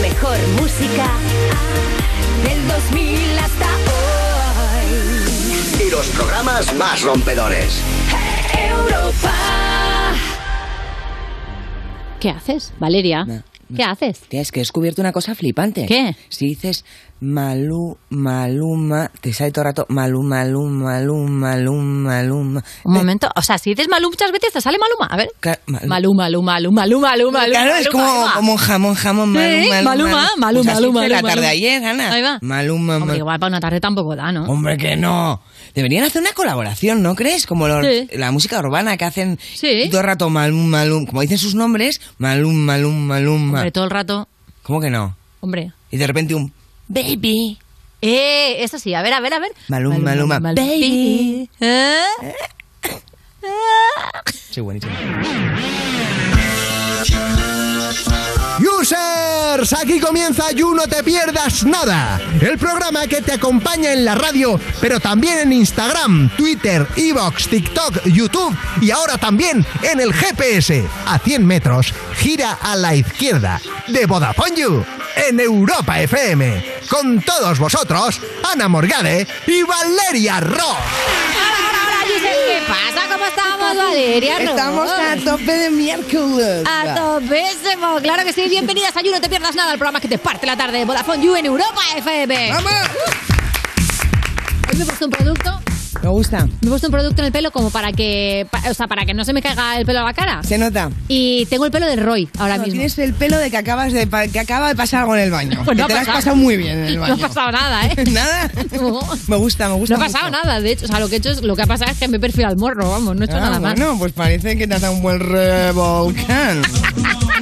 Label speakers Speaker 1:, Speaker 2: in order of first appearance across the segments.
Speaker 1: mejor música del 2000 hasta hoy.
Speaker 2: Y los programas más rompedores.
Speaker 1: Europa.
Speaker 3: ¿Qué haces, Valeria?
Speaker 4: No, no.
Speaker 3: ¿Qué haces?
Speaker 4: Tía, es que he descubierto una cosa flipante.
Speaker 3: ¿Qué?
Speaker 4: Si dices Malú, Maluma, te sale todo el rato Malú, Malú, Malú, Malú, Maluma.
Speaker 3: Un momento. O sea, si dices Malú muchas veces, te sale Maluma. A ver.
Speaker 4: Claro, Malú.
Speaker 3: Malú, Malú, Malú, Malú, Malú, Malú.
Speaker 4: Claro, es
Speaker 3: Malú,
Speaker 4: como,
Speaker 3: Maluma.
Speaker 4: como un jamón, jamón, Malú,
Speaker 3: Sí,
Speaker 4: Malú,
Speaker 3: Maluma, Malú,
Speaker 4: Pues así
Speaker 3: Malú,
Speaker 4: fue
Speaker 3: Malú,
Speaker 4: la tarde
Speaker 3: Malú.
Speaker 4: ayer, Ana.
Speaker 3: Ahí va.
Speaker 4: Maluma,
Speaker 3: Hombre,
Speaker 4: Malú.
Speaker 3: igual para una tarde tampoco da, ¿no?
Speaker 4: Hombre, que no. Deberían hacer una colaboración, ¿no crees? Como los-
Speaker 3: Sí.
Speaker 4: la música urbana que hacen
Speaker 3: Sí.
Speaker 4: todo el rato Malum, Malum. Como dicen sus nombres, Malum, Malum, Malum.
Speaker 3: Hombre, todo el rato.
Speaker 4: ¿Cómo que no?
Speaker 3: Hombre.
Speaker 4: Y de repente un baby.
Speaker 3: Eh, eso sí, a ver, a ver, a ver.
Speaker 4: Maluma, Maluma.
Speaker 3: Baby. ¿Eh?
Speaker 4: Sí, buenísimo.
Speaker 5: Users, aquí comienza You No Te Pierdas Nada, el programa que te acompaña en la radio, pero también en Instagram, Twitter, Evox, TikTok, YouTube y ahora también en el GPS. A 100 metros, gira a la izquierda, de Vodafone You, en Europa FM. Con todos vosotros, Ana Morgade y Valeria Ross.
Speaker 3: Ahora, ahora, Giselle, ¿qué pasa? ¿Cómo estamos, Valeria?
Speaker 6: Estamos a tope de miércoles.
Speaker 3: A topésimo, claro que sí. Bienvenidas a You, no te pierdas nada, el programa que te parte la tarde de Vodafone You en Europa FM.
Speaker 6: ¡Vamos!
Speaker 3: Hoy me he puesto un producto,
Speaker 6: Me gusta.
Speaker 3: me he puesto un producto en el pelo como para que, pa- o sea, para que no se me caiga el pelo a la cara.
Speaker 6: Se nota.
Speaker 3: Y tengo el pelo de Roy ahora
Speaker 6: No,
Speaker 3: mismo.
Speaker 6: tienes el pelo de que acabas de pa- que acaba de pasar algo en el baño.
Speaker 3: Pues no
Speaker 6: Que te
Speaker 3: ha
Speaker 6: lo has
Speaker 3: pasado.
Speaker 6: pasado muy bien en el baño.
Speaker 3: No ha pasado nada, ¿eh?
Speaker 6: Nada.
Speaker 3: No.
Speaker 6: Me gusta, me gusta.
Speaker 3: No ha pasado
Speaker 6: mucho.
Speaker 3: nada, de hecho, o sea, lo que he hecho es, lo que ha pasado es que me he perfilado el morro, vamos, no he hecho
Speaker 6: Ah,
Speaker 3: nada más.
Speaker 6: bueno, pues parece que te has dado un buen revolcán.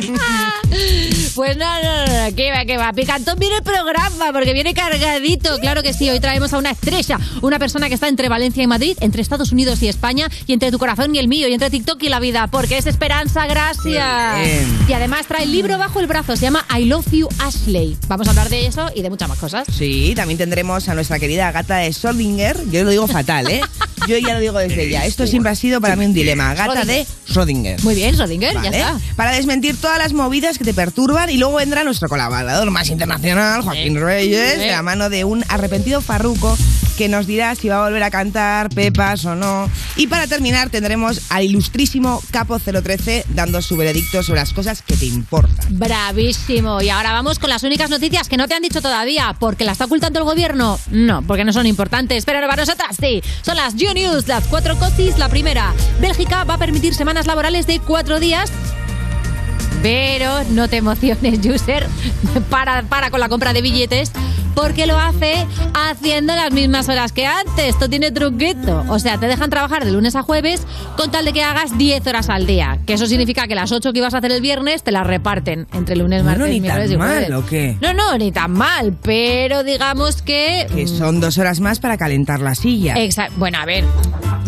Speaker 3: Pues no, no, no, no, que va, que va. Picantón viene el programa porque viene cargadito. Claro que sí, hoy traemos a una estrella, una persona que está entre Valencia y Madrid, entre Estados Unidos y España, y entre tu corazón y el mío, y entre TikTok y la vida, porque es Esperanza Gracia.
Speaker 4: Bien.
Speaker 3: Y además trae el libro bajo el brazo, se llama I Love You Ashley. Vamos a hablar de eso y de muchas más cosas.
Speaker 6: Sí, también tendremos a nuestra querida gata de Schrödinger. Yo lo digo fatal, ¿eh? Yo ya lo digo desde ya. Esto siempre ha sido para mí un dilema. Gata de Schrödinger.
Speaker 3: Muy bien, Rodinger,
Speaker 6: ¿vale?
Speaker 3: ya está.
Speaker 6: Para desmentir todas las movidas que te perturban y luego vendrá nuestro colaborador más internacional, Joaquín
Speaker 3: Eh,
Speaker 6: Reyes,
Speaker 3: eh.
Speaker 6: de la mano de un arrepentido farruco que nos dirá si va a volver a cantar Pepas o no. Y para terminar tendremos al ilustrísimo Capo 013 dando su veredicto sobre las cosas que te importan.
Speaker 3: Bravísimo. Y ahora vamos con las únicas noticias que no te han dicho todavía. ¿Porque la está ocultando el gobierno? No, porque no son importantes. Pero para nosotras sí. Son las You News, las cuatro cotis. La primera, Bélgica va a permitir semanas laborales de cuatro días. Pero no te emociones, user. Para, para con la compra de billetes. Porque lo hace haciendo las mismas horas que antes. Esto tiene truquito. O sea, te dejan trabajar de lunes a jueves con tal de que hagas 10 horas al día. Que eso significa que las 8 que ibas a hacer el viernes te las reparten entre lunes,
Speaker 4: Bueno,
Speaker 3: martes,
Speaker 4: ni tan
Speaker 3: miércoles y
Speaker 4: mal,
Speaker 3: jueves.
Speaker 4: ¿o qué?
Speaker 3: No, no, ni tan mal. Pero digamos que.
Speaker 6: Que son dos horas más para calentar la silla.
Speaker 3: Exa- Bueno, a ver,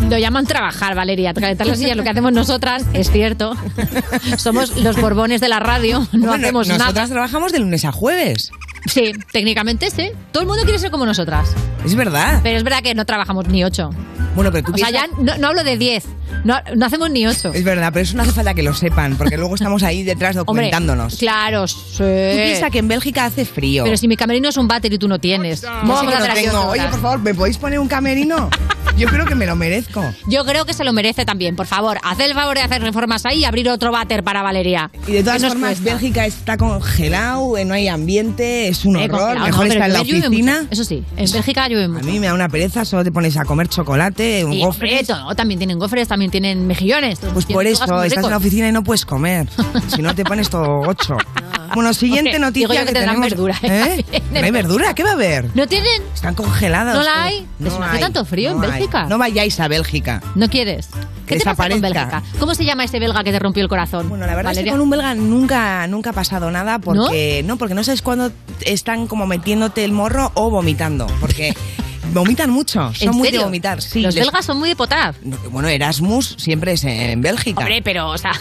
Speaker 3: lo llaman trabajar, Valeria. Calentar las sillas, lo que hacemos nosotras, es cierto. Somos los borbones de la radio, no
Speaker 6: Bueno,
Speaker 3: hacemos
Speaker 6: nosotras
Speaker 3: nada.
Speaker 6: trabajamos de lunes a jueves.
Speaker 3: Sí, técnicamente sí. Todo el mundo quiere ser como nosotras.
Speaker 6: Es verdad.
Speaker 3: Pero es verdad que no trabajamos ni ocho.
Speaker 6: Bueno, pero tú
Speaker 3: O sea, ya
Speaker 6: piensas-
Speaker 3: no, no hablo de diez. No, no hacemos ni ocho.
Speaker 6: Es verdad, pero eso no hace falta que lo sepan, porque luego estamos ahí detrás
Speaker 3: Hombre,
Speaker 6: documentándonos.
Speaker 3: claro, sí.
Speaker 6: Tú piensa que en Bélgica hace frío.
Speaker 3: Pero si mi camerino es un váter y tú no tienes. ¿Cómo
Speaker 6: Yo sí
Speaker 3: vamos
Speaker 6: que
Speaker 3: a
Speaker 6: no
Speaker 3: hacer aquí
Speaker 6: tengo.
Speaker 3: ocho
Speaker 6: Oye,
Speaker 3: horas?
Speaker 6: por favor, ¿me podéis poner un camerino? Yo creo que me lo merezco.
Speaker 3: Yo creo que se lo merece también. Por favor, haz el favor de hacer reformas ahí y abrir otro váter para Valeria.
Speaker 6: Y de todas
Speaker 3: ¿Qué nos
Speaker 6: formas,
Speaker 3: cuesta?
Speaker 6: Bélgica está congelado, eh, no hay ambiente, es un
Speaker 3: Eh,
Speaker 6: horror.
Speaker 3: congelado,
Speaker 6: Mejor
Speaker 3: no, pero
Speaker 6: estar en la
Speaker 3: que llueve mucho.
Speaker 6: oficina. Pues
Speaker 3: Eso sí, en Bélgica llueve
Speaker 6: A
Speaker 3: mucho.
Speaker 6: mí me da una pereza, solo te pones a comer chocolate, un
Speaker 3: Y,
Speaker 6: gofre.
Speaker 3: hombre, todo, también tienen gofres, también tienen mejillones.
Speaker 6: Pues
Speaker 3: Tienen
Speaker 6: por
Speaker 3: todas
Speaker 6: eso,
Speaker 3: cosas muy
Speaker 6: estás en la
Speaker 3: ricas.
Speaker 6: oficina y no puedes comer. Si no, te pones todo gocho. Bueno, siguiente
Speaker 3: Hombre,
Speaker 6: noticia.
Speaker 3: digo yo que tendrán
Speaker 6: tenemos-
Speaker 3: verdura, ¿eh?
Speaker 6: ¿Eh? ¿No hay verdura? ¿Qué va a haber?
Speaker 3: ¿No tienen?
Speaker 6: Están congeladas.
Speaker 3: No la hay.
Speaker 6: No
Speaker 3: Pues no hace
Speaker 6: hay,
Speaker 3: tanto frío en
Speaker 6: no hay.
Speaker 3: Bélgica.
Speaker 6: No vayáis a Bélgica.
Speaker 3: ¿No quieres? ¿Qué te pasa con
Speaker 6: Desaparezca.
Speaker 3: Bélgica? ¿Cómo se llama ese belga que te rompió el corazón?
Speaker 6: Bueno, la verdad es
Speaker 3: Valeria.
Speaker 6: que con un belga nunca, nunca ha pasado nada porque ¿No? porque no sabes cuándo están como metiéndote el morro o vomitando. Porque vomitan mucho,
Speaker 3: ¿En
Speaker 6: son muy de
Speaker 3: serio?
Speaker 6: vomitar. Sí,
Speaker 3: Los
Speaker 6: les-
Speaker 3: belgas son muy de potar.
Speaker 6: Bueno, Erasmus siempre es en Bélgica.
Speaker 3: Hombre, pero, o sea...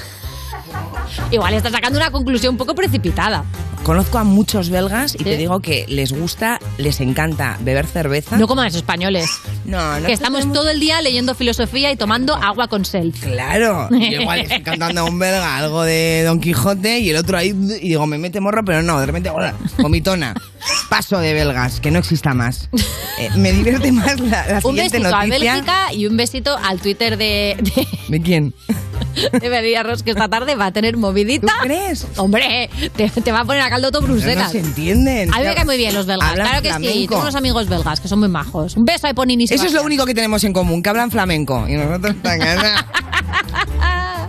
Speaker 3: Igual estás sacando una conclusión un poco precipitada.
Speaker 6: conozco a muchos belgas y te digo que les gusta, les encanta beber cerveza.
Speaker 3: No como a los españoles.
Speaker 6: No, no.
Speaker 3: que estamos todo el día leyendo filosofía y tomando agua con sel.
Speaker 6: Claro. Y igual estoy cantando a un belga algo de Don Quijote y el otro ahí, y digo, me mete morro, pero no, de repente, hola, comitona. Paso de belgas, que no exista más. Eh, me divierte más la, la
Speaker 3: un
Speaker 6: siguiente
Speaker 3: besito a
Speaker 6: noticia.
Speaker 3: Bélgica y un besito al Twitter de, de,
Speaker 6: ¿De quién?
Speaker 3: de Bedia Ross, que esta tarde va a tener movidita. ¿Tú
Speaker 6: crees?
Speaker 3: Hombre, te, te va a poner a caldo todo
Speaker 6: Pero no
Speaker 3: Bruselas.
Speaker 6: se entienden.
Speaker 3: a mí me caen muy bien los belgas,
Speaker 6: Hablan
Speaker 3: claro que sí.
Speaker 6: flamenco.
Speaker 3: Tengo unos amigos belgas que son muy majos. Un beso a Eponini.
Speaker 6: Eso es lo único que tenemos en común, que hablan flamenco. Y nosotros tan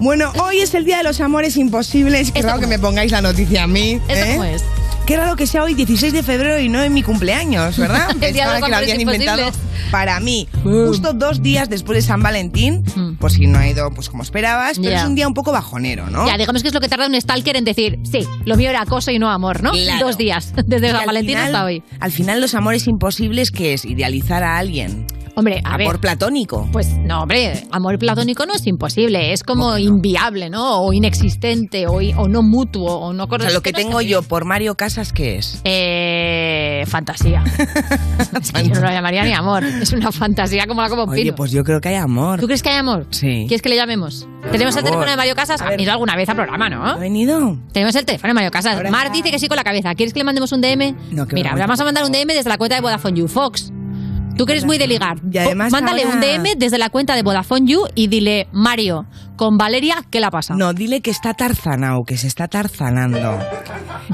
Speaker 6: Bueno, hoy es el Día de los Amores Imposibles. Qué raro que me pongáis la noticia a mí.
Speaker 3: ¿Esto
Speaker 6: ¿eh?
Speaker 3: cómo es?
Speaker 6: Qué raro que sea hoy 16 de febrero y no en mi cumpleaños, ¿verdad?
Speaker 3: El Día
Speaker 6: Pensaba
Speaker 3: de
Speaker 6: que
Speaker 3: los
Speaker 6: lo
Speaker 3: Amores
Speaker 6: habían inventado
Speaker 3: Imposibles. Uh.
Speaker 6: para mí. Justo dos días después de San Valentín, por si no ha ido pues como esperabas, pero
Speaker 3: Mm. Ya.
Speaker 6: es un día un poco bajonero, ¿no?
Speaker 3: Ya, digamos que es lo que tarda un stalker en decir, sí, lo mío era acoso y no amor, ¿no?
Speaker 6: Claro.
Speaker 3: Dos días, desde
Speaker 6: Y
Speaker 3: San
Speaker 6: al
Speaker 3: Valentín
Speaker 6: final-
Speaker 3: hasta hoy.
Speaker 6: Al final, los amores imposibles, que es idealizar a alguien.
Speaker 3: Hombre, a
Speaker 6: Amor
Speaker 3: ver.
Speaker 6: platónico.
Speaker 3: Pues no, hombre, amor platónico no es imposible, es
Speaker 6: Oh,
Speaker 3: como inviable, ¿no? O inexistente, o, i- o no mutuo, o
Speaker 6: O
Speaker 3: no
Speaker 6: sea, lo que
Speaker 3: corresponde.
Speaker 6: tengo yo por Mario Casas, ¿qué es?
Speaker 3: Eh, fantasía. Es que yo no lo llamaría ni amor, es una fantasía como la como un
Speaker 4: Oye,
Speaker 3: pino.
Speaker 4: pues yo creo que hay amor.
Speaker 3: ¿Tú crees que hay amor?
Speaker 4: Sí.
Speaker 3: ¿Quieres que le llamemos? Tenemos
Speaker 4: favor.
Speaker 3: el teléfono de Mario Casas. Ha venido alguna vez al programa, ¿no?
Speaker 6: ¿Ha venido?
Speaker 3: Tenemos el teléfono de Mario Casas.
Speaker 6: Ahora
Speaker 3: Mar
Speaker 6: está.
Speaker 3: dice que sí con la cabeza. ¿Quieres que le mandemos un DM?
Speaker 4: No, que
Speaker 3: Mira,
Speaker 4: vergüenza,
Speaker 3: vamos a
Speaker 4: por
Speaker 3: mandar un DM desde la cuenta de Vodafone You. Fox, tú que eres muy de ligar.
Speaker 6: Y además
Speaker 3: Fo- Mándale
Speaker 6: ahora-
Speaker 3: un DM desde la cuenta de Vodafone You y dile, Mario, con Valeria, ¿qué la pasa?
Speaker 6: No, dile que está tarzanao, que se está tarzanando.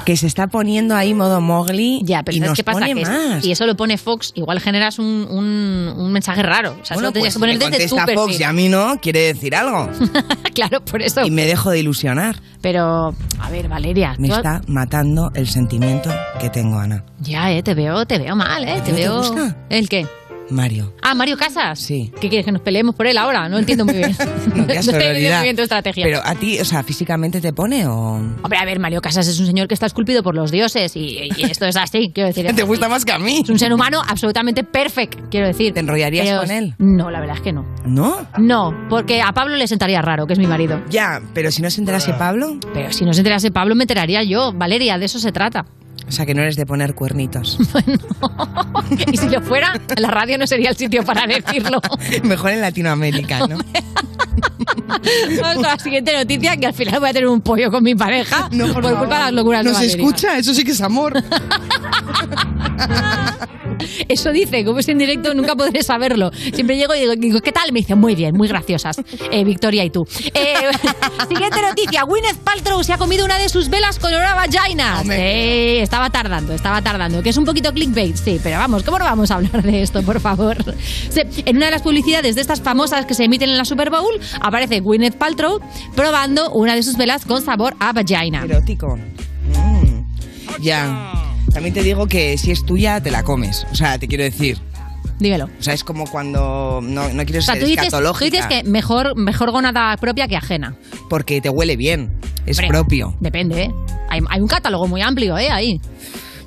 Speaker 6: Que se está poniendo ahí modo Mowgli
Speaker 3: Ya, pero
Speaker 6: y
Speaker 3: ¿sabes
Speaker 6: nos
Speaker 3: qué pasa?
Speaker 6: pone
Speaker 3: Que es-
Speaker 6: más.
Speaker 3: y eso lo pone Fox, igual generas un, un- un mensaje raro. O sea, eso
Speaker 6: Bueno,
Speaker 3: lo
Speaker 6: pues
Speaker 3: tendrías que poner
Speaker 6: me
Speaker 3: desde tu
Speaker 6: contesta Fox
Speaker 3: perfil.
Speaker 6: y a mí no, quiere decir algo.
Speaker 3: claro, por eso.
Speaker 6: Y me dejo de ilusionar.
Speaker 3: Pero, a ver, Valeria,
Speaker 6: Me
Speaker 3: tú-
Speaker 6: está matando el sentimiento que tengo, Ana.
Speaker 3: ya, eh, te veo, te veo mal, eh, te
Speaker 6: ¿No te
Speaker 3: veo.
Speaker 6: gusta?
Speaker 3: ¿El qué?
Speaker 6: Mario.
Speaker 3: Ah, Mario Casas.
Speaker 6: Sí.
Speaker 3: ¿Qué quieres que nos peleemos por él ahora? No entiendo muy bien.
Speaker 6: No, qué
Speaker 3: no estoy entendiendo
Speaker 6: sororidad.
Speaker 3: muy bien tu estrategia.
Speaker 6: Pero a ti, o sea, físicamente te pone o.
Speaker 3: Hombre, a ver, Mario Casas es un señor que está esculpido por los dioses y, y esto es así, quiero decir.
Speaker 6: Te gusta más que a mí.
Speaker 3: Es un ser humano absolutamente perfecto, quiero decir.
Speaker 6: ¿Te enrollarías con él?
Speaker 3: No, la verdad es que no.
Speaker 6: ¿No?
Speaker 3: No, porque a Pablo le sentaría raro, que es mi marido.
Speaker 6: Ya, pero si no se enterase Pablo,
Speaker 3: Ah. Pero si no se enterase Pablo, me enteraría yo. Valeria, de eso se trata.
Speaker 6: o sea que no eres de poner cuernitos.
Speaker 3: y si lo fuera, la radio no sería el sitio para decirlo.
Speaker 6: Mejor en Latinoamérica, ¿no?
Speaker 3: Vamos con la siguiente noticia, que al final voy a tener un pollo con mi pareja
Speaker 6: No,
Speaker 3: por,
Speaker 6: favor.
Speaker 3: culpa de las locuras
Speaker 6: ¿Nos
Speaker 3: de Valeria.
Speaker 6: escucha? Eso sí que es amor.
Speaker 3: Eso dice, como es en directo nunca podré saberlo. Siempre llego y digo, digo, ¿qué tal? Me dice, muy bien, muy graciosas, eh, Victoria y tú. Eh, siguiente noticia, Gwyneth Paltrow se ha comido una de sus velas color a vagina. Sí, estaba tardando, estaba tardando, que es un poquito clickbait, sí, pero vamos, ¿cómo no vamos a hablar de esto, por favor? Sí, en una de las publicidades de estas famosas que se emiten en la Super Bowl, aparece Gwyneth Paltrow probando una de sus velas con sabor a vagina.
Speaker 6: Erótico. Mm. Ya. También te digo que si es tuya, te la comes. O sea, te quiero decir.
Speaker 3: Dímelo.
Speaker 6: O sea, es como cuando no, no
Speaker 3: O
Speaker 6: quieres
Speaker 3: sea,
Speaker 6: ser
Speaker 3: tú dices, tú
Speaker 6: escatológica
Speaker 3: dices que mejor, mejor gonada propia que ajena.
Speaker 6: porque te huele bien. Es
Speaker 3: Hombre,
Speaker 6: propio.
Speaker 3: Depende, ¿eh? Hay, hay un catálogo muy amplio, ¿eh? Ahí.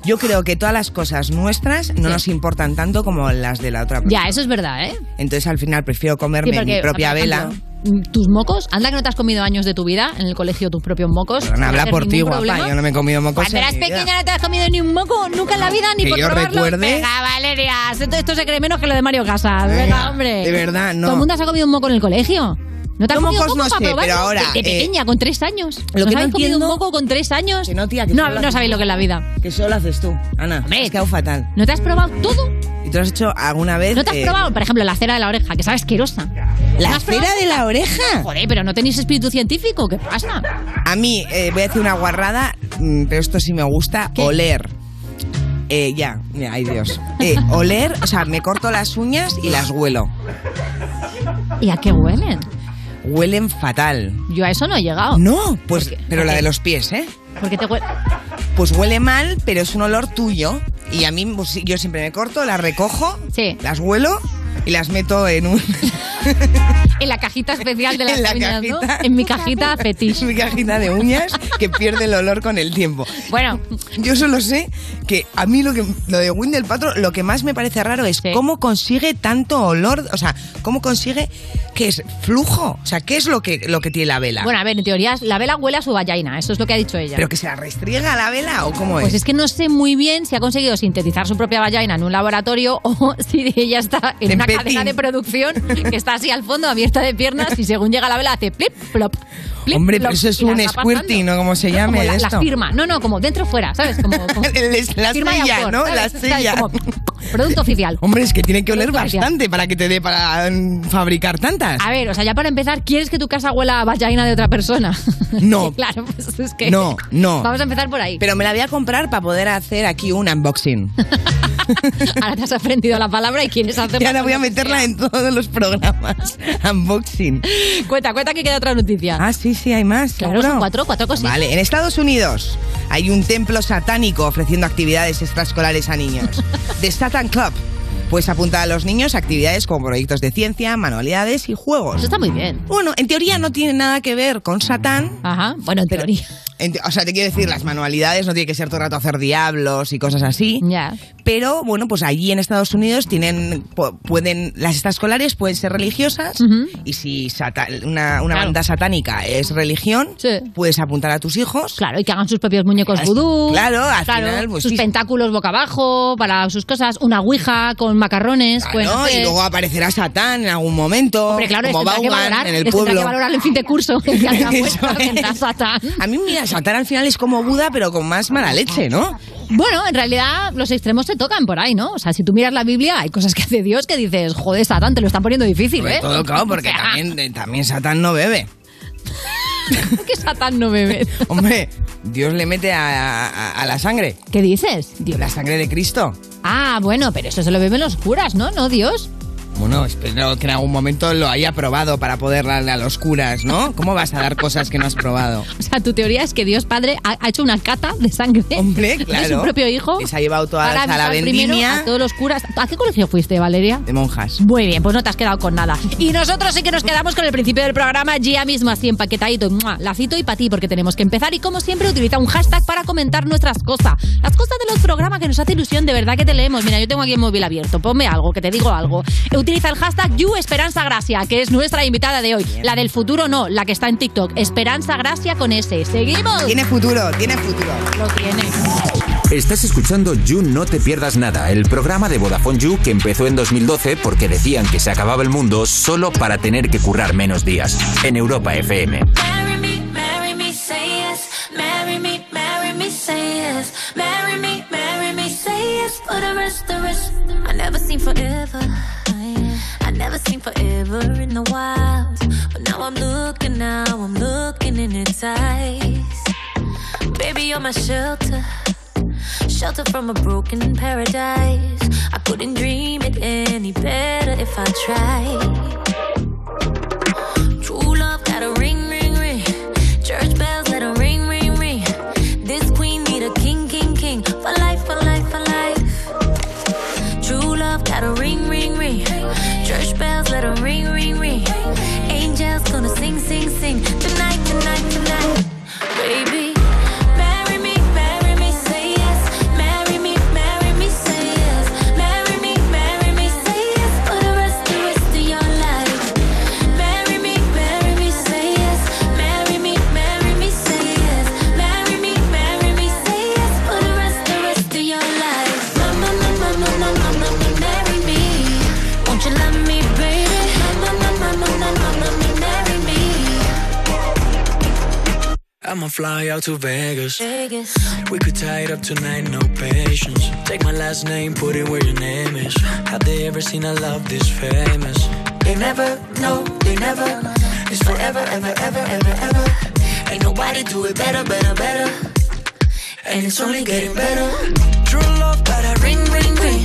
Speaker 6: Yo creo que todas las cosas nuestras no nos importan tanto como las de la otra persona.
Speaker 3: Ya, eso es verdad, ¿eh? Sí,
Speaker 6: Entonces al final prefiero comerme mi propia
Speaker 3: por
Speaker 6: vela.
Speaker 3: ejemplo, Tus mocos, anda que no te has comido años de tu vida en el colegio tus propios mocos.
Speaker 6: Perdona,
Speaker 3: no va
Speaker 6: Pues habla
Speaker 3: a ser
Speaker 6: por ti,
Speaker 3: ningún
Speaker 6: guapa.
Speaker 3: problema.
Speaker 6: Yo no me he comido mocos.
Speaker 3: Cuando
Speaker 6: en
Speaker 3: eras
Speaker 6: mi vida.
Speaker 3: pequeña no te has comido ni un moco, nunca en la vida, ni
Speaker 6: Que
Speaker 3: por
Speaker 6: yo
Speaker 3: probarlo.
Speaker 6: recuerde.
Speaker 3: Venga, Valeria, esto, esto se cree menos que lo de Mario Casas. Venga,
Speaker 6: Venga,
Speaker 3: hombre.
Speaker 6: de verdad, no.
Speaker 3: Todo el mundo se ha comido un moco en el colegio. ¿No te has
Speaker 6: Yo
Speaker 3: comido
Speaker 6: mocos
Speaker 3: un moco
Speaker 6: no
Speaker 3: para
Speaker 6: sé,
Speaker 3: probarlo?
Speaker 6: pero ahora,
Speaker 3: De, de
Speaker 6: eh,
Speaker 3: pequeña, con tres años.
Speaker 6: lo
Speaker 3: ¿Nos
Speaker 6: que no
Speaker 3: habéis comido un
Speaker 6: entiendo-
Speaker 3: moco con tres años?
Speaker 6: Que no, tía, que
Speaker 3: no,
Speaker 6: solo la-
Speaker 3: no sabéis lo que es la vida.
Speaker 6: Que solo haces tú, Ana.
Speaker 3: Hombre.
Speaker 6: Es que hago fatal.
Speaker 3: ¿No te has probado todo?
Speaker 6: ¿Y tú lo has hecho alguna vez?
Speaker 3: ¿No te has
Speaker 6: eh,
Speaker 3: probado, por ejemplo, la cera de la oreja, que sabes asquerosa? ¿No
Speaker 6: ¿La
Speaker 3: has probado?
Speaker 6: cera de la oreja?
Speaker 3: Joder, pero no tenéis espíritu científico, ¿qué pasa?
Speaker 6: A mí, eh, voy a decir una guarrada, mm, pero esto sí me gusta,
Speaker 3: ¿Qué?
Speaker 6: oler. Eh, ya, mira, ay Dios. Eh, oler, o sea, me corto las uñas y las huelo.
Speaker 3: ¿Y a qué huelen?
Speaker 6: Huelen fatal.
Speaker 3: Yo a eso no he llegado.
Speaker 6: No, pues,
Speaker 3: ¿Por qué?
Speaker 6: pero
Speaker 3: ¿Por
Speaker 6: la
Speaker 3: qué?
Speaker 6: de los pies, ¿eh?
Speaker 3: ¿Por qué te huele?
Speaker 6: Pues huele mal, pero es un olor tuyo. Y a mí, pues, yo siempre me corto, las recojo,
Speaker 3: Sí.
Speaker 6: las huelo y las meto en un...
Speaker 3: En la cajita especial de las
Speaker 6: En la
Speaker 3: uñas, ¿no?
Speaker 6: cajita.
Speaker 3: En mi cajita fetiche.
Speaker 6: mi cajita de uñas que pierde el olor con el tiempo.
Speaker 3: Bueno,
Speaker 6: Yo solo sé que a mí lo, que, lo de Windel Patro, lo que más me parece raro es
Speaker 3: Sí.
Speaker 6: cómo consigue tanto olor, o sea, cómo consigue que es flujo, o sea, qué es lo que, lo que tiene la vela.
Speaker 3: bueno, a ver, en teoría la vela huele a su vallaina, eso es lo que ha dicho ella.
Speaker 6: ¿Pero que se la restriega la vela o cómo
Speaker 3: Pues
Speaker 6: es?
Speaker 3: es que no sé muy bien si ha conseguido sintetizar su propia vallaina en un laboratorio o si ella está en
Speaker 6: En
Speaker 3: una
Speaker 6: Pekín.
Speaker 3: cadena de producción que está así al fondo, abierta de piernas, y según llega la vela hace plip, plop. plip,
Speaker 6: Hombre,
Speaker 3: plop,
Speaker 6: pero eso es
Speaker 3: y la
Speaker 6: un
Speaker 3: está pasando.
Speaker 6: squirty, ¿no? Como se llame
Speaker 3: Como la,
Speaker 6: esto.
Speaker 3: la firma, no, no, como dentro fuera, ¿sabes? Como, como
Speaker 6: El- la
Speaker 3: firma de
Speaker 6: silla,
Speaker 3: autor,
Speaker 6: ¿no?
Speaker 3: ¿sabes?
Speaker 6: La
Speaker 3: ¿Sabes?
Speaker 6: silla.
Speaker 3: Como producto oficial.
Speaker 6: Hombre, es que tiene que oler
Speaker 3: Producto oficial.
Speaker 6: bastante para que te dé para mm, fabricar tantas.
Speaker 3: A ver, o sea, ya para empezar, ¿quieres que tu casa huela a vallaina de otra persona?
Speaker 6: No.
Speaker 3: claro, pues es que.
Speaker 6: No, no.
Speaker 3: Vamos a empezar por ahí.
Speaker 6: Pero me la voy a comprar para poder hacer aquí un unboxing.
Speaker 3: Ahora te has aprendido la palabra y quieres hacer.
Speaker 6: Y ahora voy a meterla en todos los programas. Unboxing.
Speaker 3: Cuenta, cuenta que queda otra noticia.
Speaker 6: Ah, sí, sí, hay más.
Speaker 3: Claro, son
Speaker 6: seguro.
Speaker 3: cuatro, cuatro cositas.
Speaker 6: Vale, en Estados Unidos hay un templo satánico ofreciendo actividades extraescolares a niños. The Satan Club. Pues apunta a los niños a actividades como proyectos de ciencia, manualidades y
Speaker 3: Eso
Speaker 6: juegos.
Speaker 3: está muy bien.
Speaker 6: Bueno, en teoría no tiene nada que ver con Satán.
Speaker 3: Ajá, bueno, en
Speaker 6: pero-
Speaker 3: teoría.
Speaker 6: en te- o sea, te quiero decir, las manualidades no tiene que ser todo el rato hacer diablos y cosas así.
Speaker 3: Ya.
Speaker 6: Pero bueno, pues allí en Estados Unidos tienen pu- pueden las extraescolares pueden ser religiosas
Speaker 3: Ujú.
Speaker 6: y si sata- una, una
Speaker 3: Claro.
Speaker 6: banda satánica es religión,
Speaker 3: Sí.
Speaker 6: puedes apuntar a tus hijos.
Speaker 3: Claro, y que hagan sus propios muñecos
Speaker 6: Claro,
Speaker 3: vudú.
Speaker 6: claro, al final, pues
Speaker 3: sus
Speaker 6: sí.
Speaker 3: pentáculos boca abajo para sus cosas, una ouija con macarrones.
Speaker 6: Claro,
Speaker 3: pueden hacer-
Speaker 6: y luego aparecerá Satán en algún momento,
Speaker 3: Hombre, claro,
Speaker 6: como
Speaker 3: les tendrá que
Speaker 6: Bauman
Speaker 3: valorar,
Speaker 6: en el
Speaker 3: les tendrá
Speaker 6: pueblo.
Speaker 3: que valorar el fin de curso. Ya pues, se ha
Speaker 6: Eso
Speaker 3: puesto
Speaker 6: es.
Speaker 3: en la sata.
Speaker 6: A mí, mira, Satán al final es como Buda, pero con más mala leche, ¿no?
Speaker 3: Bueno, en realidad los extremos se tocan por ahí, ¿no? O sea, si tú miras la Biblia, hay cosas que hace Dios que dices, joder, Satán, te lo están poniendo difícil,
Speaker 6: Sobre
Speaker 3: ¿eh?
Speaker 6: todo, claro, porque
Speaker 3: O sea,
Speaker 6: también, eh, también Satán no bebe.
Speaker 3: que Satán no bebe.
Speaker 6: Hombre, Dios le mete a, a- a la sangre,
Speaker 3: ¿Qué dices? Dios.
Speaker 6: la sangre de Cristo.
Speaker 3: Ah, bueno, pero eso se lo beben los curas, ¿no? ¿No, Dios?
Speaker 6: Bueno, espero que en algún momento lo haya probado para poder darle a los curas, ¿no? ¿Cómo vas a dar cosas que no has probado?
Speaker 3: O sea, tu teoría es que Dios Padre ha, ha hecho una cata de sangre
Speaker 6: Hombre,
Speaker 3: de su
Speaker 6: claro.
Speaker 3: propio hijo.
Speaker 6: Les ha llevado todas
Speaker 3: para
Speaker 6: a la
Speaker 3: avisar primero
Speaker 6: vendimia.
Speaker 3: A todos los curas. ¿A qué colegio fuiste, Valeria?
Speaker 6: De monjas.
Speaker 3: Muy bien, pues no te has quedado con nada. Y nosotros sí que nos quedamos con el principio del programa, ya mismo así empaquetadito, ¡mua! lacito y para ti, porque tenemos que empezar. Y como siempre, utiliza un hashtag para comentar nuestras cosas. Las cosas de los programas que nos hace ilusión, de verdad que te leemos. Mira, yo tengo aquí el móvil abierto, ponme algo, que te digo algo. Utiliza el hashtag YouEsperanzaGracia, que es nuestra invitada de hoy. La del futuro no, la que está en TikTok. Esperanza Gracia con S. Seguimos.
Speaker 6: Tiene futuro, tiene futuro.
Speaker 3: Lo tiene.
Speaker 7: Estás escuchando You No Te Pierdas Nada, el programa de Vodafone You que empezó en 2012 porque decían que se acababa el mundo solo para tener que currar menos días. En Europa FM.
Speaker 1: Marry me, marry me, say yes. Marry me, marry me, say yes. Marry me, marry me, say yes. For the rest, the rest. I never seen forever. I never seen forever in the wild. But now I'm looking, now I'm looking in its eyes. Baby, you're my shelter. Shelter from a broken paradise. I couldn't dream it any better if I tried. True love got a ring, ring, ring. Church bells let a ring, ring, ring. This queen need a king, king, king. For life, for life, for life. True love got a ring, ring, ring. Church bells let a ring, ring, ring. Angels gonna sing, sing, sing. Tonight, tonight, tonight. Baby. marry me, marry me, say yes. Marry me, marry me, say yes. Marry me, marry me, say yes. For the rest, the rest of your life. Marry me, marry me, say yes. Marry me, marry me, say yes. Marry me, marry me, say yes. For the rest, the rest of your life. Mama, mama, mama, mama, marry me. Won't you love me, baby? Mama, mama, mama, mama, marry me.
Speaker 8: I'ma fly out to Vegas.
Speaker 1: Vegas.
Speaker 8: We could tie it up tonight, no patience. Take my last name, put it where your name is. Have they ever seen a love this famous? They never, no, they never. It's forever, ever, ever, ever, ever. Ain't nobody do it better, better, better. And it's only getting better. True love, got a ring, ring, ring.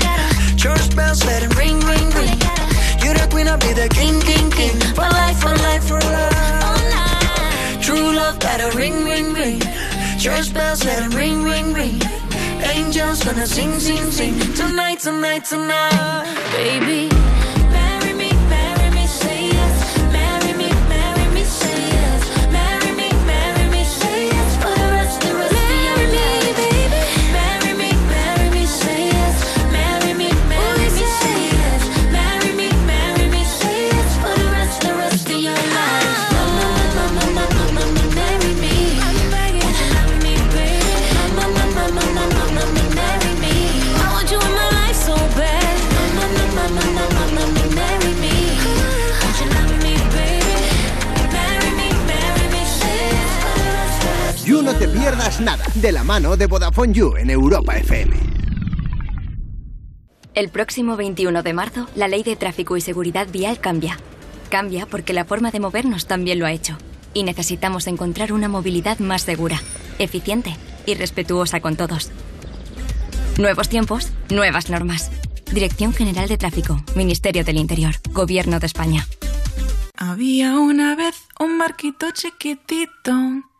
Speaker 8: Church bells, let it ring, ring, ring. You're the queen, I'll be the king, king, king. For life, for life, for life. True love got a ring, ring, ring. Church bells let 'em ring, ring, ring. Angels gonna sing, sing, sing. Tonight, tonight, tonight.
Speaker 1: Baby, marry me, marry me, say
Speaker 5: You No Te Pierdas Nada, de la mano de Vodafone You en Europa FM.
Speaker 9: El próximo 21 de marzo, la ley de tráfico y seguridad vial cambia. Cambia porque la forma de movernos también lo ha hecho. Y necesitamos encontrar una movilidad más segura, eficiente y respetuosa con todos. Nuevos tiempos, nuevas normas. Dirección General de Tráfico, Ministerio del Interior, Gobierno de España.
Speaker 10: Había una vez un barquito chiquitito.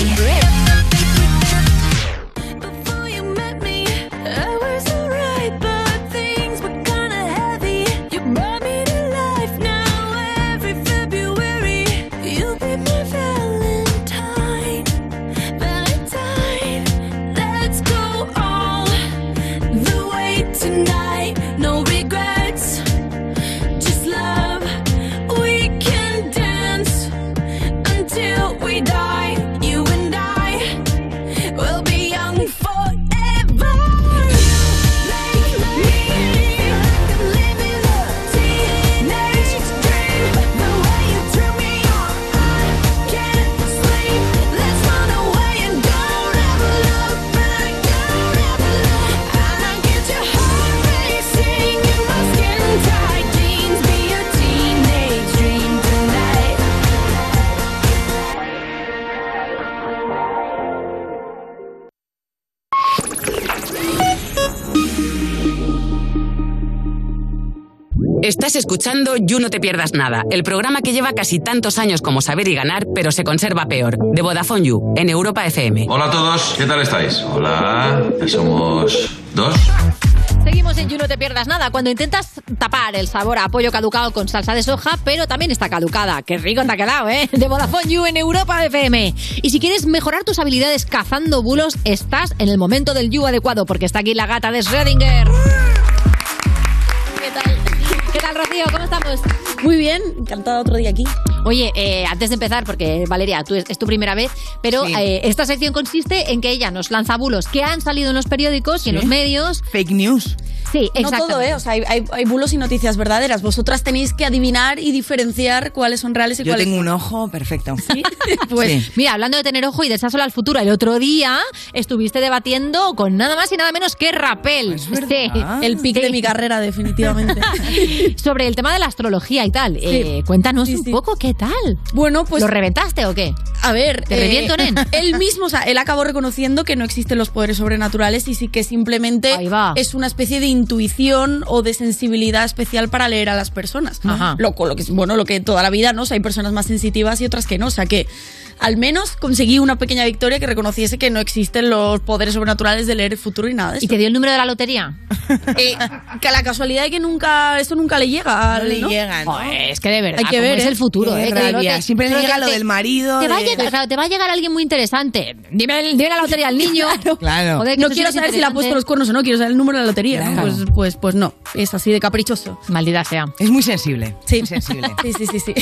Speaker 11: Tonight, no regrets, just love. We can dance until we die. You and I will be young forever.
Speaker 12: Estás escuchando You No Te Pierdas Nada, el programa que lleva casi tantos años como Saber y Ganar, pero se conserva peor, de Vodafone You, en Europa FM.
Speaker 13: Hola a todos, ¿qué tal estáis? Hola, y somos dos.
Speaker 3: Seguimos en You No Te Pierdas Nada. Cuando intentas tapar el sabor a pollo caducado con salsa de soja, pero también está caducada. Qué rico te ha quedado, ¿eh? De Vodafone You en Europa FM. Y si quieres mejorar tus habilidades cazando bulos, estás en el momento del You adecuado, porque está aquí la gata de Schrödinger. ¿Qué tal? ¿Qué tal, Rocío? ¿Cómo estamos? Muy bien, encantada otro día aquí. Oye, eh, antes de empezar, porque Valeria, tú es, es tu primera vez, pero
Speaker 14: Sí.
Speaker 3: eh, esta sección consiste en que ella nos lanza bulos que han salido en los periódicos y en los medios. Fake news. Sí,
Speaker 14: No
Speaker 3: exacto.
Speaker 14: todo, ¿eh? O sea, hay, hay- hay bulos y noticias verdaderas. Vosotras tenéis que adivinar y diferenciar cuáles son reales y
Speaker 3: Yo
Speaker 14: cuáles
Speaker 3: tengo
Speaker 14: no.
Speaker 3: un
Speaker 14: ojo perfecto.
Speaker 3: Pues mira, hablando de tener ojo y de echar solo al futuro, el otro día estuviste debatiendo con nada más y nada menos que Rapel.
Speaker 14: verdad. El pic de mi carrera, definitivamente.
Speaker 3: Sobre el tema de la astrología y tal. Eh, cuéntanos un poco qué tal.
Speaker 14: Bueno, pues.
Speaker 3: ¿Lo reventaste o qué?
Speaker 14: A ver, eh,
Speaker 3: Te reviento, nen.
Speaker 14: Él mismo, o sea, él acabó reconociendo que no existen los poderes sobrenaturales y sí que simplemente es una especie de intuición o de sensibilidad especial para leer a las personas.
Speaker 3: Ajá.
Speaker 14: Lo, con lo que es- bueno, lo que toda la vida, ¿no? O sea, hay personas más sensitivas y otras que no. O sea, que al menos conseguí una pequeña victoria que reconociese que no existen los poderes sobrenaturales de leer el futuro y nada de eso.
Speaker 3: ¿Y te dio el número de la lotería?
Speaker 14: que la casualidad de que nunca, esto nunca le llega. al-
Speaker 6: le
Speaker 14: ¿no?
Speaker 6: llega, ¿no? Joder,
Speaker 3: es que de verdad,
Speaker 14: Hay que
Speaker 3: como
Speaker 14: ver,
Speaker 3: es
Speaker 14: ¿eh?
Speaker 3: el futuro,
Speaker 6: Qué
Speaker 3: ¿eh? Que
Speaker 6: rabia.
Speaker 3: no te-
Speaker 6: Siempre le
Speaker 3: no
Speaker 6: llega lo
Speaker 3: te-
Speaker 6: del marido,
Speaker 3: Te va, a
Speaker 6: de-
Speaker 3: llegar, claro, te va a llegar alguien muy interesante. Dime, el- dime la lotería al niño.
Speaker 14: Claro.
Speaker 3: Joder, que
Speaker 14: no
Speaker 3: esto sí
Speaker 14: quiero
Speaker 3: que es
Speaker 14: saber si le ha puesto
Speaker 3: interesante.
Speaker 14: los cuernos o no, quiero saber el número de la lotería. Pues, pues, pues no. es así de caprichoso.
Speaker 3: Maldita sea.
Speaker 6: Es muy sensible.
Speaker 14: Sí.
Speaker 6: Muy sensible.
Speaker 14: Sí, sí, sí, sí.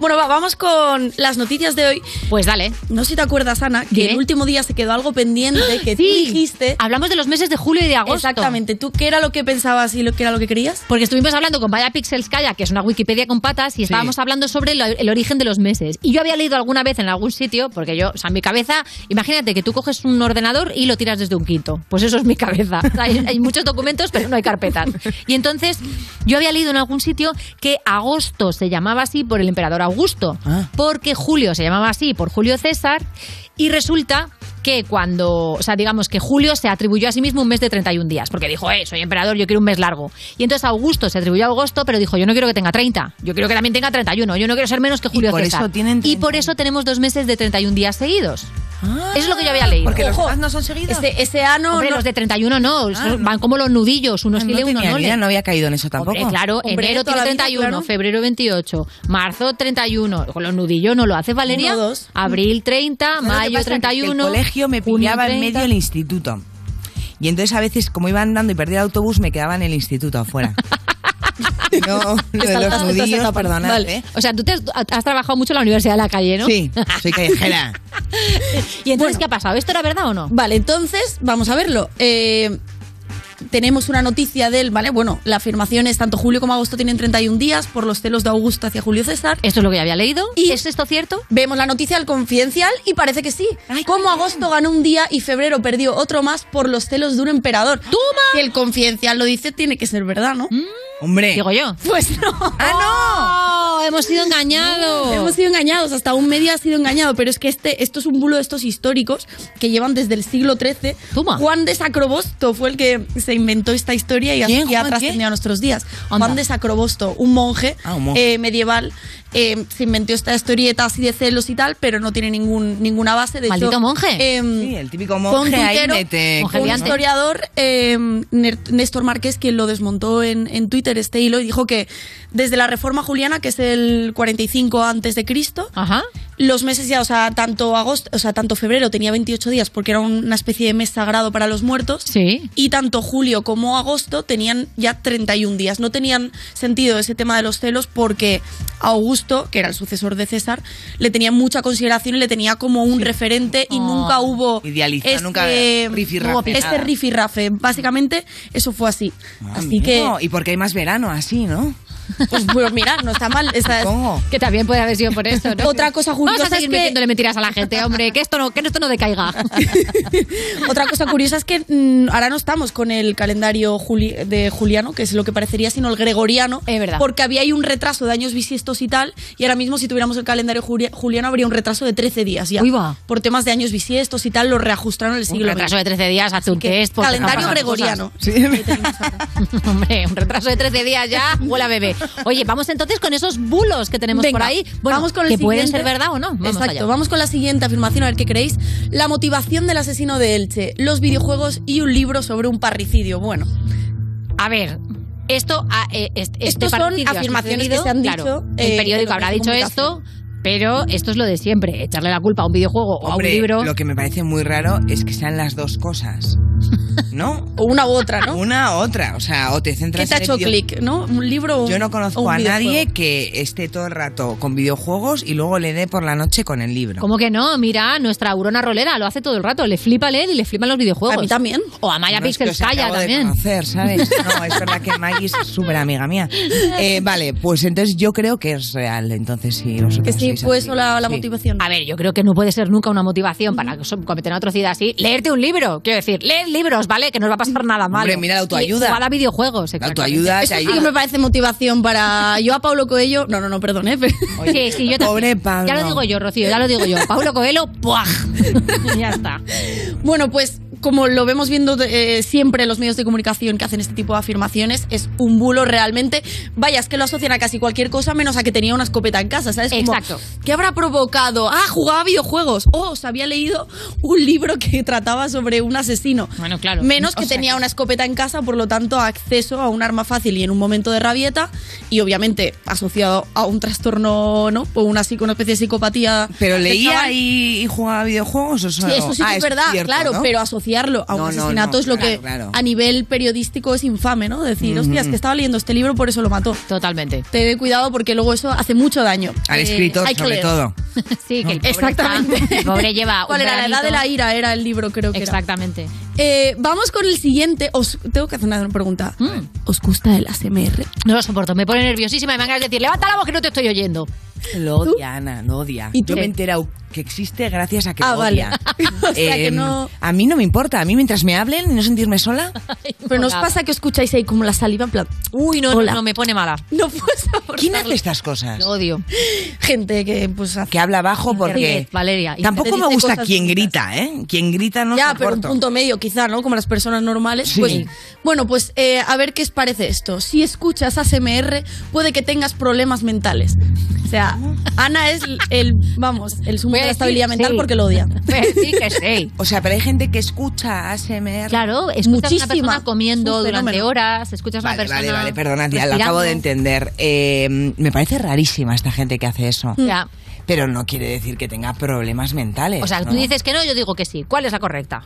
Speaker 14: bueno, va, vamos con las noticias de hoy.
Speaker 3: Pues dale.
Speaker 14: No sé si te acuerdas, Ana, que
Speaker 3: Dime.
Speaker 14: el último día se quedó algo pendiente que tú dijiste.
Speaker 3: Hablamos de los meses de julio y de agosto.
Speaker 14: Exactamente. ¿Tú qué era lo que pensabas y lo que era lo que querías?
Speaker 3: Porque estuvimos hablando con Vaya Pixelskaya, que es una Wikipedia con patas, y estábamos hablando sobre lo- el origen de los meses. Y yo había leído alguna vez en algún sitio, porque yo, o sea, en mi cabeza, imagínate que tú coges un ordenador y lo tiras desde un quinto. Pues eso es mi cabeza. O sea, hay, hay muchos documentos, pero no hay carpetas. Y entonces, yo había leído en algún sitio que agosto se llamaba así por el emperador Augusto,
Speaker 14: Ah.
Speaker 3: porque julio se llamaba así por Julio César, y resulta que cuando, o sea, digamos que Julio se atribuyó a sí mismo un mes de 31 días, porque dijo, eh, soy emperador, yo quiero un mes largo. Y entonces Augusto se atribuyó a Augusto, pero dijo, yo no quiero que tenga 30, yo quiero que también tenga 31, yo no quiero ser menos que Julio
Speaker 6: por
Speaker 3: César.
Speaker 6: eso tienen
Speaker 3: Y por eso tenemos dos meses de 31 días seguidos. Eso es lo que yo había leído.
Speaker 6: Porque los demás no son seguidos.
Speaker 14: Ese, ese ano.
Speaker 3: Hombre,
Speaker 14: no-
Speaker 3: los de 31 no,
Speaker 6: Ah.
Speaker 3: esos van como los nudillos, unos sí le,
Speaker 6: No
Speaker 3: unos
Speaker 6: tenía
Speaker 3: no
Speaker 6: ni
Speaker 3: le.
Speaker 6: idea, no había caído en eso tampoco.
Speaker 3: Hombre, claro,
Speaker 14: Hombre,
Speaker 3: enero
Speaker 14: toda
Speaker 3: tiene
Speaker 14: la vida,
Speaker 3: 31,
Speaker 14: claro.
Speaker 3: febrero 28, marzo 31, con los nudillos no lo hace Valeria,
Speaker 6: Uno, dos.
Speaker 3: abril
Speaker 14: Ah,
Speaker 3: 30,
Speaker 6: ¿Sabes lo que
Speaker 3: mayo
Speaker 6: pasa? Que
Speaker 3: 31.
Speaker 6: El colegio me
Speaker 3: junio
Speaker 6: pillaba en
Speaker 3: 30.
Speaker 6: medio del instituto. Y entonces a veces, como iba andando y perdía el autobús, me quedaba en el instituto afuera. no, lo de los
Speaker 3: Saltaste todas
Speaker 6: nudillos,
Speaker 3: etapas.
Speaker 6: perdonad,
Speaker 3: Vale.
Speaker 6: ¿eh?
Speaker 3: O sea, tú te has, has trabajado mucho en la Universidad de la Calle, ¿no?
Speaker 6: Sí, soy callejera.
Speaker 3: ¿Y entonces qué ha pasado? ¿Esto era verdad o no?
Speaker 14: Vale, entonces vamos a verlo. Eh, tenemos una noticia del, ¿vale? Bueno, la afirmación es tanto julio como agosto tienen 31 días por los celos de Augusto hacia Julio César.
Speaker 3: Esto es lo que ya había leído. ¿Y es esto cierto?
Speaker 14: Vemos la noticia al confidencial y parece que sí. Como agosto ganó un día y febrero perdió otro más por los celos de un emperador. ¡Toma! Si el confidencial lo dice, tiene que ser verdad, ¿no?
Speaker 3: Mm.
Speaker 6: Hombre.
Speaker 3: Digo yo.
Speaker 14: Pues no.
Speaker 3: ¡Ah, no! Hemos sido engañados.
Speaker 14: Hemos sido engañados, hasta un medio ha sido engañado, pero es que este, esto es un bulo de estos históricos que llevan desde el siglo XIII. Juan de Sacrobosto fue el que se inventó esta historia y
Speaker 6: ¿Quién?
Speaker 14: así ha
Speaker 6: ¿Juan qué?
Speaker 14: trascendido a nuestros días. Juan de Sacrobosto, un monje,
Speaker 6: Ah, un monje.
Speaker 14: eh, medieval, eh, se inventó esta historieta así de celos y tal, pero no tiene ningún, ninguna base. De
Speaker 6: Maldito
Speaker 14: hecho,
Speaker 6: monje.
Speaker 14: eh,
Speaker 6: Sí, el típico
Speaker 14: fue
Speaker 6: monje
Speaker 14: un
Speaker 6: ahí
Speaker 14: tuitero,
Speaker 6: de te- Monje
Speaker 14: un
Speaker 6: liante.
Speaker 14: historiador, eh, Ner- Néstor Márquez, quien lo desmontó en, en Twitter este hilo y dijo que desde la Reforma Juliana, que es el 45 antes de Cristo, los meses ya, o sea, tanto agosto, o sea, tanto febrero tenía 28 días porque era una especie de mes sagrado para los muertos.
Speaker 3: Sí.
Speaker 14: Y tanto julio como agosto tenían ya 31 días. No tenían sentido ese tema de los celos porque a Augusto, que era el sucesor de César, le tenía mucha consideración y le tenía como un referente y nunca hubo
Speaker 6: Idealista,
Speaker 14: este,
Speaker 6: nunca rifirrafe,
Speaker 14: no, este
Speaker 6: nada.
Speaker 14: rifirrafe. Básicamente eso fue así. así que
Speaker 6: No, y porque hay más verano así, ¿no?
Speaker 14: pues, bueno, mira, no está mal. Esa es-
Speaker 3: Que también puede haber sido por eso, ¿no?
Speaker 14: Otra cosa
Speaker 3: Vamos a
Speaker 14: curiosa
Speaker 3: seguir
Speaker 14: es que-
Speaker 3: metiéndole mentiras a la gente, hombre, que esto no, que esto no decaiga.
Speaker 14: Otra cosa curiosa es que mm, ahora no estamos con el calendario juli- de Juliano, que es lo que parecería, sino el gregoriano. Es verdad. Porque había ahí un retraso de años bisiestos y tal, y ahora mismo si tuviéramos el calendario juli- juliano habría un retraso de 13 días ya.
Speaker 3: Uy, va.
Speaker 14: Por temas de años bisiestos y tal, lo reajustaron el
Speaker 3: Un
Speaker 14: siglo
Speaker 3: retraso
Speaker 14: XX.
Speaker 3: de 13 días, hace un
Speaker 14: que,
Speaker 3: test. porque
Speaker 14: calendario
Speaker 3: pasan cosas. Este
Speaker 14: gregoriano.
Speaker 3: Hombre, un retraso de 13 días ya, huela bebé. Oye, vamos entonces con esos bulos que tenemos por
Speaker 14: Venga,
Speaker 3: ahí. Bueno,
Speaker 14: vamos con el
Speaker 3: que pueden
Speaker 14: siguiente.
Speaker 3: ser verdad o no. Vamos
Speaker 14: Exacto,
Speaker 3: allá.
Speaker 14: vamos con la siguiente afirmación, a ver qué creéis. La motivación del asesino de Elche, los videojuegos y un libro sobre un parricidio. Bueno.
Speaker 3: A ver, esto, a- eh, est- este
Speaker 14: Estos son
Speaker 3: parricidio ha
Speaker 14: afirmaciones que
Speaker 3: sucedido,
Speaker 14: se han dicho,
Speaker 3: claro,
Speaker 14: eh,
Speaker 3: el
Speaker 14: en los
Speaker 3: periódico habrá
Speaker 14: medios
Speaker 3: dicho
Speaker 14: de
Speaker 3: esto, pero esto es lo de siempre. Echarle la culpa a un videojuego o a
Speaker 6: Hombre,
Speaker 3: un libro.
Speaker 6: lo que me parece muy raro es que sean las dos cosas. ¿No?
Speaker 14: O una u otra, ¿no?
Speaker 6: Una u otra. O sea, o te
Speaker 14: ¿Qué
Speaker 6: centras
Speaker 14: te ha
Speaker 6: en el
Speaker 14: hecho
Speaker 6: video-
Speaker 14: clic, no? ¿Un libro o un-
Speaker 6: Yo no
Speaker 14: o
Speaker 6: conozco
Speaker 14: un
Speaker 6: a
Speaker 14: videojuego?
Speaker 6: nadie que esté todo el rato con videojuegos y luego le dé por la noche con el libro.
Speaker 3: ¿Cómo que no? Mira, nuestra Aurona Rolera lo hace todo el rato. Le flipa leer y le flipan los videojuegos.
Speaker 6: A mí
Speaker 14: también.
Speaker 3: O a Maya
Speaker 6: No, es que os
Speaker 3: Pixelskaya
Speaker 6: acabo de
Speaker 3: también.
Speaker 6: conocer, ¿sabes? No, es verdad que Maggie es súper amiga mía. Eh, vale, pues entonces yo creo que es real. Entonces, si vosotros sois así. Sí.
Speaker 3: A ver, yo creo que no puede ser nunca una motivación para so- cometer una atrocidad así. Leerte un libro, quiero decir, leed libros, ¿vale? Que no os va a pasar nada malo.
Speaker 14: Hombre, mira la autoayuda.
Speaker 3: Y jugad a videojuegos, exactamente.
Speaker 14: Eso sí que
Speaker 3: Ah.
Speaker 14: me parece motivación para. Yo a Pablo Coello. No, no, no, perdón, ¿eh? pero-
Speaker 3: Sí, sí, yo también. Ya lo digo yo, Rocío, ya lo digo yo. Pablo Coelho, ¡buah! ya está.
Speaker 14: Bueno, pues como lo vemos viendo eh, siempre los medios de comunicación que hacen este tipo de afirmaciones, es un bulo realmente. Vaya, es que lo asocian a casi cualquier cosa menos a que tenía una escopeta en casa, ¿sabes? Como,
Speaker 3: Exacto.
Speaker 14: ¿Qué habrá provocado? Ah, jugaba a videojuegos. Oh, se había leído un libro que trataba sobre un asesino.
Speaker 3: Bueno, claro.
Speaker 14: Menos
Speaker 3: O
Speaker 14: que
Speaker 3: sea
Speaker 14: tenía una escopeta en casa, por lo tanto, acceso a un arma fácil y en un momento de rabieta, y obviamente asociado a un trastorno, ¿no? O una, psico- una especie de psicopatía.
Speaker 6: Pero
Speaker 14: del
Speaker 6: leía
Speaker 14: chaval.
Speaker 6: y, y jugaba a videojuegos o
Speaker 14: Sí, eso sí que
Speaker 6: Ah,
Speaker 14: es
Speaker 6: eso
Speaker 14: verdad,
Speaker 6: cierto,
Speaker 14: claro,
Speaker 6: ¿no?
Speaker 14: pero asociado obviarlo,
Speaker 11: No,
Speaker 14: aunque
Speaker 11: no,
Speaker 14: asesinato
Speaker 11: no,
Speaker 14: es lo que
Speaker 11: claro, claro.
Speaker 14: a nivel periodístico es infame, ¿no? Decir,
Speaker 11: Ujú.
Speaker 14: hostias, que estaba leyendo este libro, por eso lo mató.
Speaker 3: Totalmente.
Speaker 14: Te cuidado porque luego eso hace mucho daño.
Speaker 11: Al
Speaker 14: Eh,
Speaker 11: escritor,
Speaker 14: hay que
Speaker 11: sobre
Speaker 14: leer.
Speaker 11: todo.
Speaker 3: Sí, que el pobre
Speaker 14: Exactamente.
Speaker 3: está- el pobre lleva
Speaker 14: ¿Cuál
Speaker 3: un
Speaker 14: era? La edad
Speaker 3: veranito.
Speaker 14: de la ira era el libro, creo que era.
Speaker 3: Exactamente.
Speaker 14: Eh, vamos con el siguiente. Os tengo que hacer una pregunta. ¿Os gusta el ASMR?
Speaker 3: Mm. No lo soporto, me pone nerviosísima y me van a decir, levanta la voz que no te estoy oyendo.
Speaker 6: Lo odia, Ana, lo odia.
Speaker 3: ¿Y
Speaker 6: Yo
Speaker 3: tú?
Speaker 6: me he enterado que existe gracias a que
Speaker 3: Ah,
Speaker 6: lo
Speaker 3: vale.
Speaker 6: odia.
Speaker 14: O sea, que
Speaker 6: Em,
Speaker 14: no-
Speaker 6: A mí no me importa. A mí mientras me hablen y no sentirme sola.
Speaker 14: Pero nos pasa que escucháis ahí como la saliva en plan. Uy,
Speaker 6: no, no,
Speaker 3: me pone mala.
Speaker 14: No puedo soportarlo.
Speaker 6: ¿Quién hace estas cosas?
Speaker 3: Lo odio.
Speaker 14: Gente que pues hace-
Speaker 6: Que habla bajo porque...
Speaker 14: Internet, Valeria,
Speaker 6: Tampoco
Speaker 14: Internet
Speaker 6: me
Speaker 14: dice
Speaker 6: gusta
Speaker 14: cosas
Speaker 6: quien grita, ¿eh? Quien grita no
Speaker 14: ya, pero un
Speaker 6: soporto.
Speaker 14: punto medio quizá, ¿no? Como las personas normales.
Speaker 6: Sí.
Speaker 14: Pues, bueno, pues eh, a ver qué os parece esto. Si escuchas ASMR, puede que tengas problemas mentales. O sea, Ana es el, el- vamos, el sumo de la estabilidad mental porque lo odia.
Speaker 3: que Pues, sí.
Speaker 6: O sea, pero hay gente que escucha ASMR.
Speaker 3: Claro, escuchas a una
Speaker 6: Muchísima.
Speaker 3: persona comiendo
Speaker 6: Es un
Speaker 3: durante
Speaker 6: fenómeno.
Speaker 3: horas, escuchas a una persona.
Speaker 6: Vale, vale, perdona, tía, lo acabo de
Speaker 3: respirando.
Speaker 6: entender. Eh, me parece rarísima esta gente que hace eso.
Speaker 3: Ya.
Speaker 6: Pero no quiere decir que tenga problemas mentales.
Speaker 3: O sea,
Speaker 6: ¿no?
Speaker 3: tú dices que no, yo digo que sí. ¿Cuál es la correcta?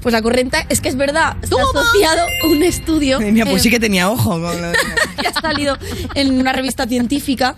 Speaker 14: Pues la corriente es que es verdad. Se ha asociado un estudio.
Speaker 6: Mira, pues
Speaker 14: eh,
Speaker 6: sí que tenía ojo. con lo-
Speaker 14: que ha salido en una revista científica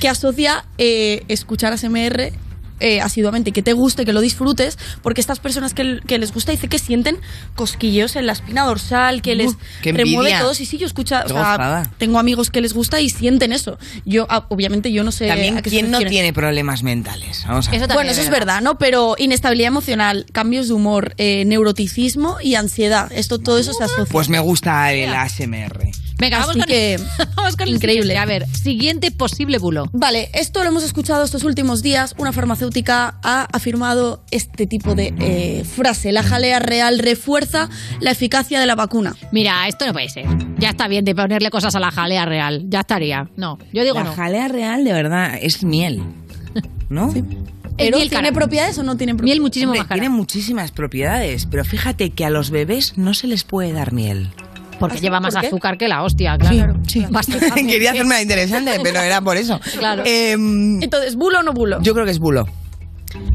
Speaker 14: que asocia eh, escuchar ASMR eh, asiduamente, que te guste, que lo disfrutes, porque estas personas que, que les gusta dice que sienten cosquilleos en la espina dorsal, que les
Speaker 6: Uh, qué
Speaker 14: remueve
Speaker 6: envidia.
Speaker 14: todo. Sí, sí, yo escucha, o
Speaker 6: Qué
Speaker 14: sea,
Speaker 6: gozada.
Speaker 14: tengo amigos que les gusta y sienten eso. Yo, ah, obviamente, yo no sé.
Speaker 6: También,
Speaker 14: a qué se
Speaker 6: ¿quién no
Speaker 14: refieren.
Speaker 6: tiene problemas mentales? Vamos a ver.
Speaker 14: bueno, eso es verdad, ¿no? Pero inestabilidad emocional, cambios de humor, eh, neuroticismo y ansiedad. Esto, todo eso se asocia.
Speaker 6: Pues me gusta el ASMR.
Speaker 3: Venga,
Speaker 14: Así
Speaker 3: vamos con,
Speaker 14: que-
Speaker 3: vamos con el
Speaker 14: increíble.
Speaker 3: siguiente. A ver, siguiente posible bulo.
Speaker 14: Vale, esto lo hemos escuchado estos últimos días. Una farmacéutica ha afirmado este tipo de eh, frase. La jalea real refuerza la eficacia de la vacuna.
Speaker 3: Mira, esto no puede ser. Ya está bien de ponerle cosas a la jalea real. Ya estaría. No, yo digo
Speaker 6: La
Speaker 3: no.
Speaker 6: jalea real, de verdad, es miel. ¿No?
Speaker 14: ¿Pero tiene propiedades o no tiene propiedades? Miel muchísimo
Speaker 6: Hombre, tiene muchísimas propiedades, pero fíjate que a los bebés no se les puede dar miel.
Speaker 14: ¿Ah,
Speaker 3: Porque lleva más
Speaker 6: ¿Por qué?
Speaker 3: azúcar que la hostia, claro. Bastante.
Speaker 6: Quería hacerme la interesante, pero era por eso.
Speaker 14: Claro.
Speaker 6: Em,
Speaker 14: Entonces, ¿bulo o no bulo?
Speaker 6: yo creo que es bulo.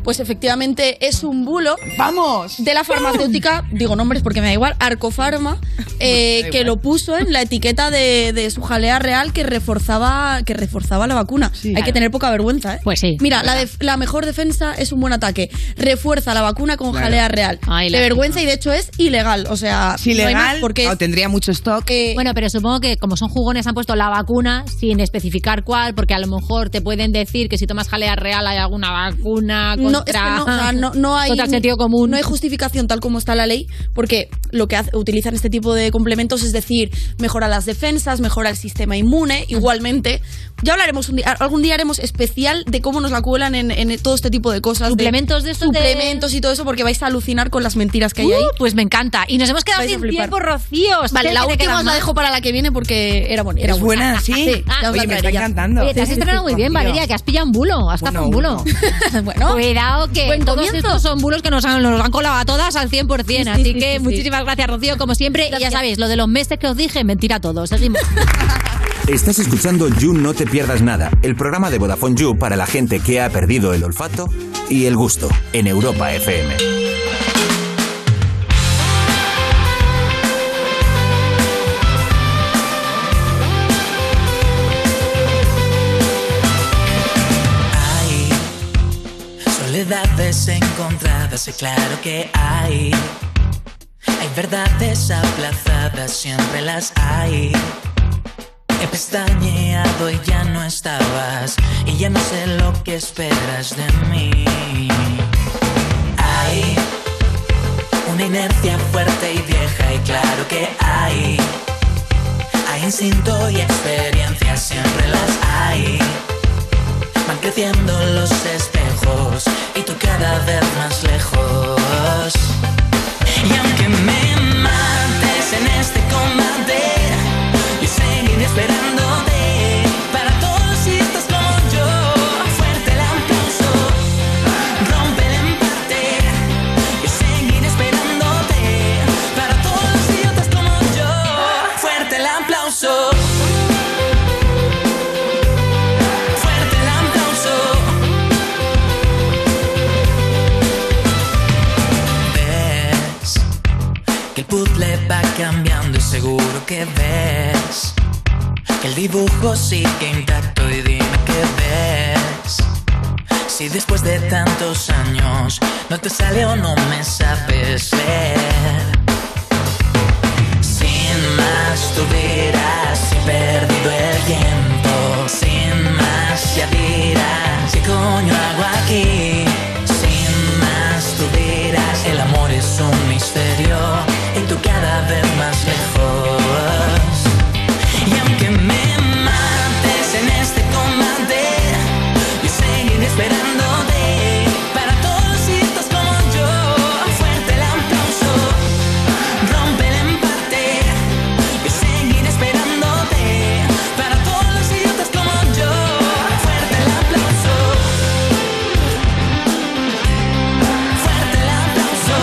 Speaker 14: Pues efectivamente es un bulo. ¡Vamos! De la farmacéutica, digo nombres porque me da igual, Arcofarma, eh, que lo puso en la etiqueta de, de su jalea real que reforzaba, que reforzaba la vacuna. Hay que
Speaker 3: Claro.
Speaker 14: tener poca vergüenza, ¿eh?
Speaker 3: Pues sí.
Speaker 14: Mira, la, def- la mejor defensa es un buen ataque. Refuerza la vacuna con
Speaker 6: Claro.
Speaker 14: jalea real.
Speaker 3: Ay,
Speaker 14: de
Speaker 3: lástima.
Speaker 14: vergüenza y de hecho es ilegal. O sea,
Speaker 6: Si
Speaker 14: no hay más
Speaker 6: legal,
Speaker 14: porque Eh,
Speaker 6: no, tendría mucho stock.
Speaker 3: Bueno, pero supongo que como son jugones han puesto la vacuna sin especificar cuál, porque a lo mejor te pueden decir que si tomas jalea real hay alguna vacuna contra...
Speaker 14: No, es que no, o sea, no- no hay
Speaker 3: contra el sentido común.
Speaker 14: No hay justificación tal como está la ley, porque lo que hace- utilizan este tipo de complementos es decir, mejora las defensas, mejora el sistema inmune, igualmente. Ya hablaremos un día, algún día haremos especial de cómo nos la cuelan en, en todo este tipo de cosas.
Speaker 3: Suplementos de estos de-
Speaker 14: Suplementos y todo eso, porque vais a alucinar con las mentiras que hay
Speaker 3: Uh,
Speaker 14: ahí.
Speaker 3: Pues me encanta. Y nos hemos quedado sin tiempo, Rocío. Espero
Speaker 14: Vale,
Speaker 3: que
Speaker 14: la
Speaker 3: te
Speaker 14: última
Speaker 3: quedan
Speaker 14: os la
Speaker 3: más.
Speaker 14: dejo para la que viene porque era bonita.
Speaker 6: ¿Es
Speaker 3: ah,
Speaker 6: buena? ¿Sí?
Speaker 14: ya os la
Speaker 6: Oye, me está
Speaker 14: traeré ya.
Speaker 6: encantando.
Speaker 3: Oye, te has estrenado muy bien, Valeria, que has pillado un bulo. Has cazado un bulo.
Speaker 14: bueno.
Speaker 3: Cuidado que
Speaker 14: Buen
Speaker 3: todos
Speaker 14: comienzo.
Speaker 3: estos son bulos que nos han, nos han colado a todas al 100%. así que muchísimas gracias, Rocío, como siempre. Y ya sabéis, lo de los meses que os dije, mentira todo. Seguimos.
Speaker 7: Estás escuchando You No Te Pierdas Nada, el programa de Vodafone You para la gente que ha perdido el olfato y el gusto en Europa FM.
Speaker 4: Hay soledades encontradas, y claro que hay. Hay verdades aplazadas, siempre las hay. He pestañeado y ya no estabas, y ya no sé lo que esperas de mí. Hay una inercia fuerte y vieja, y claro que hay. Hay instinto y experiencia, siempre las hay. Van creciendo los espejos y tú cada vez más lejos. Y aunque me mates en este combate, yo seguiré esperándote. Para todos si estás como yo, fuerte el aplauso, rompe el empate. Yo seguiré esperándote. Para todos si estás como yo, fuerte el aplauso. Fuerte el aplauso. Ves cambiando y seguro que ves que el dibujo sigue intacto y dime qué ves. Si después de tantos años no te sale o no me sabes ver. Sin más tú dirás si he perdido el tiempo. Sin más ya dirás qué coño hago aquí. Sin más tú dirás el amor es un misterio y tú cada vez más lejos. Y aunque me mates en este combate, yo seguiré esperándote. Para todos estos como yo, fuerte el aplauso, rompe el empate. Yo seguiré esperándote. Para todos los idiotas como yo, fuerte el aplauso. Fuerte el aplauso.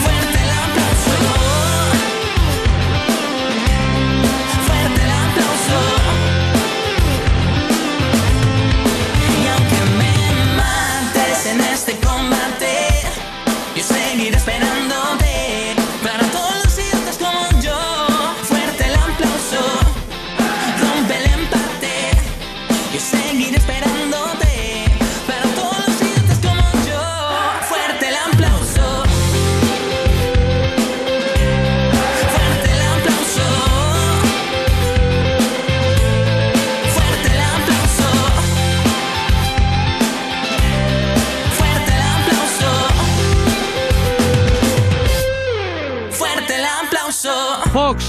Speaker 4: Fuerte el aplauso. Fuerte el aplauso Y aunque me mates en este combate Yo seguiré esperándote Para todos los idiotas como yo Fuerte el aplauso Rompe el empate Yo seguiré esperándote Para todos los idiotas como yo Fuerte el aplauso Fuerte el aplauso Fuerte el aplauso. Fuerte el aplauso. Fuerte el aplauso.
Speaker 1: Fox,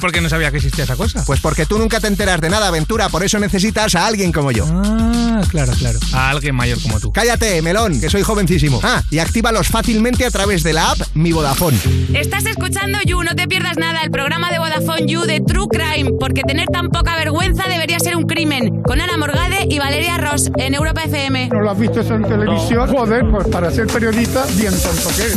Speaker 1: por qué no sabía que existía esa cosa?
Speaker 5: Pues porque tú nunca te enteras de nada, Aventura, por eso necesitas a alguien como yo.
Speaker 1: Ah, claro, claro. A alguien mayor como tú.
Speaker 5: Cállate, melón, que soy jovencísimo. Ah, y actívalos fácilmente a través de la app Mi Vodafone.
Speaker 12: Estás escuchando You, no te pierdas nada, el programa de Vodafone You de True Crime, porque tener tan poca vergüenza debería ser un crimen. Con Ana Morgade y Valeria Ross en Europa FM.
Speaker 7: ¿No lo has visto eso en televisión? Joder, pues para ser periodista, bien tonto que eres.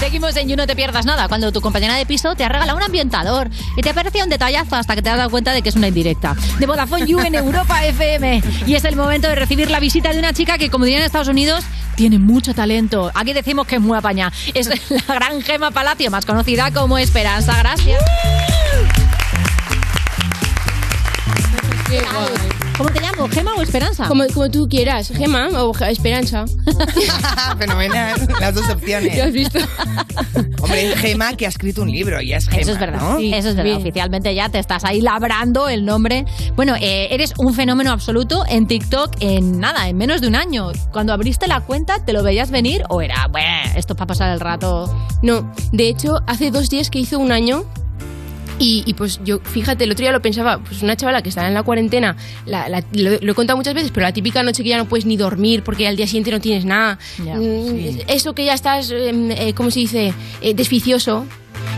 Speaker 3: Seguimos en You No Te Pierdas Nada, cuando tu compañera de piso te ha regalado un ambientador y te parecía un detallazo hasta que te has dado cuenta de que es una indirecta. De Vodafone You en Europa FM. Y es el momento de recibir la visita de una chica que, como dirían en Estados Unidos, tiene mucho talento. Aquí decimos que es muy apaña. Es la gran Gema Palacio, más conocida como Esperanza. Gracias. ¿Cómo te llamo? ¿Gema o Esperanza?
Speaker 8: Como, como tú quieras, Gema o Ge- Esperanza.
Speaker 6: Fenomenal, las dos opciones.
Speaker 8: ¿Qué has visto?
Speaker 6: Hombre, Gema que ha escrito un libro y es Gema.
Speaker 3: Eso es verdad,
Speaker 6: ¿no?
Speaker 3: sí, eso es verdad. Oficialmente ya te estás ahí labrando el nombre. Bueno, eh, eres un fenómeno absoluto en TikTok en nada, en menos de un año. Cuando abriste la cuenta, ¿te lo veías venir o era, bueno, esto es para pasar el rato?
Speaker 8: No, de hecho, hace dos días que hizo un año. Y, y pues yo, fíjate, el otro día lo pensaba, pues una chavala que estaba en la cuarentena, la- la- lo, lo he contado muchas veces, pero la típica noche que ya no puedes ni dormir porque al día siguiente no tienes nada. Mm, Eso que ya estás, em, eh, ¿cómo se dice? Eh, desficioso.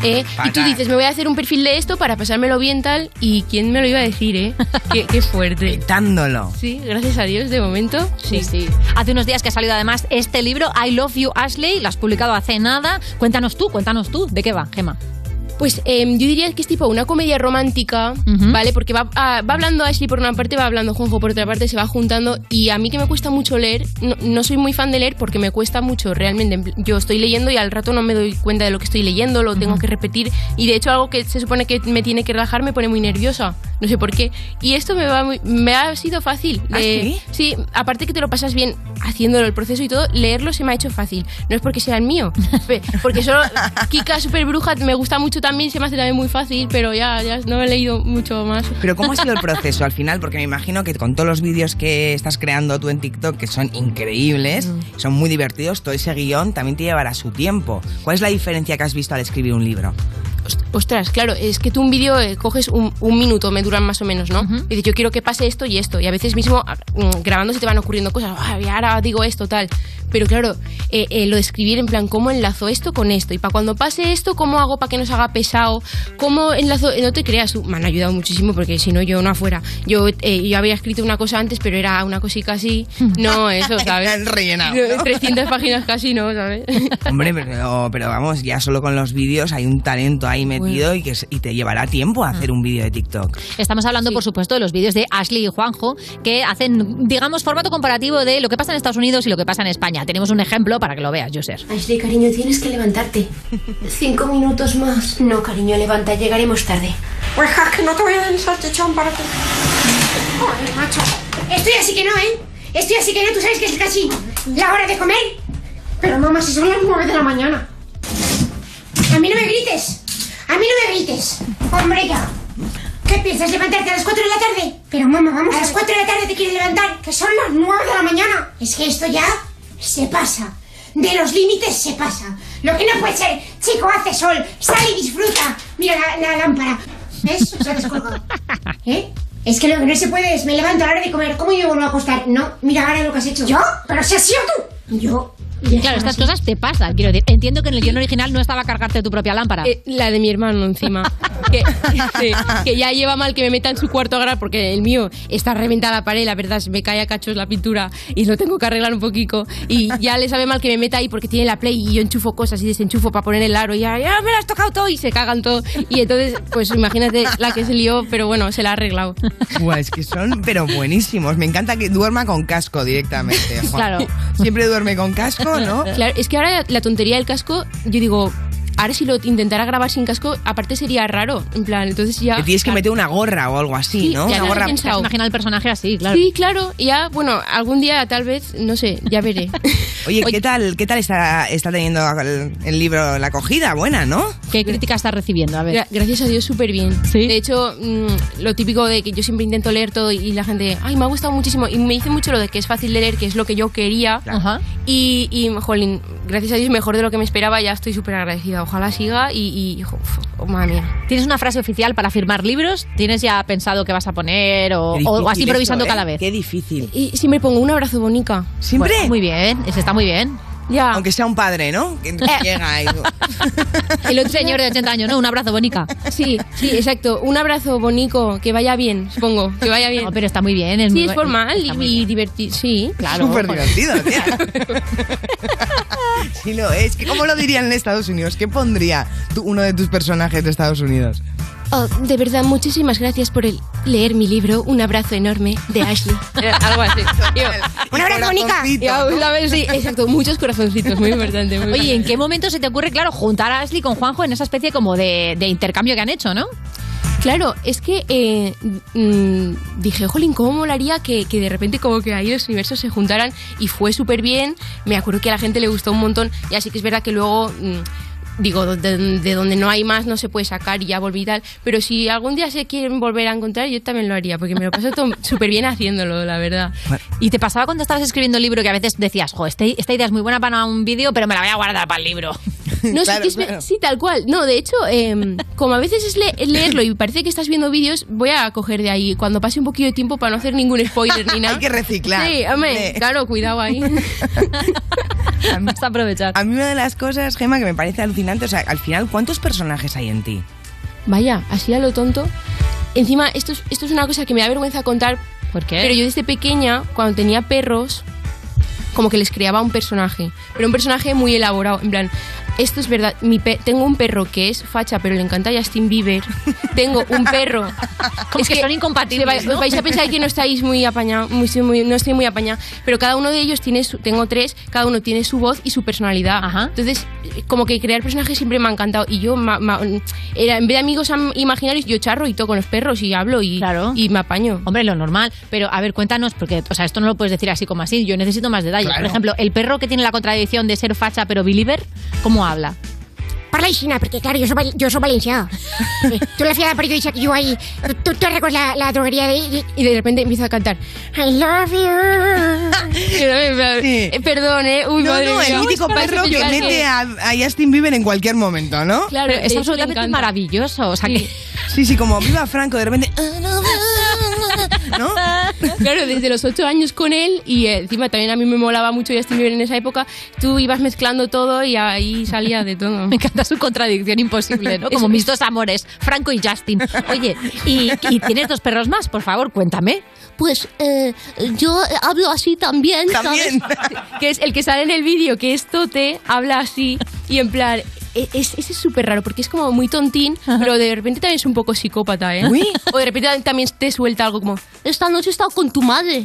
Speaker 8: ¿eh? Y tú Fatal. dices, me voy a hacer un perfil de esto para pasármelo bien tal. ¿Y quién me lo iba a decir, eh? Qué, qué fuerte.
Speaker 6: Dándolo.
Speaker 8: Sí, gracias a Dios de momento.
Speaker 3: Sí, sí. Hace unos días que ha salido además este libro, I Love You Ashley, lo has publicado hace nada. Cuéntanos tú, cuéntanos tú, ¿de qué va, Gema?
Speaker 8: Pues em, yo diría que es tipo una comedia romántica, ¿vale? Porque va, ah, va hablando Ashley por una parte, va hablando Juanjo por otra parte, se va juntando y a mí que me cuesta mucho leer, no, no soy muy fan de leer porque me cuesta mucho realmente. En pl- Yo estoy leyendo y al rato no me doy cuenta de lo que estoy leyendo, lo tengo que repetir y de hecho algo que se supone que me tiene que relajar me pone muy nerviosa, no sé por qué. Y esto me, va muy- me ha sido fácil.
Speaker 15: ¿Ah, sí?
Speaker 8: Sí, aparte que te lo pasas bien haciéndolo el proceso y todo, leerlo se me ha hecho fácil. No es porque sea el mío, pe- porque solo Kika Super Bruja me gusta mucho también, se me hace también muy fácil, pero ya, ya no he leído mucho más.
Speaker 6: Pero ¿cómo ha sido el proceso al final? Porque me imagino que con todos los vídeos que estás creando tú en TikTok, que son increíbles, son muy divertidos, todo ese guión también te llevará su tiempo. ¿Cuál es la diferencia que has visto al escribir un libro?
Speaker 8: ostras, claro, es que tú un vídeo eh, coges un, un minuto, me duran más o menos, ¿no? Y dices, yo quiero que pase esto y esto. Y a veces mismo a- mm, grabando se te van ocurriendo cosas, "Ah, y ahora digo esto, tal. Pero claro, eh, eh, lo de escribir en plan, ¿cómo enlazo esto con esto? Y para cuando pase esto, ¿cómo hago para que no se haga pesado? ¿Cómo enlazo? eh, No te creas, tú, me han ayudado muchísimo porque si no, yo no afuera. Yo, eh, yo había escrito una cosa antes, pero era una cosica así. No, eso, ¿sabes?
Speaker 6: rellenado.
Speaker 8: 300 páginas casi, ¿no? ¿Sabes?
Speaker 6: Hombre, pero, pero vamos, ya solo con los vídeos hay un talento ahí metido y que se- y te llevará tiempo a hacer un vídeo de TikTok.
Speaker 3: Estamos hablando, por supuesto, de los vídeos de Ashley y Juanjo, que hacen, digamos, formato comparativo de lo que pasa en Estados Unidos y lo que pasa en España. Tenemos un ejemplo para que lo veas, Joser.
Speaker 15: Ashley, cariño, tienes que levantarte. Cinco minutos más. No, cariño, levanta, llegaremos tarde. Oreja, que Pues, no te voy a dar el salchichón para ti.
Speaker 16: Joder, macho. Estoy así que no, ¿eh? Estoy así que no, tú sabes que es casi la hora de comer. Pero mamá, si son las nueve de la mañana. A mí no me grites. A mí no me grites. Hombre, ya. ¿Qué piensas, levantarte a las cuatro de la tarde? Pero mamá, vamos. A las cuatro de la tarde te quieres levantar, que son las nueve de la mañana. Es que esto ya se pasa. De los límites se pasa. Lo que no puede ser, chico, hace sol, sal y disfruta. Mira la, la lámpara. ¿Ves? Se ha descolgado. ¿Eh? Es que lo que no se puede es me levanto a la hora de comer. ¿Cómo yo me vuelvo a acostar? No, mira ahora lo que has hecho. ¿Yo? ¿Pero si has sido tú? Yo.
Speaker 3: Claro, estas cosas te pasan, quiero decir. Entiendo que en el guión original no estaba cargarte tu propia lámpara.
Speaker 8: Eh, la de mi hermano encima. que, sí, que ya lleva mal que me meta en su cuarto grado porque el mío está reventada la pared, la verdad, se me cae a cachos la pintura y lo tengo que arreglar un poquitico. Y ya le sabe mal que me meta ahí porque tiene la play y yo enchufo cosas y desenchufo para poner el aro y ya, ya me lo has tocado todo y se cagan todo. Y entonces, pues imagínate la que se lió, pero bueno, se la ha arreglado.
Speaker 6: Buah, es que son, pero buenísimos. Me encanta que duerma con casco directamente. Juan.
Speaker 8: Claro.
Speaker 6: Siempre duerme con casco, ¿no?
Speaker 8: Claro, es que ahora la tontería del casco, yo digo, ahora si lo intentara grabar sin casco, aparte sería raro. En plan, entonces ya.
Speaker 6: Te tienes que meter una gorra o algo así,
Speaker 8: Sí,
Speaker 6: ¿no?
Speaker 8: ya
Speaker 6: Una
Speaker 8: lo he
Speaker 6: gorra.
Speaker 8: pensado.
Speaker 3: Imagina el personaje así, claro.
Speaker 8: Sí, claro. y Ya, bueno, algún día tal vez, no sé, ya veré.
Speaker 6: Oye, ¿qué tal, qué tal está, está teniendo el, el libro la acogida? Buena, ¿no?
Speaker 3: ¿Qué crítica estás recibiendo? A ver.
Speaker 8: Gra- gracias a Dios, súper bien. De hecho, mm, lo típico de que yo siempre intento leer todo y la gente, ay, me ha gustado muchísimo. Y me dice mucho lo de que es fácil de leer, que es lo que yo quería. Y, y, jolín, gracias a Dios, mejor de lo que me esperaba, ya estoy súper agradecida. Ojalá siga y, y jo, uf, oh, madre mía.
Speaker 3: ¿Tienes una frase oficial para firmar libros? ¿Tienes ya pensado qué vas a poner o,
Speaker 8: Qué
Speaker 3: o- o
Speaker 8: difícil
Speaker 3: has
Speaker 8: esto,
Speaker 3: improvisando
Speaker 8: ¿eh?
Speaker 3: cada vez?
Speaker 6: Qué difícil.
Speaker 8: Y siempre pongo un abrazo bonita.
Speaker 6: ¿Siempre?
Speaker 3: Bueno, muy bien, eso está muy bien.
Speaker 8: Ya.
Speaker 6: Aunque sea un padre, ¿no? Que llega y...
Speaker 3: El otro señor de 80 años, ¿no? Un abrazo, Bonica.
Speaker 8: Sí, sí, exacto. Un abrazo, Bonico. Que vaya bien, supongo. Que vaya bien.
Speaker 3: pero está muy bien. es
Speaker 8: sí,
Speaker 3: muy
Speaker 8: es
Speaker 3: bu-
Speaker 8: formal y, divertido. Sí,
Speaker 3: Claro.
Speaker 6: Súper divertido, tía. Sí lo es. Que ¿Cómo lo dirían en Estados Unidos? ¿Qué pondría tú- uno de tus personajes de Estados Unidos?
Speaker 8: Oh, de verdad, muchísimas gracias por el leer mi libro. Un abrazo enorme de Ashley. Algo así.
Speaker 16: Un abrazo, Mónica.
Speaker 8: Sí, exacto. Muchos corazoncitos. Muy importante. muy
Speaker 3: Oye, ¿y ¿en
Speaker 8: importante.
Speaker 3: qué momento se te ocurre, claro, juntar a Ashley con Juanjo en esa especie como de, de intercambio que han hecho, ¿no?
Speaker 8: Claro, es que eh, mm, dije, jolín, ¿cómo molaría que, que de repente como que ahí los universos se juntaran? Y fue súper bien, me acuerdo que a la gente le gustó un montón, y así que es verdad que luego, mm, digo, de, de donde no hay más no se puede sacar y ya volví y tal, pero si algún día se quieren volver a encontrar, yo también lo haría, porque me lo paso to- súper bien haciéndolo, la verdad.
Speaker 3: ¿Y te pasaba cuando estabas escribiendo el libro que a veces decías, jo, este- esta idea es muy buena para un vídeo, pero me la voy a guardar para el libro?
Speaker 8: No, sí, que es ver- sí, tal cual. No, de hecho, eh, como a veces es, le- es leerlo y parece que estás viendo vídeos, voy a coger de ahí cuando pase un poquillo de tiempo para no hacer ningún spoiler ni nada.
Speaker 6: Hay que reciclar,
Speaker 8: Sí, hombre,
Speaker 6: hombre.
Speaker 8: claro, cuidado ahí.
Speaker 3: Vas a aprovechar.
Speaker 6: A mí una de las cosas, Gema, que me parece alucinante, o sea, al final, ¿cuántos personajes hay en ti?
Speaker 8: Vaya, así a lo tonto. Encima, esto es, esto es una cosa que me da vergüenza contar.
Speaker 3: ¿Por qué?
Speaker 8: Pero yo desde pequeña, cuando tenía perros, como que les creaba un personaje. Pero un personaje muy elaborado. En plan, esto es verdad. Mi pe- tengo un perro que es facha, pero le encanta Justin Bieber. Tengo un perro.
Speaker 3: Como que son incompatibles,
Speaker 8: se va-
Speaker 3: ¿no?
Speaker 8: Vais a pensar que no estáis muy apañados. no estoy muy apañada. Pero cada uno de ellos tiene su. Tengo tres, cada uno tiene su voz y su personalidad. Entonces, eh, como que crear personajes siempre me ha encantado. Y yo, ma- ma- era, en vez de amigos am- imaginarios, yo charro y todo con los perros y hablo y, y me apaño.
Speaker 3: Hombre, lo normal. Pero a ver, cuéntanos, porque, o sea, esto no lo puedes decir así como así. Yo necesito más detalles.
Speaker 8: Claro.
Speaker 3: Por ejemplo, el perro que tiene la contradicción de ser facha pero believer, ¿cómo habla?
Speaker 17: Parla xina, perquè, clar, jo soc, val- jo soc valencià. Eh, tu la filla del periodista que jo ahí... Tu, tu records la, la drogueria de...
Speaker 8: Y de repente empieza a cantar I love you. Y yo, eh, eh, Perdón, eh. Uy,
Speaker 6: No,
Speaker 8: madre
Speaker 6: no, el
Speaker 8: mía.
Speaker 6: mítico
Speaker 8: Parece
Speaker 6: perro que
Speaker 8: picante.
Speaker 6: mete a, a Justin Bieber en cualquier momento, ¿no?
Speaker 8: Claro,
Speaker 3: es absolutamente maravilloso. O sea, que...
Speaker 6: Sí, sí, como viva Franco, de repente...
Speaker 8: Claro, desde los ocho años con él y eh, encima también a mí me molaba mucho Justin Bieber en esa época. Tú ibas mezclando todo y ahí salía de todo. Me
Speaker 3: encanta su contradicción imposible, ¿no? Como mis dos amores, Franco y Justin. Oye, ¿y, y tienes dos perros más? Por favor, cuéntame.
Speaker 11: Pues eh, yo hablo así también,
Speaker 8: También.
Speaker 11: ¿sabes?
Speaker 8: que es el que sale en el vídeo, que es Tote, habla así y en plan... e- Es, ese es súper raro porque es como muy tontín, pero de repente también es un poco psicópata, ¿eh?
Speaker 11: Uy.
Speaker 8: O de repente también te suelta algo como,
Speaker 11: Esta noche he estado con tu madre.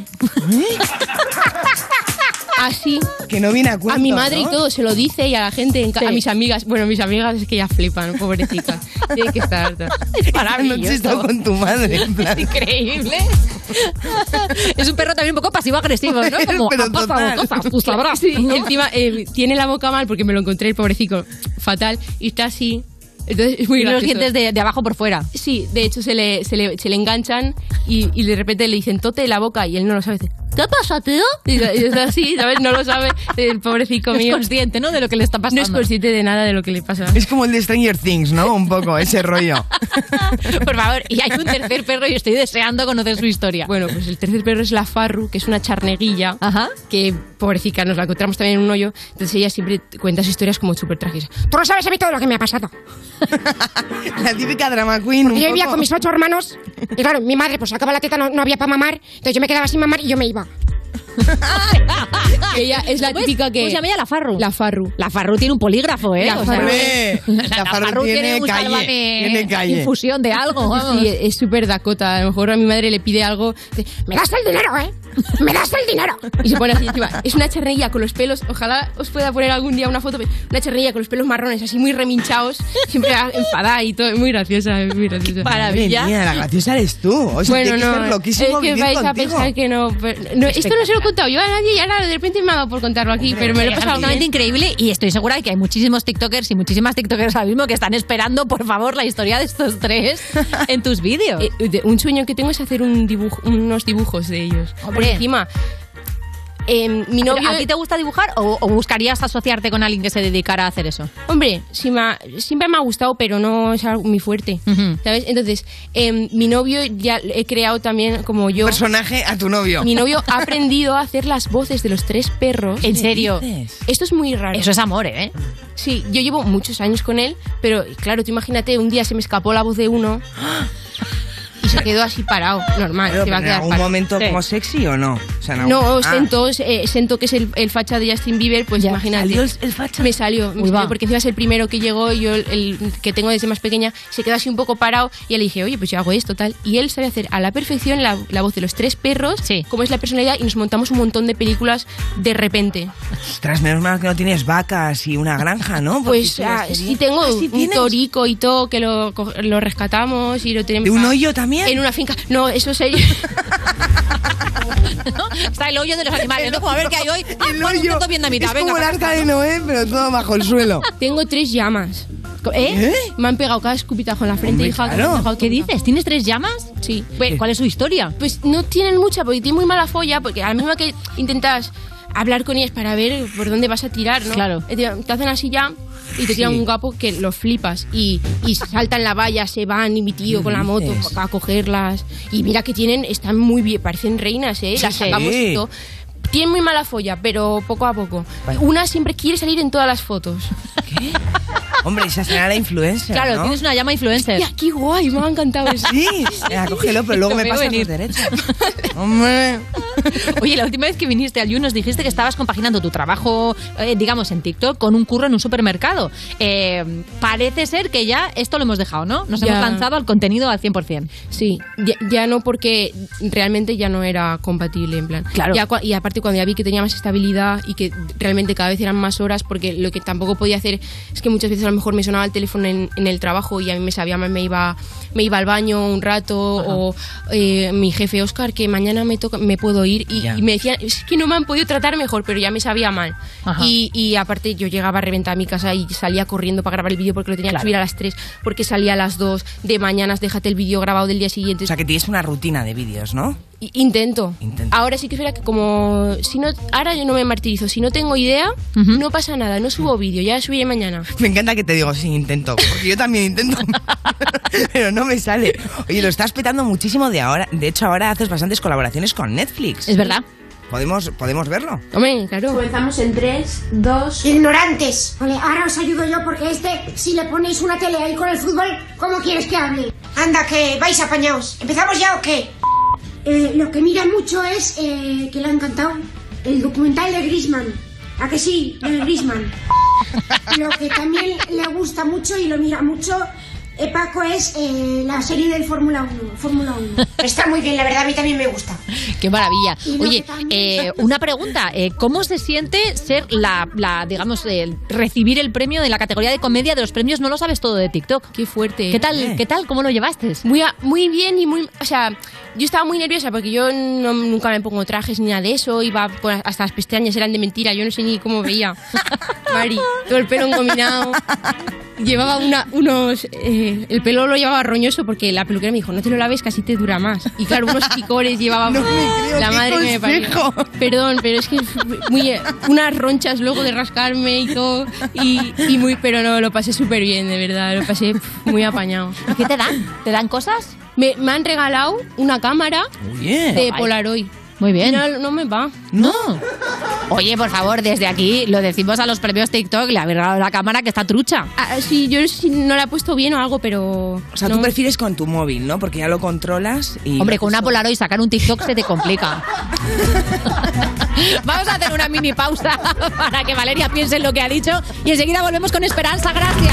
Speaker 8: así.
Speaker 6: Que no viene a
Speaker 8: A
Speaker 6: cuento,
Speaker 8: mi madre
Speaker 6: ¿no?
Speaker 8: y todo se lo dice y a la gente, en ca-
Speaker 6: Sí.
Speaker 8: a mis amigas. Bueno, mis amigas es que ya flipan, pobrecitas. Tienen que estar hartas.
Speaker 6: Es maravilloso. noche he estado con tu madre, en plan.
Speaker 3: Es increíble. es un perro también un poco pasivo-agresivo, ¿no? Como, "Ah,
Speaker 8: Pero
Speaker 3: ha pasado
Speaker 8: total.
Speaker 3: cosas, tú sabrás.
Speaker 8: Sí,
Speaker 3: ¿no?
Speaker 8: encima eh, tiene la boca mal porque me lo encontré el pobrecito fatal y está así. Entonces es muy
Speaker 3: Y los
Speaker 8: gracioso.
Speaker 3: dientes de- de abajo por fuera.
Speaker 8: Sí, de hecho se le, se le, se le enganchan y, y de repente le dicen tote la boca y él no lo sabe. Dice,
Speaker 11: ¿Qué pasa, tío?
Speaker 8: Y, y está así, ¿sabes? No lo sabe el pobrecito
Speaker 6: No es
Speaker 8: mío.
Speaker 3: consciente, ¿no? De lo que le está
Speaker 8: pasando. No es consciente de nada de lo que le pasa.
Speaker 6: Es como el de Stranger Things, ¿no? Un poco, ese rollo.
Speaker 3: Por favor, y hay un tercer perro y estoy deseando conocer su historia.
Speaker 8: Bueno, pues el tercer perro es la Farru, que es una charneguilla, que pobrecita, nos la encontramos también en un hoyo, entonces ella siempre cuenta sus historias como súper trágicas.
Speaker 17: Tú no sabes a mí todo lo que me ha pasado.
Speaker 6: La típica drama queen.
Speaker 17: Porque
Speaker 6: un
Speaker 17: yo vivía
Speaker 6: poco.
Speaker 17: con mis ocho hermanos y claro, mi madre pues sacaba la teta, no, no había para mamar, entonces yo me quedaba sin mamar y yo me iba.
Speaker 8: Que ella es la típica que...
Speaker 3: ¿Cómo se llama ella? La Farru.
Speaker 8: La Farru.
Speaker 3: La Farru tiene un polígrafo, ¿eh?
Speaker 8: La
Speaker 3: O sea,
Speaker 8: Farru.
Speaker 3: eh,
Speaker 8: Hombre,
Speaker 3: o sea,
Speaker 8: la Farru tiene
Speaker 3: un
Speaker 8: calle,
Speaker 3: sálvame,
Speaker 8: tiene calle.
Speaker 3: infusión de algo. vamos.
Speaker 8: Sí, es súper Dakota. A lo mejor a mi madre le pide algo. dice, Me das el dinero, ¿eh? Me das el dinero. Y se pone así encima. Es una charneguilla con los pelos. Ojalá os pueda poner algún día una foto. Una charneguilla con los pelos marrones, así muy reminchados. Siempre enfadada y todo. Muy graciosa, muy graciosa.
Speaker 6: Madre mía, la graciosa eres tú. O sea, tiene que ser
Speaker 8: es
Speaker 6: loquísimo
Speaker 8: que
Speaker 6: vivir
Speaker 8: vais a
Speaker 6: contigo.
Speaker 8: pensar que no, pero- no, Esto no se lo he contado yo ¿eh? a nadie y ahora de repente me ha dado por contarlo aquí, pero me lo he
Speaker 3: Es
Speaker 8: pasado
Speaker 3: absolutamente
Speaker 8: bien.
Speaker 3: increíble y estoy segura de que hay muchísimos TikTokers y muchísimas TikTokers ahora mismo que están esperando, por favor, la historia de estos tres en tus vídeos.
Speaker 8: Eh, de- un sueño que tengo es hacer un dibujo, unos dibujos de ellos. Por encima. em, mi
Speaker 3: Pero,
Speaker 8: novio.
Speaker 3: ¿A ti te gusta dibujar o, o buscarías asociarte con alguien que se dedicara a hacer eso?
Speaker 8: Hombre, si me ha- siempre me ha gustado, pero no es algo muy fuerte. ¿Sabes? Entonces, em, mi novio ya he creado también, como yo.
Speaker 6: Personaje a tu novio.
Speaker 8: Mi novio ha aprendido a hacer las voces de los tres perros.
Speaker 3: ¿En serio?
Speaker 8: Esto es muy raro.
Speaker 3: Eso es amor, ¿eh?
Speaker 8: Sí, yo llevo muchos años con él, pero claro, tú imagínate, un día se me escapó la voz de uno y se quedó así parado, normal,
Speaker 6: Pero,
Speaker 8: se va
Speaker 6: pero
Speaker 8: a
Speaker 6: en
Speaker 8: quedar
Speaker 6: algún
Speaker 8: parado.
Speaker 6: momento
Speaker 8: Sí.
Speaker 6: como sexy o no. O sea, no.
Speaker 8: No,
Speaker 6: Ah.
Speaker 8: Sento, eh, Sento, que es el, el facha de Justin Bieber, pues imagínate.
Speaker 6: ¿Salió el-
Speaker 8: facha? Me salió, me
Speaker 6: Uy, va.
Speaker 8: salió, porque encima es el primero que llegó, y yo el, el que tengo desde más pequeña, se quedó así un poco parado y ya le dije, oye, pues yo hago esto, tal. Y él sabe hacer a la perfección la, la voz de los tres perros, como es la personalidad, y nos montamos un montón de películas de repente.
Speaker 6: Ostras, menos mal que no tienes vacas y una granja, ¿no? Porque
Speaker 8: Pues
Speaker 6: si las
Speaker 8: ah,
Speaker 6: tenías-
Speaker 8: sí tengo
Speaker 6: Ah, sí
Speaker 8: un
Speaker 6: tienes.
Speaker 8: torico y todo que lo, co- lo rescatamos y lo tenemos.
Speaker 6: ¿De un
Speaker 8: a-
Speaker 6: hoyo también?
Speaker 8: En una finca. No, eso es ello.
Speaker 3: Está el hoyo de los animales, ¿no? Como a ver qué hay hoy. Ah,
Speaker 6: El
Speaker 3: pon un
Speaker 6: hoyo.
Speaker 3: plato bien a mitad,
Speaker 6: Es
Speaker 3: venga,
Speaker 6: como el
Speaker 3: para
Speaker 6: arca de Noé, pero todo bajo el suelo.
Speaker 8: Tengo tres llamas. Co- ¿Eh? Me han pegado cada escupitajo en la frente,
Speaker 6: Hombre,
Speaker 8: hija. que
Speaker 6: claro.
Speaker 8: me han dejado
Speaker 3: ¿Qué dices? ¿Tienes tres llamas?
Speaker 8: Sí.
Speaker 3: ¿Cuál es su historia?
Speaker 8: Pues no tienen mucha, porque tienen muy mala folla, porque a la misma que intentas hablar con ellas para ver por dónde vas a tirar, ¿no?
Speaker 3: Claro.
Speaker 8: Eh, Te, te hacen así ya y te tiran
Speaker 3: Sí.
Speaker 8: un gapo que lo flipas y, y saltan la valla, se van y mi tío
Speaker 3: ¿Qué
Speaker 8: con la moto
Speaker 3: dices?
Speaker 8: a cogerlas. Y mira que tienen, están muy bien, parecen reinas, ¿eh?
Speaker 3: Sí,
Speaker 8: Las
Speaker 3: sí.
Speaker 8: sacamos
Speaker 3: Sí.
Speaker 8: y todo. Tienen muy mala folla, pero poco a poco.
Speaker 6: Vale.
Speaker 8: Una siempre quiere salir en todas las fotos.
Speaker 6: Hombre, esa será la influencia, ¿no?
Speaker 3: una llama influencer.
Speaker 8: Hostia, qué guay, me ha encantado eso.
Speaker 6: Sí, venga, cógelo, pero luego me
Speaker 3: pues. Lo veo
Speaker 6: pasa
Speaker 3: venir.
Speaker 6: los derechos. Hombre.
Speaker 3: Oye, la última vez que viniste al You nos dijiste que estabas compaginando tu trabajo, eh, digamos, en TikTok con un curro en un supermercado. Eh, parece ser que ya esto lo hemos dejado, ¿no? Nos
Speaker 8: Ya.
Speaker 3: hemos lanzado al contenido al 100%.
Speaker 8: Sí, ya, ya no porque realmente ya no era compatible, en plan.
Speaker 3: Claro.
Speaker 8: Ya cua- y aparte cuando ya vi que tenía más estabilidad y que realmente cada vez eran más horas, porque lo que tampoco podía hacer es que muchas veces a lo mejor me sonaba el teléfono en, en el trabajo y a mí me sabía mal, me iba, me iba al baño un rato o eh, mi jefe Oscar, que mañana me, toca, me puedo ir y,
Speaker 2: Ya.
Speaker 8: y me decían, es que no me han podido tratar mejor, pero ya me sabía mal.
Speaker 2: Ajá.
Speaker 8: Y, y aparte yo llegaba reventada a mi casa y salía corriendo para grabar el vídeo porque lo tenía
Speaker 2: Claro.
Speaker 8: que subir a las 3, porque salía a las 2 de mañanas, déjate el vídeo grabado del día siguiente.
Speaker 2: O sea,
Speaker 6: que tienes una rutina de vídeos, ¿no?
Speaker 8: I- Intento. Ahora sí que es verdad que como si no ahora yo no me martirizo, si no tengo idea, no pasa nada, no subo vídeo, ya subiré mañana.
Speaker 6: Me encanta que te digo sin intento, porque yo también intento, pero no me sale. Oye, lo estás petando muchísimo de ahora. De hecho, ahora haces bastantes colaboraciones con Netflix.
Speaker 3: Es verdad.
Speaker 6: Podemos, podemos verlo.
Speaker 8: Hombre, claro.
Speaker 17: Comenzamos en 3, 2. ¡Ignorantes! Vale, ahora os ayudo yo porque este, si le ponéis una tele ahí con el fútbol, ¿cómo quieres que hable? Anda, que vais apañados. ¿Empezamos ya o qué? Eh, lo que mira mucho es eh, que le ha encantado el documental de Grisman. ¿A que sí? El Grisman. Lo que también le gusta mucho y lo mira mucho. eh, Paco es eh, la serie del Fórmula 1, Fórmula 1. Está muy bien, la verdad, a mí también me gusta.
Speaker 3: Qué maravilla.
Speaker 17: Y lo
Speaker 3: Oye,
Speaker 17: que también-
Speaker 3: eh, una pregunta. eh, ¿Cómo se siente ser la, la, digamos, el recibir el premio de la categoría de comedia de los premios No lo sabes todo de TikTok?
Speaker 8: Qué fuerte.
Speaker 3: ¿Qué tal?
Speaker 8: Eh.
Speaker 3: ¿Qué tal? ¿Cómo lo llevaste?
Speaker 8: Muy, a- muy bien y muy... O sea, yo estaba muy nerviosa porque yo no- nunca me pongo trajes ni nada de eso. Iba con- hasta las pestañas eran de mentira. Yo no sé ni cómo veía. Mari, todo el pelo engominado. Llevaba una, unos... eh, el pelo lo llevaba roñoso porque la peluquera me dijo, no te lo laves, casi te dura más. Y claro, unos picores llevaba... la
Speaker 2: qué
Speaker 8: madre que me parió. Perdón, pero es que es muy, eh, unas ronchas luego de rascarme y todo. Y, y muy... Pero no, lo pasé súper bien, de verdad. Lo pasé pf, muy apañado.
Speaker 3: ¿Qué te dan? ¿Te dan cosas?
Speaker 8: Me, me han regalado una cámara
Speaker 3: bien.
Speaker 8: de
Speaker 3: Guay.
Speaker 8: Polaroid.
Speaker 3: Muy bien.
Speaker 8: No, no me va.
Speaker 3: No. Oye, por favor, desde aquí lo decimos a los premios TikTok, le habéis regalado la cámara que está trucha.
Speaker 8: Ah, sí, yo no, sé si no la he puesto bien o algo, pero...
Speaker 6: O sea, tú prefieres con tu móvil, ¿no? Porque ya lo controlas y...
Speaker 3: Hombre, con una Polaroid sacar un TikTok se te complica. Vamos a hacer una mini pausa para que Valeria piense en lo que ha dicho y enseguida volvemos con Esperanza. Gracias.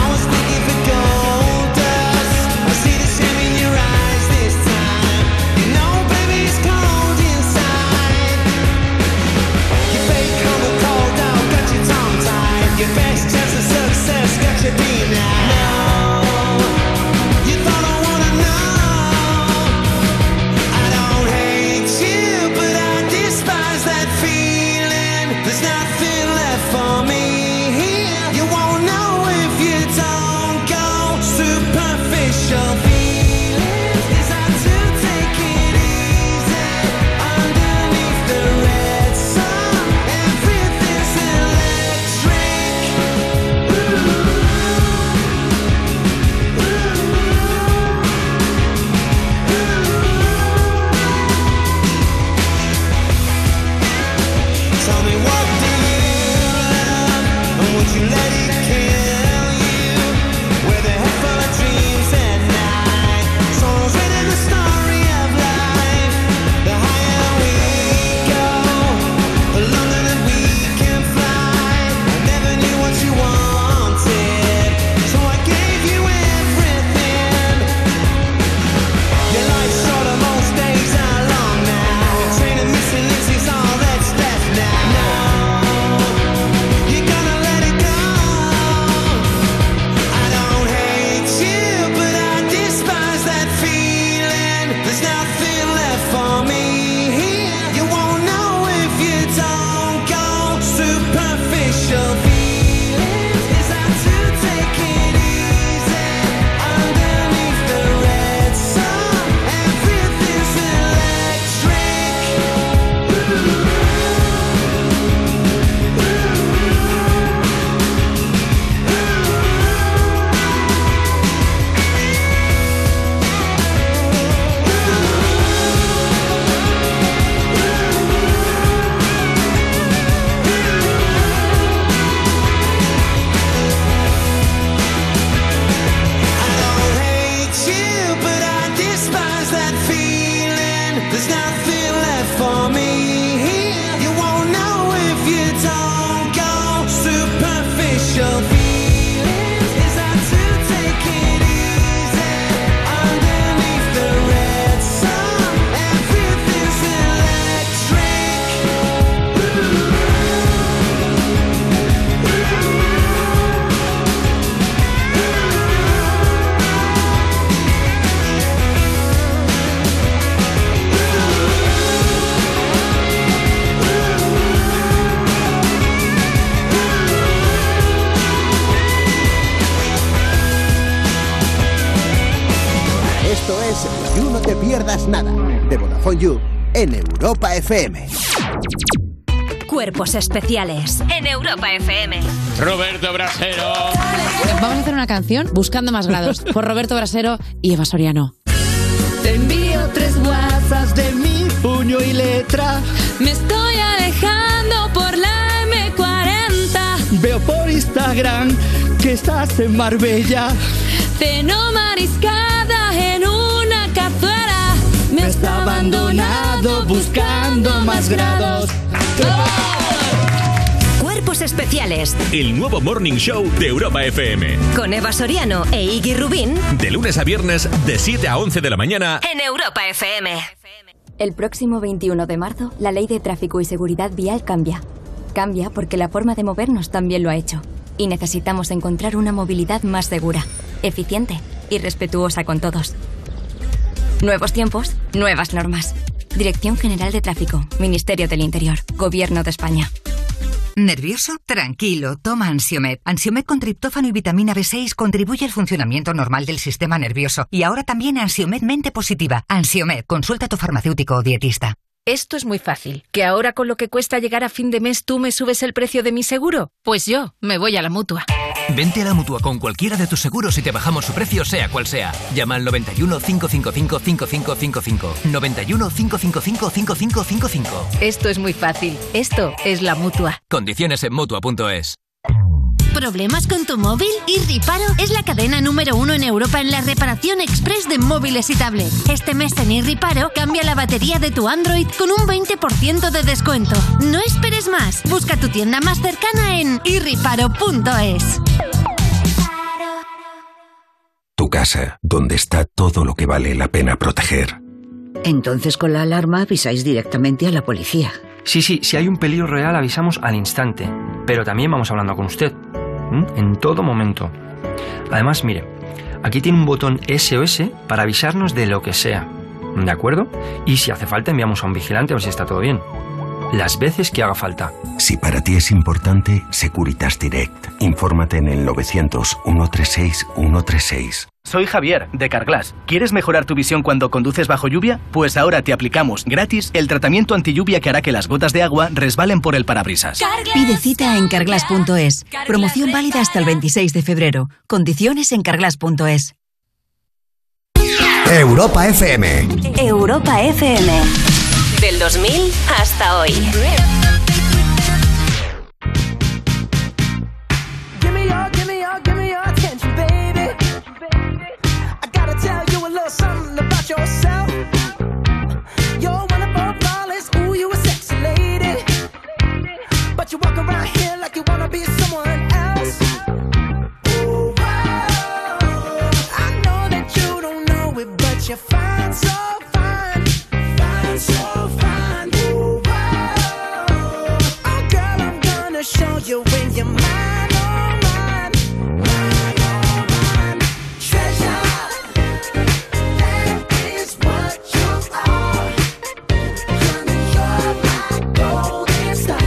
Speaker 11: I was looking for gold dust. I see the shame in your eyes this time.
Speaker 5: es You No Te Pierdas Nada, de Vodafone You, en Europa FM.
Speaker 18: Cuerpos especiales en Europa FM.
Speaker 19: Roberto Brasero.
Speaker 3: Vamos a hacer una canción buscando más grados por Roberto Brasero y Eva Soriano.
Speaker 19: Te envío tres guasas de mi puño y letra.
Speaker 1: Me estoy alejando por la M40.
Speaker 19: Veo por Instagram que estás en Marbella.
Speaker 1: Ceno mariscada en una cazuela. Me está abandonado buscando más grados.
Speaker 18: Cuerpos especiales
Speaker 13: El nuevo Morning Show de Europa FM.
Speaker 18: con Eva Soriano e Iggy Rubín
Speaker 13: De lunes a viernes, de 7 a 11 de la mañana.
Speaker 18: en Europa FM.
Speaker 9: El próximo 21 de marzo, la ley de tráfico y seguridad vial cambia. Cambia porque la forma de movernos también lo ha hecho. Y necesitamos encontrar una movilidad más segura, eficiente y respetuosa con todos. Nuevos tiempos, nuevas normas. Dirección General de Tráfico, Ministerio del Interior, Gobierno de España.
Speaker 20: ¿Nervioso? Tranquilo, toma Ansiomed. Ansiomed con triptófano y vitamina B6 contribuye al funcionamiento normal del sistema nervioso. Y ahora también Ansiomed mente positiva. Ansiomed, consulta a tu farmacéutico o dietista.
Speaker 11: Esto es muy fácil. ¿Que ahora con lo que cuesta llegar a fin de mes tú me subes el precio de mi seguro? Pues yo me voy a la mutua.
Speaker 21: Vente a la mutua con cualquiera de tus seguros y te bajamos su precio, sea cual sea. Llama al 91 555 5555. 91 555 5555.
Speaker 11: Esto es muy fácil. Esto es la mutua.
Speaker 21: Condiciones en mutua.es.
Speaker 18: ¿Problemas con tu móvil? Irriparo es la cadena número uno en Europa en la reparación express de móviles y tablets. Este mes en Irriparo cambia la batería de tu Android con un 20% de descuento. No esperes más. Busca tu tienda más cercana en irriparo.es.
Speaker 22: Tu casa, donde está todo lo que vale la pena proteger.
Speaker 23: Entonces con la alarma avisáis directamente a la policía.
Speaker 24: Sí, sí, si hay un peligro real avisamos al instante, pero también vamos hablando con usted, ¿m? en todo momento. Además, mire, aquí tiene un botón SOS para avisarnos de lo que sea, ¿de acuerdo? Y si hace falta enviamos a un vigilante a ver si está todo bien. Las veces que haga falta.
Speaker 22: Si para ti es importante, Securitas Direct. Infórmate en el 900 136 136.
Speaker 25: Soy Javier, de Carglass. ¿Quieres mejorar tu visión cuando conduces bajo lluvia? Pues ahora te aplicamos gratis el tratamiento antilluvia que hará que las gotas de agua resbalen por el parabrisas.
Speaker 26: Pide cita en carglass.es. Promoción válida hasta el 26 de febrero. Condiciones en carglass.es.
Speaker 9: Europa FM.
Speaker 27: Europa FM. Del 2000 hasta hoy.
Speaker 11: Give me your, give me your, give me your attention, baby. I gotta tell you a little something about yourself. You're wonderful, flawless, ooh, you a sexy lady. But you walk around here like you wanna be someone else. Ooh, whoa. I know that you don't know it, but you're fine, so fine. Fine, so fine. Ooh, whoa. Oh, girl, I'm gonna show you when you're mine, oh, mine. Mine, oh, mine. Treasure. That is what you are. Honey, you're my golden star.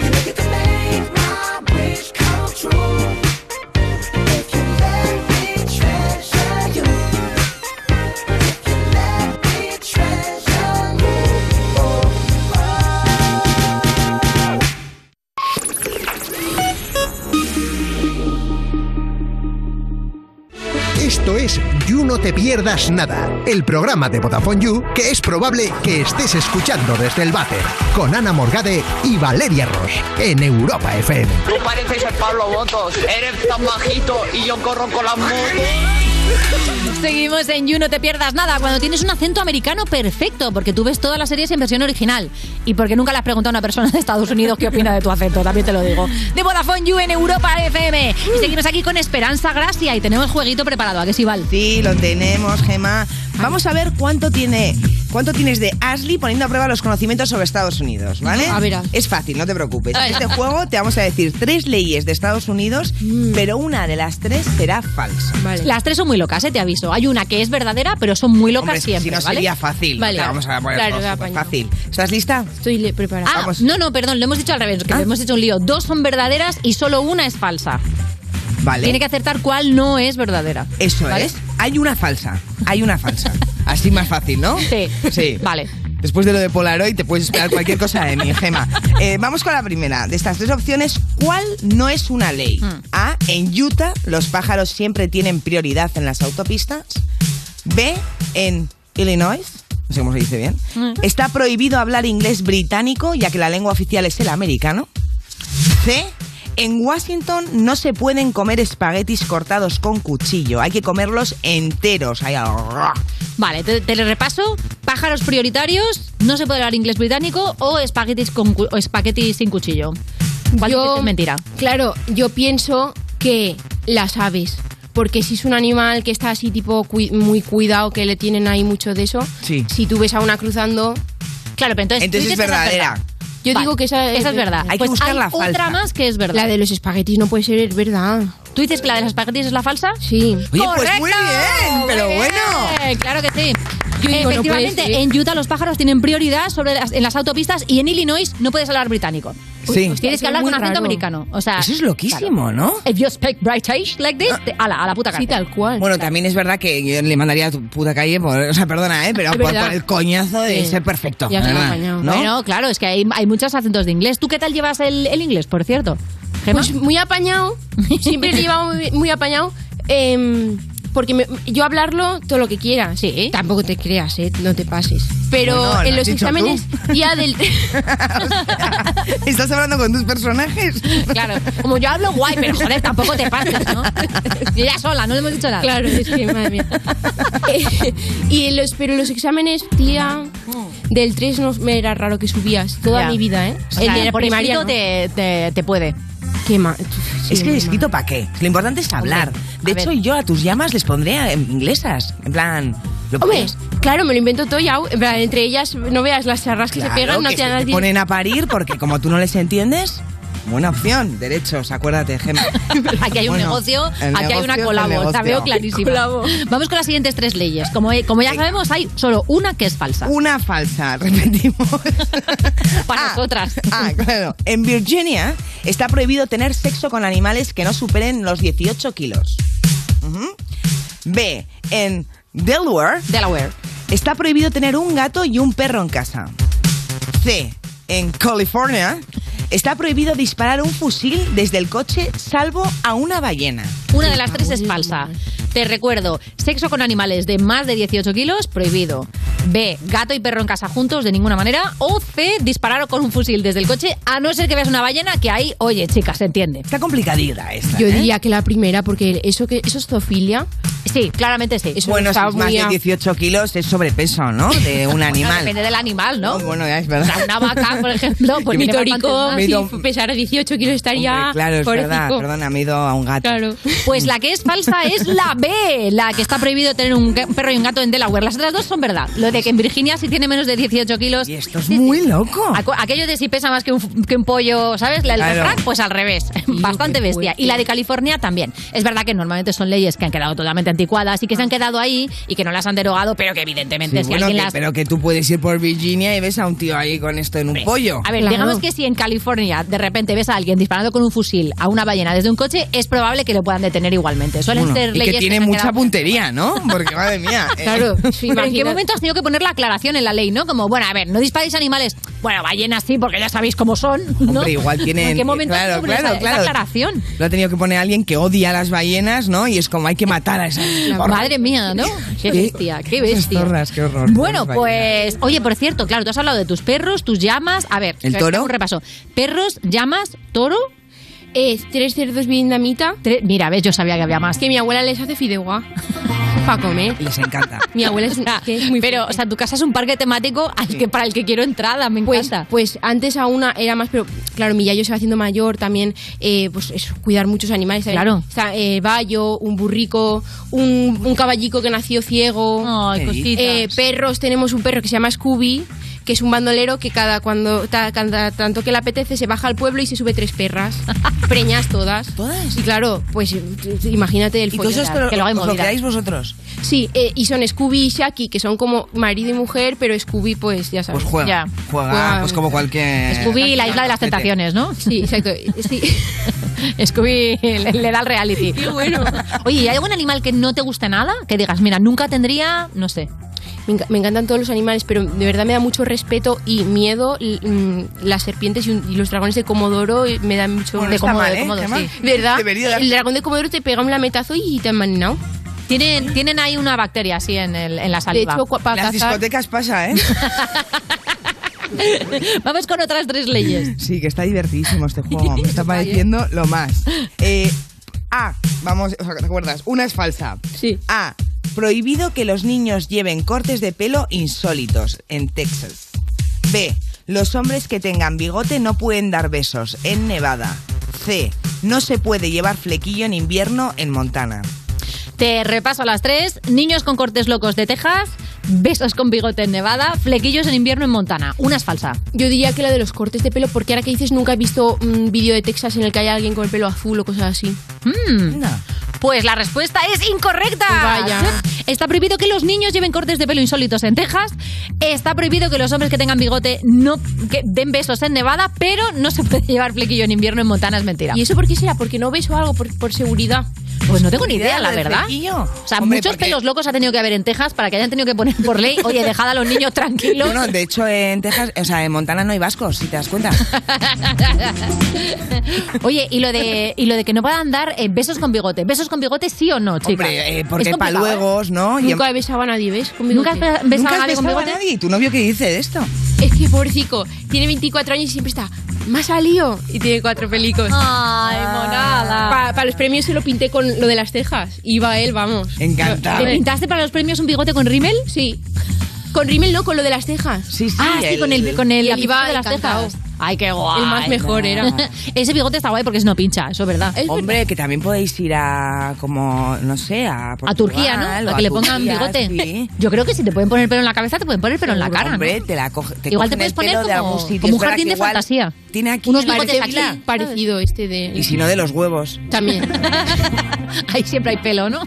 Speaker 11: You make it to make my wish come true. If you let me treasure you. If you let me treasure you. Oh, oh.
Speaker 5: Esto es You No Te Pierdas Nada, el programa de Vodafone You que es probable que estés escuchando desde el váter, con Ana Morgade y Valeria Ross, en Europa FM.
Speaker 21: Tú pareces el Pablo Botos, eres tan bajito y yo corro con las motos.
Speaker 3: Seguimos en You, no te pierdas nada. Cuando tienes un acento americano perfecto, porque tú ves todas las series en versión original y porque nunca le has preguntado a una persona de Estados Unidos qué opina de tu acento, también te lo digo. De Vodafone You en Europa FM. Y seguimos aquí con Esperanza Gracia y tenemos jueguito preparado. ¿A qué sí, Val?
Speaker 6: Sí, lo tenemos,
Speaker 3: Ah.
Speaker 6: Gemma. Vamos a ver cuánto tiene. ¿Cuánto tienes de Ashley poniendo a prueba los conocimientos sobre Estados Unidos? ¿Vale?
Speaker 3: A ver, a-
Speaker 6: Es fácil, no te preocupes.
Speaker 3: A ver.
Speaker 6: En este juego te vamos a decir tres leyes de Estados Unidos,
Speaker 3: Mm.
Speaker 6: pero una de las tres será falsa.
Speaker 3: Las tres son muy locas, eh, te aviso. Hay una que es verdadera, pero son muy locas
Speaker 6: Hombre, es que
Speaker 3: siempre.
Speaker 6: si no
Speaker 3: ¿vale?
Speaker 6: sería fácil. no
Speaker 3: Vale.
Speaker 6: te la vamos a poner
Speaker 3: Claro,
Speaker 6: fácil,
Speaker 3: la apaño.
Speaker 6: fácil. ¿Estás lista?
Speaker 3: Estoy preparada. Ah,
Speaker 6: Vamos. Ah.
Speaker 3: no, no, perdón, lo hemos dicho al revés, que lo hemos hecho un lío. Dos son verdaderas y solo una es falsa.
Speaker 6: Vale.
Speaker 3: Tiene que acertar cuál no es verdadera.
Speaker 6: Eso
Speaker 3: ¿Vale?
Speaker 6: es. Hay una falsa. Hay una falsa. Así más fácil, ¿no?
Speaker 3: Sí.
Speaker 6: Sí.
Speaker 3: Vale.
Speaker 6: Después de lo de Polaroid te puedes esperar cualquier cosa de mi gema. Eh, vamos con la primera. De estas tres opciones, ¿cuál no es una ley?
Speaker 3: Mm.
Speaker 6: A. En Utah los pájaros siempre tienen prioridad en las autopistas. B. En Illinois. No sé cómo se dice bien.
Speaker 3: Mm.
Speaker 6: Está prohibido hablar inglés británico ya que la lengua oficial es el americano. C. En Washington no se pueden comer espaguetis cortados con cuchillo, hay que comerlos enteros. ah, Ahí, arrrr.
Speaker 3: Vale, te, te lo repaso. Pájaros prioritarios, no se puede hablar inglés británico o espaguetis, con, cu- o espaguetis sin cuchillo. ¿Cuál
Speaker 8: Yo-
Speaker 3: es mentira?
Speaker 8: Claro, yo pienso que las aves. Porque si es un animal que está así tipo cui- muy cuidado, que le tienen ahí mucho de eso,
Speaker 6: Sí.
Speaker 8: si tú ves a una cruzando...
Speaker 3: Claro, pero entonces...
Speaker 8: Entonces es verdadera. Yo
Speaker 3: Vale,
Speaker 8: digo que esa es,
Speaker 3: esa es verdad. Hay que Pues buscar hay la otra falsa. más que es verdad.
Speaker 8: La de los espaguetis no puede ser verdad.
Speaker 3: ¿Tú dices que la de los espaguetis es la falsa?
Speaker 8: Sí.
Speaker 6: Oye, pues muy bien, pero
Speaker 3: Muy bien,
Speaker 6: bueno.
Speaker 3: Claro que sí.
Speaker 8: Yo digo, no puede
Speaker 3: Efectivamente,
Speaker 8: ser.
Speaker 3: en Utah los pájaros tienen prioridad sobre las- en las autopistas y en Illinois no puedes hablar británico.
Speaker 6: Sí.
Speaker 3: Pues tienes que
Speaker 8: Eso es
Speaker 3: hablar
Speaker 8: muy
Speaker 3: con acento
Speaker 8: raro.
Speaker 3: americano. O sea,
Speaker 6: Eso es loquísimo, Ah. ¿no?
Speaker 3: If you speak British like this, te- ala, a la puta cara. Sí, tal
Speaker 8: cual.
Speaker 6: Bueno, también es verdad que yo le mandaría a tu puta calle, por, o sea, perdona, ¿eh? pero
Speaker 3: Es
Speaker 6: por,
Speaker 3: verdad.
Speaker 6: por el coñazo de
Speaker 3: Sí.
Speaker 6: ser perfecto.
Speaker 3: Ya os
Speaker 6: además,
Speaker 3: acompaño.
Speaker 6: ¿no?
Speaker 3: Bueno, claro, es que hay, hay muchos acentos de inglés. ¿Tú qué tal llevas el, el inglés, por cierto? Gemma?
Speaker 8: Pues muy apañado, siempre lo he llevado muy, muy apañado, em, porque me- yo hablarlo todo lo que quiera, sí. Tampoco te creas, eh, no te pases. Pero
Speaker 6: Bueno, lo
Speaker 8: en
Speaker 6: has
Speaker 8: los
Speaker 6: dicho tú.
Speaker 8: exámenes ya del...
Speaker 6: ¿Estás hablando con tus personajes?
Speaker 3: Claro, como yo hablo guay, pero joder, tampoco te pases, ¿no? Y ella sola, no le hemos dicho nada.
Speaker 8: Claro, es que madre mía. Eh, y en los, pero en los exámenes, tía, del 3 no me era raro que subías toda
Speaker 3: Ya.
Speaker 8: mi vida, ¿eh?
Speaker 3: O sea,
Speaker 8: el de la
Speaker 3: por
Speaker 8: primaria
Speaker 3: escrito
Speaker 8: no.
Speaker 3: te, te- te puede.
Speaker 8: Qué mal.
Speaker 6: es que escrito para qué. Lo importante es hablar. de hecho, yo a tus llamas les pondría en inglesas. En plan, ¿lo
Speaker 8: Hombre,
Speaker 6: pones?
Speaker 8: claro, me lo invento todo ya. en plan, Entre ellas, no veas las charras que
Speaker 6: Claro,
Speaker 8: se pegan, no
Speaker 6: que
Speaker 8: te
Speaker 6: si
Speaker 8: dan
Speaker 6: te ponen a parir porque como tú no les entiendes, buena opción. Derechos, acuérdate, Gemma.
Speaker 3: Aquí hay un
Speaker 6: Bueno,
Speaker 3: negocio,
Speaker 6: el
Speaker 3: aquí
Speaker 6: negocio
Speaker 3: hay una
Speaker 6: es el
Speaker 3: colabo, la
Speaker 6: negocio.
Speaker 3: veo clarísima. Vamos con las siguientes tres leyes. Como, eh, como ya sabemos, hay solo una que es falsa.
Speaker 6: Una falsa, repetimos.
Speaker 3: Para nosotras.
Speaker 6: Ah, claro. En Virginia está prohibido tener sexo con animales que no superen los 18 kilos. Ujú. B. En Delaware,
Speaker 3: Delaware
Speaker 6: está prohibido tener un gato y un perro en casa. C. En California está prohibido disparar un fusil desde el coche salvo a una ballena.
Speaker 3: Una de las tres es falsa. Te recuerdo, sexo con animales de más de 18 kilos, prohibido. B, gato y perro en casa juntos, de ninguna manera. O C, disparar con un fusil desde el coche, a no ser que veas una ballena que ahí, oye, chicas, se entiende.
Speaker 6: Está complicadita esta.
Speaker 8: Yo
Speaker 6: ¿eh?
Speaker 8: diría que la primera, porque eso que eso es zoofilia.
Speaker 3: Sí, claramente sí.
Speaker 8: Eso
Speaker 6: Bueno, si
Speaker 8: está
Speaker 6: es más
Speaker 8: muy
Speaker 6: de
Speaker 8: a-
Speaker 6: 18 kilos es sobrepeso, ¿no? De un
Speaker 3: Bueno,
Speaker 6: animal.
Speaker 3: depende del animal, ¿no?
Speaker 6: Bueno, ya es verdad.
Speaker 3: O sea, una vaca, por ejemplo, pues
Speaker 6: Mi
Speaker 3: lleva
Speaker 6: torico,
Speaker 3: bastante
Speaker 6: mi
Speaker 3: más.
Speaker 6: dom-
Speaker 8: Si pesara 18 kilos estaría.
Speaker 6: Claro, es verdad.
Speaker 8: pobrecico.
Speaker 6: Perdona, me he ido a un gato.
Speaker 8: Claro.
Speaker 3: Pues la que es falsa es la B, la que está prohibido tener un ga- un perro y un gato en Delaware. Las otras dos son verdad. Lo de que en Virginia si tiene menos de 18 kilos.
Speaker 6: Esto es muy loco.
Speaker 3: Acu- Aquello de si pesa más que un, f- que un pollo, ¿sabes? La del
Speaker 6: Claro.
Speaker 3: refrán, pues al revés. Bastante bestia. Y la de California también. Es verdad que normalmente son leyes que han quedado totalmente anticuadas y que se han quedado ahí y que no las han derogado, pero que evidentemente
Speaker 6: Sí,
Speaker 3: si
Speaker 6: bueno,
Speaker 3: alguien
Speaker 6: que-
Speaker 3: las...
Speaker 6: pero que tú puedes ir por Virginia y ves a un tío ahí con esto en un pollo.
Speaker 3: Eh, A ver, digamos que si en California de repente ves a alguien disparando con un fusil a una ballena desde un coche, es probable que lo puedan detener igualmente. Suelen
Speaker 6: Bueno,
Speaker 3: ser
Speaker 6: y
Speaker 3: leyes
Speaker 6: que tiene
Speaker 3: se han
Speaker 6: mucha
Speaker 3: quedado-
Speaker 6: puntería, ¿no? Porque madre mía. eh,
Speaker 8: Claro, sí,
Speaker 3: Pero en qué
Speaker 8: imagínate.
Speaker 3: momento has tenido que poner la aclaración en la ley, ¿no? Como, bueno, a ver, no disparéis animales. Bueno, ballenas sí, porque ya sabéis cómo son. ¿no?
Speaker 6: Hombre, igual tienen-
Speaker 3: ¿En qué momento has
Speaker 6: claro,
Speaker 3: tenido que poner
Speaker 6: claro,
Speaker 3: esa- esa
Speaker 6: claro.
Speaker 3: aclaración?
Speaker 6: Lo ha tenido que poner alguien que odia a las ballenas, ¿no? Y es como hay que matar a esas.
Speaker 3: Madre mía, ¿no? Qué bestia, qué bestia.
Speaker 6: Torras, qué horror.
Speaker 3: Bueno,
Speaker 6: Pobres ballenas.
Speaker 3: pues, oye, por cierto, claro, tú has hablado de tus perros, tus llamas. A ver,
Speaker 6: ¿El
Speaker 3: que-
Speaker 6: toro?
Speaker 3: Un repaso. Perros, llamas, toro.
Speaker 8: Eh, tres cerdos vietnamita
Speaker 3: tre- Mira, ves, yo sabía que había más.
Speaker 8: que mi abuela les hace fideuá para comer.
Speaker 3: pues-
Speaker 6: Les encanta.
Speaker 8: Mi abuela es, que es muy
Speaker 3: Pero, o sea, tu casa es un parque temático al que, para el que quiero entrada, me
Speaker 8: Pues,
Speaker 3: encanta.
Speaker 8: pues antes a una era más, pero claro, mi yayo se va haciendo mayor también, eh, pues eso, cuidar muchos animales. también.
Speaker 3: Claro.
Speaker 8: Está eh, Bayo, un burrico, un, un caballico que nació ciego.
Speaker 3: Ay,
Speaker 6: ¿Qué
Speaker 3: cositas.
Speaker 8: Eh, perros, tenemos un perro que se llama Scooby, que es un bandolero que cada cuando ta- cada tanto que le apetece se baja al pueblo y se sube tres perras, preñas todas.
Speaker 6: ¿Todas?
Speaker 8: Y claro, pues eh, t- t- imagínate el
Speaker 6: Y todos
Speaker 8: follón.
Speaker 6: esos pero
Speaker 3: que lo hagáis
Speaker 6: os lo
Speaker 3: movida.
Speaker 6: quedáis vosotros.
Speaker 8: Sí, eh, y son Scooby y Shaki, que son como marido y mujer, pero Scooby pues ya sabes.
Speaker 6: Pues juega.
Speaker 3: Ya.
Speaker 6: Juega,
Speaker 8: Juega.
Speaker 3: pues
Speaker 6: pues como cualquier.
Speaker 3: Scooby, la isla de las tentaciones, ¿no?
Speaker 8: Sí, exacto. Sí.
Speaker 3: Scooby le, le da el reality.
Speaker 8: bueno.
Speaker 3: Oye, ¿y ¿hay algún animal que no te guste nada? Que digas, mira, nunca tendría, no sé.
Speaker 8: Me, enca- me encantan todos los animales, pero de verdad me da mucho respeto y miedo l- mm, las serpientes y, un- y los dragones de Comodoro. eh, Me dan mucho
Speaker 3: Bueno, no
Speaker 8: de
Speaker 3: está
Speaker 8: Comodoro,
Speaker 3: mal,
Speaker 8: de
Speaker 3: ¿eh?
Speaker 8: Comodoro,
Speaker 3: Gemma,
Speaker 8: sí. ¿Verdad?
Speaker 3: debería dar-
Speaker 8: El dragón de Comodoro te pega un lametazo y te han maninado.
Speaker 3: Tienen, tienen ahí una bacteria así en, el- en la saliva.
Speaker 8: De hecho, cua- para
Speaker 6: Las
Speaker 8: cazar-
Speaker 6: discotecas pasa, ¿eh?
Speaker 3: Vamos con otras tres leyes.
Speaker 6: Sí, que está divertidísimo este juego. Me está pareciendo lo más. Eh, A, vamos, o sea, ¿te acuerdas? Una es falsa.
Speaker 8: Sí.
Speaker 6: A, prohibido que los niños lleven cortes de pelo insólitos en Texas. B, los hombres que tengan bigote no pueden dar besos en Nevada. C, no se puede llevar flequillo en invierno en Montana.
Speaker 3: Te repaso las tres. Niños con cortes locos de Texas, besos con bigote en Nevada, flequillos en invierno en Montana. Una es falsa.
Speaker 8: Yo diría que la de los cortes de pelo, porque ahora que dices nunca he visto un vídeo de Texas en el que haya alguien con el pelo azul o cosas así.
Speaker 3: Pues la respuesta es incorrecta.
Speaker 8: Vaya.
Speaker 3: Está prohibido que los niños lleven cortes de pelo insólitos en Texas. Está prohibido que los hombres que tengan bigote no que den besos en Nevada, pero no se puede llevar flequillo en invierno en Montana. Es mentira.
Speaker 8: ¿Y eso por qué será? ¿Porque no beso algo? ¿Por, por seguridad?
Speaker 3: Pues no tengo ni idea, la verdad. O sea,
Speaker 8: Hombre,
Speaker 3: muchos
Speaker 8: porque-
Speaker 3: pelos locos ha tenido que haber en Texas para que hayan tenido que poner por ley, oye, dejad a los niños tranquilos.
Speaker 6: No, no, de hecho en Texas, o sea, en Montana no hay vascos, si te das cuenta.
Speaker 3: Oye, y lo de y lo de que no puedan dar eh, besos con bigote. ¿Besos con bigote sí o no, chicas?
Speaker 6: Hombre, eh, porque
Speaker 3: Es complicado,
Speaker 6: paluegos, ¿no? Y em- en-
Speaker 8: Nunca he besado a nadie, ¿ves? Con bigote.
Speaker 3: ¿Nunca has be- besado
Speaker 6: ¿Nunca has besado a
Speaker 8: bigote?
Speaker 6: nadie? ¿Y tu novio qué dice de esto?
Speaker 8: Es que pobrecito, tiene 24 años y siempre está, más ha salido y tiene cuatro pelicos.
Speaker 3: Ay,
Speaker 6: Ah.
Speaker 3: monada.
Speaker 8: Para los premios se lo pinté con lo de las cejas. Iba él, vamos.
Speaker 6: Encantado.
Speaker 3: ¿Te pintaste para los premios un bigote con rímel?
Speaker 8: Sí. Con rímel no, con lo de las cejas.
Speaker 6: Sí, sí.
Speaker 3: Ah, sí, con el con el,
Speaker 8: y
Speaker 3: lapicito
Speaker 8: iba
Speaker 3: de las
Speaker 8: encantado.
Speaker 3: cejas. Ay, qué guay.
Speaker 8: El más mejor era.
Speaker 3: Ese bigote está guay porque es no pincha, eso es verdad.
Speaker 6: Hombre, que también podéis ir a, como, no sé, a
Speaker 3: A
Speaker 6: Portugal,
Speaker 3: Turquía, ¿no?
Speaker 6: o
Speaker 3: A que le pongan
Speaker 6: Turquía,
Speaker 3: bigote.
Speaker 6: sí.
Speaker 3: Yo creo que si te pueden poner pelo en la cabeza, te pueden poner pelo en la
Speaker 6: Seguro,
Speaker 3: cara. ¿no?
Speaker 6: Hombre, te la coge- te
Speaker 3: Igual te
Speaker 6: cogen
Speaker 3: puedes
Speaker 6: el
Speaker 3: poner
Speaker 6: pelo de
Speaker 3: como-
Speaker 6: algún sitio.
Speaker 3: como un
Speaker 6: Es verdad
Speaker 3: jardín
Speaker 6: que
Speaker 3: de
Speaker 6: igual
Speaker 3: fantasía.
Speaker 6: Tiene aquí
Speaker 3: Unos
Speaker 6: parece
Speaker 3: bigotes aquí.
Speaker 6: Pilar.
Speaker 8: Parecido este de...
Speaker 6: Y si no, de los huevos.
Speaker 8: También.
Speaker 3: Ahí siempre hay pelo, ¿no?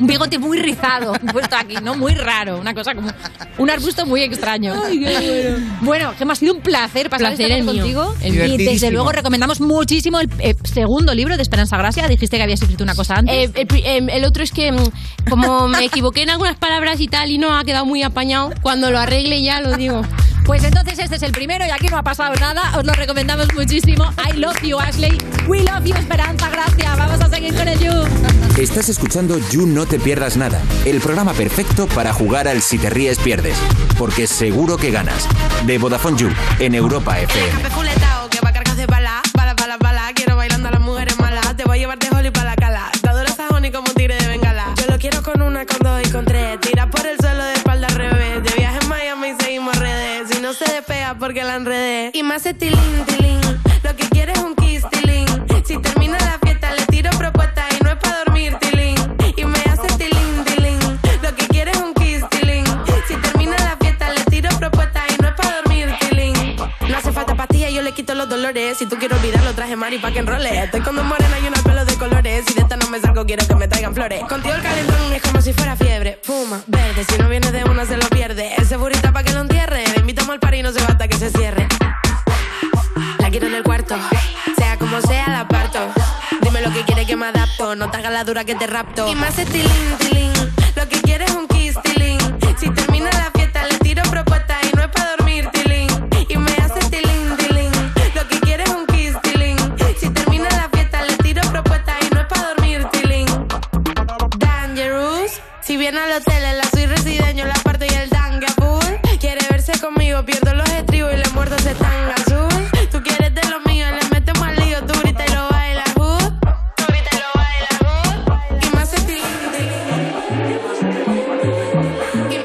Speaker 3: Un bigote muy rizado, puesto aquí, ¿no? Muy raro. Una cosa como. Un arbusto muy extraño.
Speaker 8: Ay, qué bueno.
Speaker 3: Bueno, Gemma, ha sido un placer pasar
Speaker 8: Placer
Speaker 3: esta
Speaker 8: el
Speaker 3: tarde
Speaker 8: mío.
Speaker 3: contigo.
Speaker 8: El
Speaker 3: Y
Speaker 8: divertidísimo.
Speaker 3: desde luego recomendamos muchísimo el eh, segundo libro de Esperanza Gracia. Dijiste que habías escrito una cosa antes.
Speaker 8: Eh, el, pri- em, el otro es que mm, como me equivoqué en algunas palabras y tal y no ha quedado muy apañado, cuando lo arregle ya lo digo.
Speaker 3: Pues entonces este es el primero y aquí no ha pasado nada. Os lo recomendamos muchísimo. I love you, Ashley. We love you, Esperanza Gracia. Vamos a seguir con el You.
Speaker 1: Estás escuchando You No Te Pierdas Nada, el programa perfecto para jugar al Si Te Ríes Pierdes, porque seguro que ganas. De Vodafone You, en Europa FM.
Speaker 2: Peculetao, que va cargas de bala, bala, bala, bala. Quiero bailando a las mujeres malas. Te voy a llevar de Holly para la cala. Dadora sajoni como un tigre de bengala. Yo lo quiero con una, con dos y con tres. Tira por el suelo de espalda al revés. De viaje en Miami seguimos redes. Si no se despega porque la enredé. Y más hace tilín, tilín. Lo que quiere es un kiss, tilín. Si termina la fiesta, le tiro propuesta y no es para dormir, tilín. Y me hace tilín, tilín. Lo que quiere es un kiss, tilín. Si termina la fiesta, le tiro propuesta y no es para dormir, tilín. No hace falta pastilla, yo le quito los dolores. Si tú quieres olvidarlo, traje Mari pa' que enrole. Estoy con dos morenas y unos pelos de colores. Si de esta no me salgo, quiero que me traigan flores. Contigo el calentón es como si fuera fiebre. Fuma, verde, si no vienes de una se lo pierde. Ese burrito pa' que lo entierre. Le invitamos al par y no se va hasta que se cierre. La quiero en el cuarto, sea como sea la parto. Dime lo que quieres que me adapto, no te hagas la dura que te rapto. Y más hace tilín, tilín, lo que quieres es un kiss, tilín. Si termina la fiesta le tiro propuesta y no es para dormir, tilín. Y me hace tilín, tilín, lo que quieres es un kiss, tilín. Si termina la fiesta le tiro propuesta y no es para dormir, tilín. Dangerous. Si viene al hotel, en la soy resideño, la parte y el tanga full. Quiere verse conmigo, pierdo los estribos y le muerdo ese tanga azul. Tú quieres de lo mío, le metemos al lío, tú grita y lo baila, hood. Tú grita y lo baila, hood. Y más hace tilín, tilín. Y me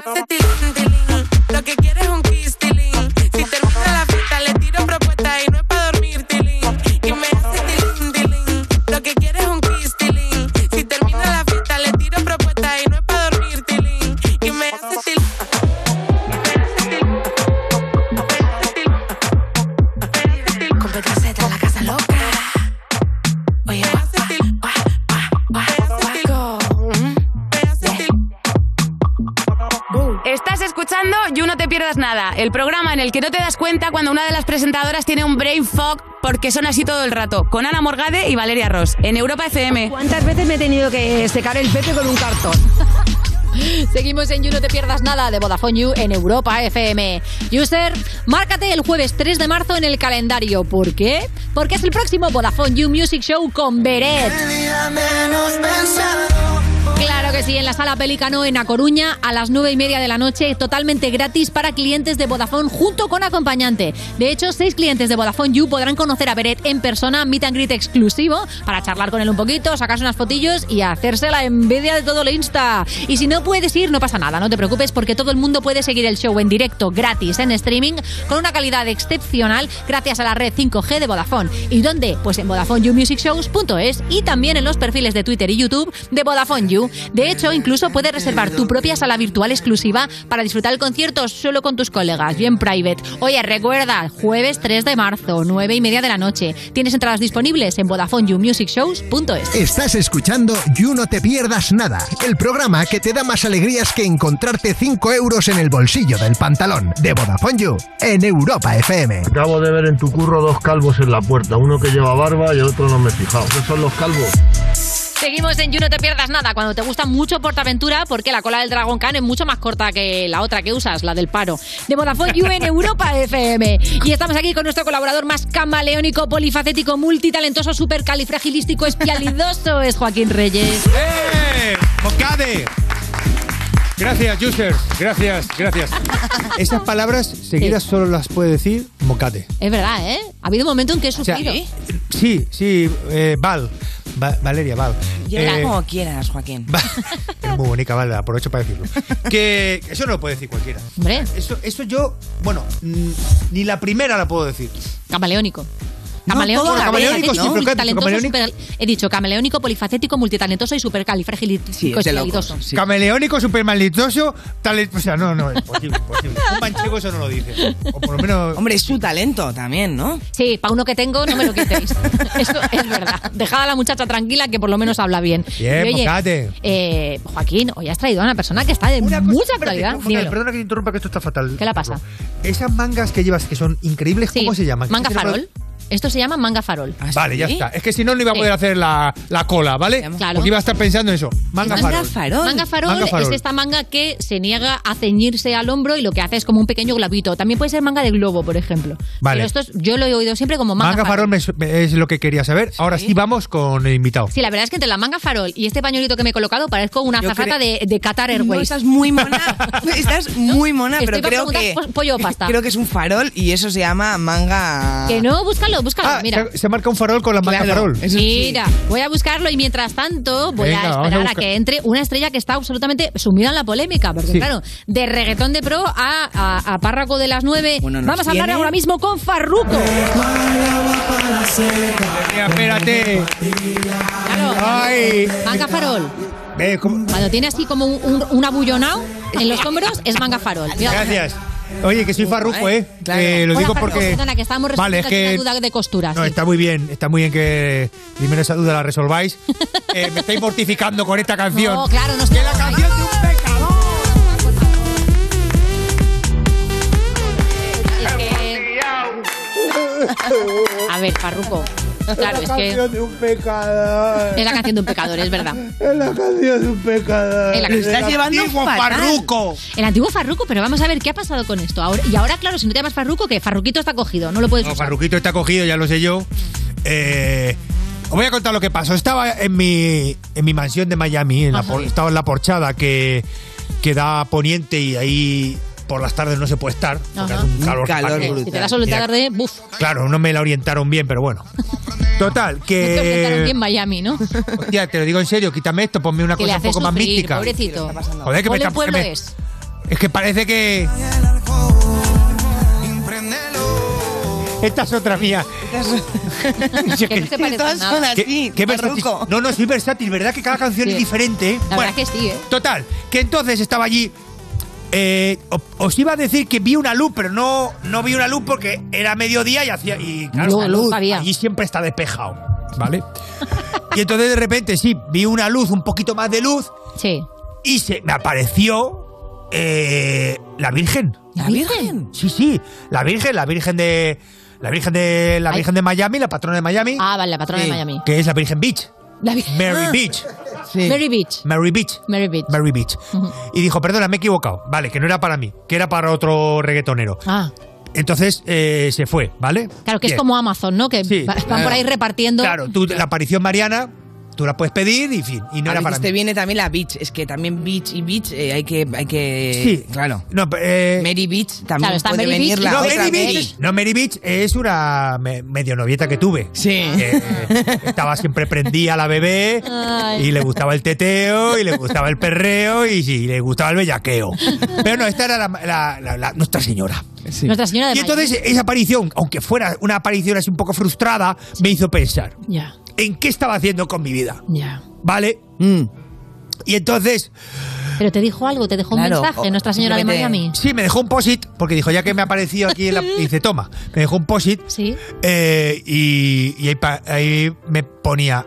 Speaker 2: hace tilín, tilín. Lo que quieres es un kiss, tilín. Si termina la fiesta, le tiro propuesta y no es para dormir, tilín. Y me hace tilín, tilín. Lo que quieres es un kiss, tilín. Si termina la fiesta, le tiro propuesta y no es para dormir, tilín. Y me hace tilín.
Speaker 12: ah,
Speaker 4: el programa en el que no te das cuenta cuando una de las presentadoras tiene un brain fog porque son así todo el rato, con Ana Morgade y Valeria Ross, en Europa FM.
Speaker 7: ¿Cuántas veces me he tenido que secar el pepe con un cartón?
Speaker 3: Seguimos en You No Te Pierdas Nada de Vodafone You en Europa FM. User, márcate el jueves 3 de marzo en el calendario. ¿Por qué? Porque es el próximo Vodafone You Music Show con Beret. Claro que sí, en la sala Pelicano en A Coruña a las 9 y media de la noche, totalmente gratis para clientes de Vodafone junto con acompañante. De hecho, seis clientes de Vodafone You podrán conocer a Beret en persona, meet and greet exclusivo, para charlar con él un poquito, sacarse unas fotillos y hacerse la envidia de todo el Insta. Y si no puedes ir, no pasa nada, no te preocupes, porque todo el mundo puede seguir el show en directo, gratis, en streaming, con una calidad excepcional, gracias a la red 5G de Vodafone. ¿Y dónde? Pues en VodafoneYouMusicShows.es y también en los perfiles de Twitter y YouTube de Vodafone You. De hecho, incluso puedes reservar tu propia sala virtual exclusiva para disfrutar el concierto solo con tus colegas, bien private. Oye, recuerda, jueves 3 de marzo, 9 y media de la noche. Tienes entradas disponibles en VodafoneYouMusicShows.es.
Speaker 5: Estás escuchando You No Te Pierdas Nada, el programa que te da más alegrías que encontrarte 5 euros en el bolsillo del pantalón de Vodafone You en Europa FM.
Speaker 15: Acabo de ver en tu curro dos calvos en la puerta, uno que lleva barba y el otro no me he fijado. ¿Qué son los calvos?
Speaker 3: Seguimos en You No Te Pierdas Nada, cuando te gusta mucho Portaventura, porque la cola del Dragon Khan es mucho más corta que la otra que usas, la del paro. De Vodafone You en Europa FM. Y estamos aquí con nuestro colaborador más camaleónico, polifacético, multitalentoso, supercalifragilístico, espialidoso, es Joaquín Reyes.
Speaker 16: ¡Eh! ¡Mocade! Gracias, users. Gracias, gracias. Esas palabras seguidas solo las puede decir Mocate.
Speaker 3: Es verdad, ¿eh? Ha habido un momento en que he sufrido.
Speaker 16: eh, Sí, sí, eh, Val. Va- Valeria, Val.
Speaker 6: Llora
Speaker 16: Eh,
Speaker 6: como quieras, Joaquín.
Speaker 16: Es muy bonita, vale, aprovecho para decirlo. Que eso no lo puede decir cualquiera.
Speaker 3: Hombre.
Speaker 16: Eso, eso yo, bueno, mm, ni la primera la puedo decir.
Speaker 3: Camaleónico.
Speaker 16: No,
Speaker 3: Camaleónico,
Speaker 16: todo a la vez,
Speaker 3: polifacético,
Speaker 16: ¿no?
Speaker 3: multitalentoso,
Speaker 16: Camaleónico.
Speaker 3: super- he dicho camaleónico, polifacético, multitalentoso y supercalifragilístico, espialidoso.
Speaker 16: Camaleónico, supermalditoso, tal. O sea, no, no, imposible, imposible. Un manchego eso no lo dice. O por lo menos.
Speaker 6: Hombre, es su talento también,
Speaker 16: ¿Ah?
Speaker 6: ¿no?
Speaker 3: Sí, para uno que tengo, no me lo quitéis. Eso es verdad. Dejad a la muchacha tranquila que por lo menos habla bien.
Speaker 16: Bien,
Speaker 3: Y, oye,
Speaker 16: Mocate.
Speaker 3: eh, Joaquín, hoy has traído a una persona que está de mucha actualidad.
Speaker 16: Ojo,
Speaker 3: Dímelo.
Speaker 16: Perdona que te interrumpa, que esto está fatal.
Speaker 3: ¿Qué la pasa?
Speaker 16: Esas mangas que llevas que son increíbles, ¿cómo se llaman?
Speaker 3: Manga
Speaker 16: ¿Qué se llama?
Speaker 3: farol. Esto se llama manga farol.
Speaker 16: Ah, Vale, ya está. Es que si no, no iba a poder
Speaker 3: Sí.
Speaker 16: hacer la, la cola, ¿vale? Porque iba a estar pensando en eso. Manga, farol.
Speaker 3: Manga farol
Speaker 16: Manga farol.
Speaker 3: es esta manga que se niega a ceñirse al hombro y lo que hace es como un pequeño globito. También puede ser manga de globo, por ejemplo.
Speaker 16: Vale.
Speaker 3: Pero esto es- yo lo he oído siempre como manga,
Speaker 16: Manga
Speaker 3: farol.
Speaker 16: farol me su- me- es lo que quería saber. Ahora sí vamos con el invitado.
Speaker 3: Sí, la verdad es que entre la manga farol y este pañuelito que me he colocado parezco una
Speaker 16: Yo
Speaker 3: zafata
Speaker 16: creo-
Speaker 3: de, de Qatar
Speaker 6: No,
Speaker 3: Airways.
Speaker 6: estás muy mona. Estás muy mona,
Speaker 3: Estoy
Speaker 6: pero
Speaker 3: para
Speaker 6: creo que.
Speaker 3: preguntar po- pollo o pasta.
Speaker 6: Creo que es un farol y eso se llama manga.
Speaker 3: Que no, búscalo, búscalo.
Speaker 16: Ah,
Speaker 3: mira.
Speaker 16: se, se marca un farol con la manga
Speaker 6: Claro,
Speaker 16: farol.
Speaker 6: eso
Speaker 3: Mira, voy a buscarlo y mientras tanto voy
Speaker 16: Venga,
Speaker 3: a
Speaker 16: vamos a
Speaker 3: esperar a,
Speaker 16: buscar-
Speaker 3: que entre una estrella que está absolutamente sumida en la polémica, porque
Speaker 16: Sí.
Speaker 3: claro, de reggaetón de pro a, a- a párraco de las nueve,
Speaker 16: Bueno, nos
Speaker 3: vamos a hablar
Speaker 16: tiene-
Speaker 3: ahora mismo con Farruco.
Speaker 16: Mira, espérate. Ay.
Speaker 3: Manga farol.
Speaker 16: Ve, ¿cómo?
Speaker 3: Cuando tiene así como un, un, un abullonao en los hombros, es manga farol. Mira,
Speaker 16: Gracias. Oye, que soy farruco, ¿eh? Eh, lo
Speaker 3: Hola,
Speaker 16: digo
Speaker 3: Farruko,
Speaker 16: porque.
Speaker 3: Perdona, que estábamos resolviendo
Speaker 16: Vale, es
Speaker 3: aquí
Speaker 16: que.
Speaker 3: una duda de costuras.
Speaker 16: No,
Speaker 3: sí.
Speaker 16: está muy bien, está muy bien que primero esa duda la resolváis. Eh, me estáis mortificando con esta canción.
Speaker 3: No, claro, no está. Es que- A ver, Farruco. Claro, es que
Speaker 16: de un pecador.
Speaker 3: es la canción de un pecador, es verdad.
Speaker 16: Es la canción de un pecador.
Speaker 3: Es la canción. Estás llevando fatal. El antiguo Farruco, pero vamos a ver qué ha pasado con esto. Ahora, y ahora, claro, si no te llamas Farruco, que Farruquito está cogido, no lo puedes
Speaker 16: No,
Speaker 3: usar.
Speaker 16: Farruquito está cogido, ya lo sé yo. Eh, os voy a contar lo que pasó. Estaba en mi, en mi mansión de Miami, en la por- estaba en la porchada que, que da poniente y ahí por las tardes no se puede estar. porque
Speaker 3: Ajá.
Speaker 16: hace un calor,
Speaker 3: Eh,
Speaker 16: fatal.
Speaker 3: Si te das solo
Speaker 16: Mira,
Speaker 3: tarde, buf.
Speaker 16: Claro, no me la orientaron bien, pero bueno. Total,
Speaker 3: Te presentaron aquí en
Speaker 16: que.
Speaker 3: Miami, ¿no?
Speaker 16: Hostia, te lo digo en serio, quítame esto, ponme una
Speaker 3: que le
Speaker 16: cosa Eh, un
Speaker 3: hace
Speaker 16: poco más
Speaker 3: sufrir,
Speaker 16: mística.
Speaker 3: pobrecito.
Speaker 16: Joder, que me
Speaker 3: ¿Cuál
Speaker 16: está-
Speaker 3: el pueblo
Speaker 16: que me-
Speaker 3: es?
Speaker 16: Es que parece que. Esta es otra mía.
Speaker 3: que no se parece a nada.
Speaker 16: ¿Qué- qué versátil- No, no, soy versátil, ¿verdad? Que cada canción es
Speaker 3: Sí.
Speaker 16: diferente.
Speaker 3: La
Speaker 16: Bueno,
Speaker 3: verdad que sí, ¿eh?
Speaker 16: Total, que entonces estaba allí. eh, o- os iba a decir que vi una luz, pero no, no vi una luz porque era mediodía y hacía. Y claro,
Speaker 3: No, luz había.
Speaker 16: allí siempre está despejado, ¿vale? y entonces de repente sí, vi una luz, un poquito más de luz.
Speaker 3: Sí.
Speaker 16: Y se me apareció eh, la Virgen. ¿La Virgen? Sí, sí. La Virgen, la Virgen de. La Virgen de. La
Speaker 3: Ay.
Speaker 16: Virgen de Miami, la patrona de Miami.
Speaker 3: Ah, vale, la patrona
Speaker 16: Sí,
Speaker 3: de Miami.
Speaker 16: Que es la Virgen Beach.
Speaker 3: La Virgen-
Speaker 16: Mary
Speaker 3: Ah.
Speaker 16: Beach.
Speaker 3: Mary Beach.
Speaker 16: Mary Beach.
Speaker 3: Mary Beach.
Speaker 16: Mary Beach.
Speaker 3: Ujú.
Speaker 16: Y dijo, perdona, me he equivocado. Vale, que no era para mí, que era para otro reggaetonero.
Speaker 3: Ah,
Speaker 16: Entonces eh, se fue, ¿vale?
Speaker 3: claro, que es
Speaker 16: Bien.
Speaker 3: como Amazon, ¿no? Que va- van
Speaker 16: claro.
Speaker 3: por ahí repartiendo.
Speaker 16: Claro, tú, la aparición mariana, tú la puedes pedir y fin. Y no
Speaker 6: A
Speaker 16: era
Speaker 6: veces
Speaker 16: para
Speaker 6: te
Speaker 16: mí.
Speaker 6: viene también la beach, es que también beach y beach eh, hay que hay que
Speaker 16: Sí.
Speaker 6: claro.
Speaker 16: No,
Speaker 6: Mary Beach también puede
Speaker 16: Beach.
Speaker 6: venir la
Speaker 16: no,
Speaker 6: otra
Speaker 16: Mary Beach.
Speaker 6: Mary.
Speaker 16: No, Mary Beach es una me- medio novieta que tuve.
Speaker 6: Sí.
Speaker 16: estaba siempre prendida la bebé
Speaker 3: Ay.
Speaker 16: y le gustaba el teteo y le gustaba el perreo y, sí, le gustaba el bellaqueo. Pero no, esta era la, la- la- la- Nuestra Señora.
Speaker 3: Nuestra Señora de
Speaker 16: Y entonces
Speaker 3: Miami.
Speaker 16: esa aparición, aunque fuera una aparición así un poco frustrada, me hizo pensar,
Speaker 3: Ya,
Speaker 16: ¿en qué estaba haciendo con mi vida?
Speaker 6: Mm.
Speaker 3: ya.
Speaker 16: ¿Vale? Y entonces...
Speaker 3: Pero te dijo algo, te dejó
Speaker 16: Claro,
Speaker 3: un mensaje,
Speaker 16: o-
Speaker 3: Nuestra Señora de
Speaker 16: simplemente-
Speaker 3: Miami.
Speaker 16: Sí, me dejó un posit, porque dijo, ya que me ha aparecido aquí en la... Dice, toma, me dejó un posit.
Speaker 3: Sí.
Speaker 16: y y ahí, pa- ahí me ponía,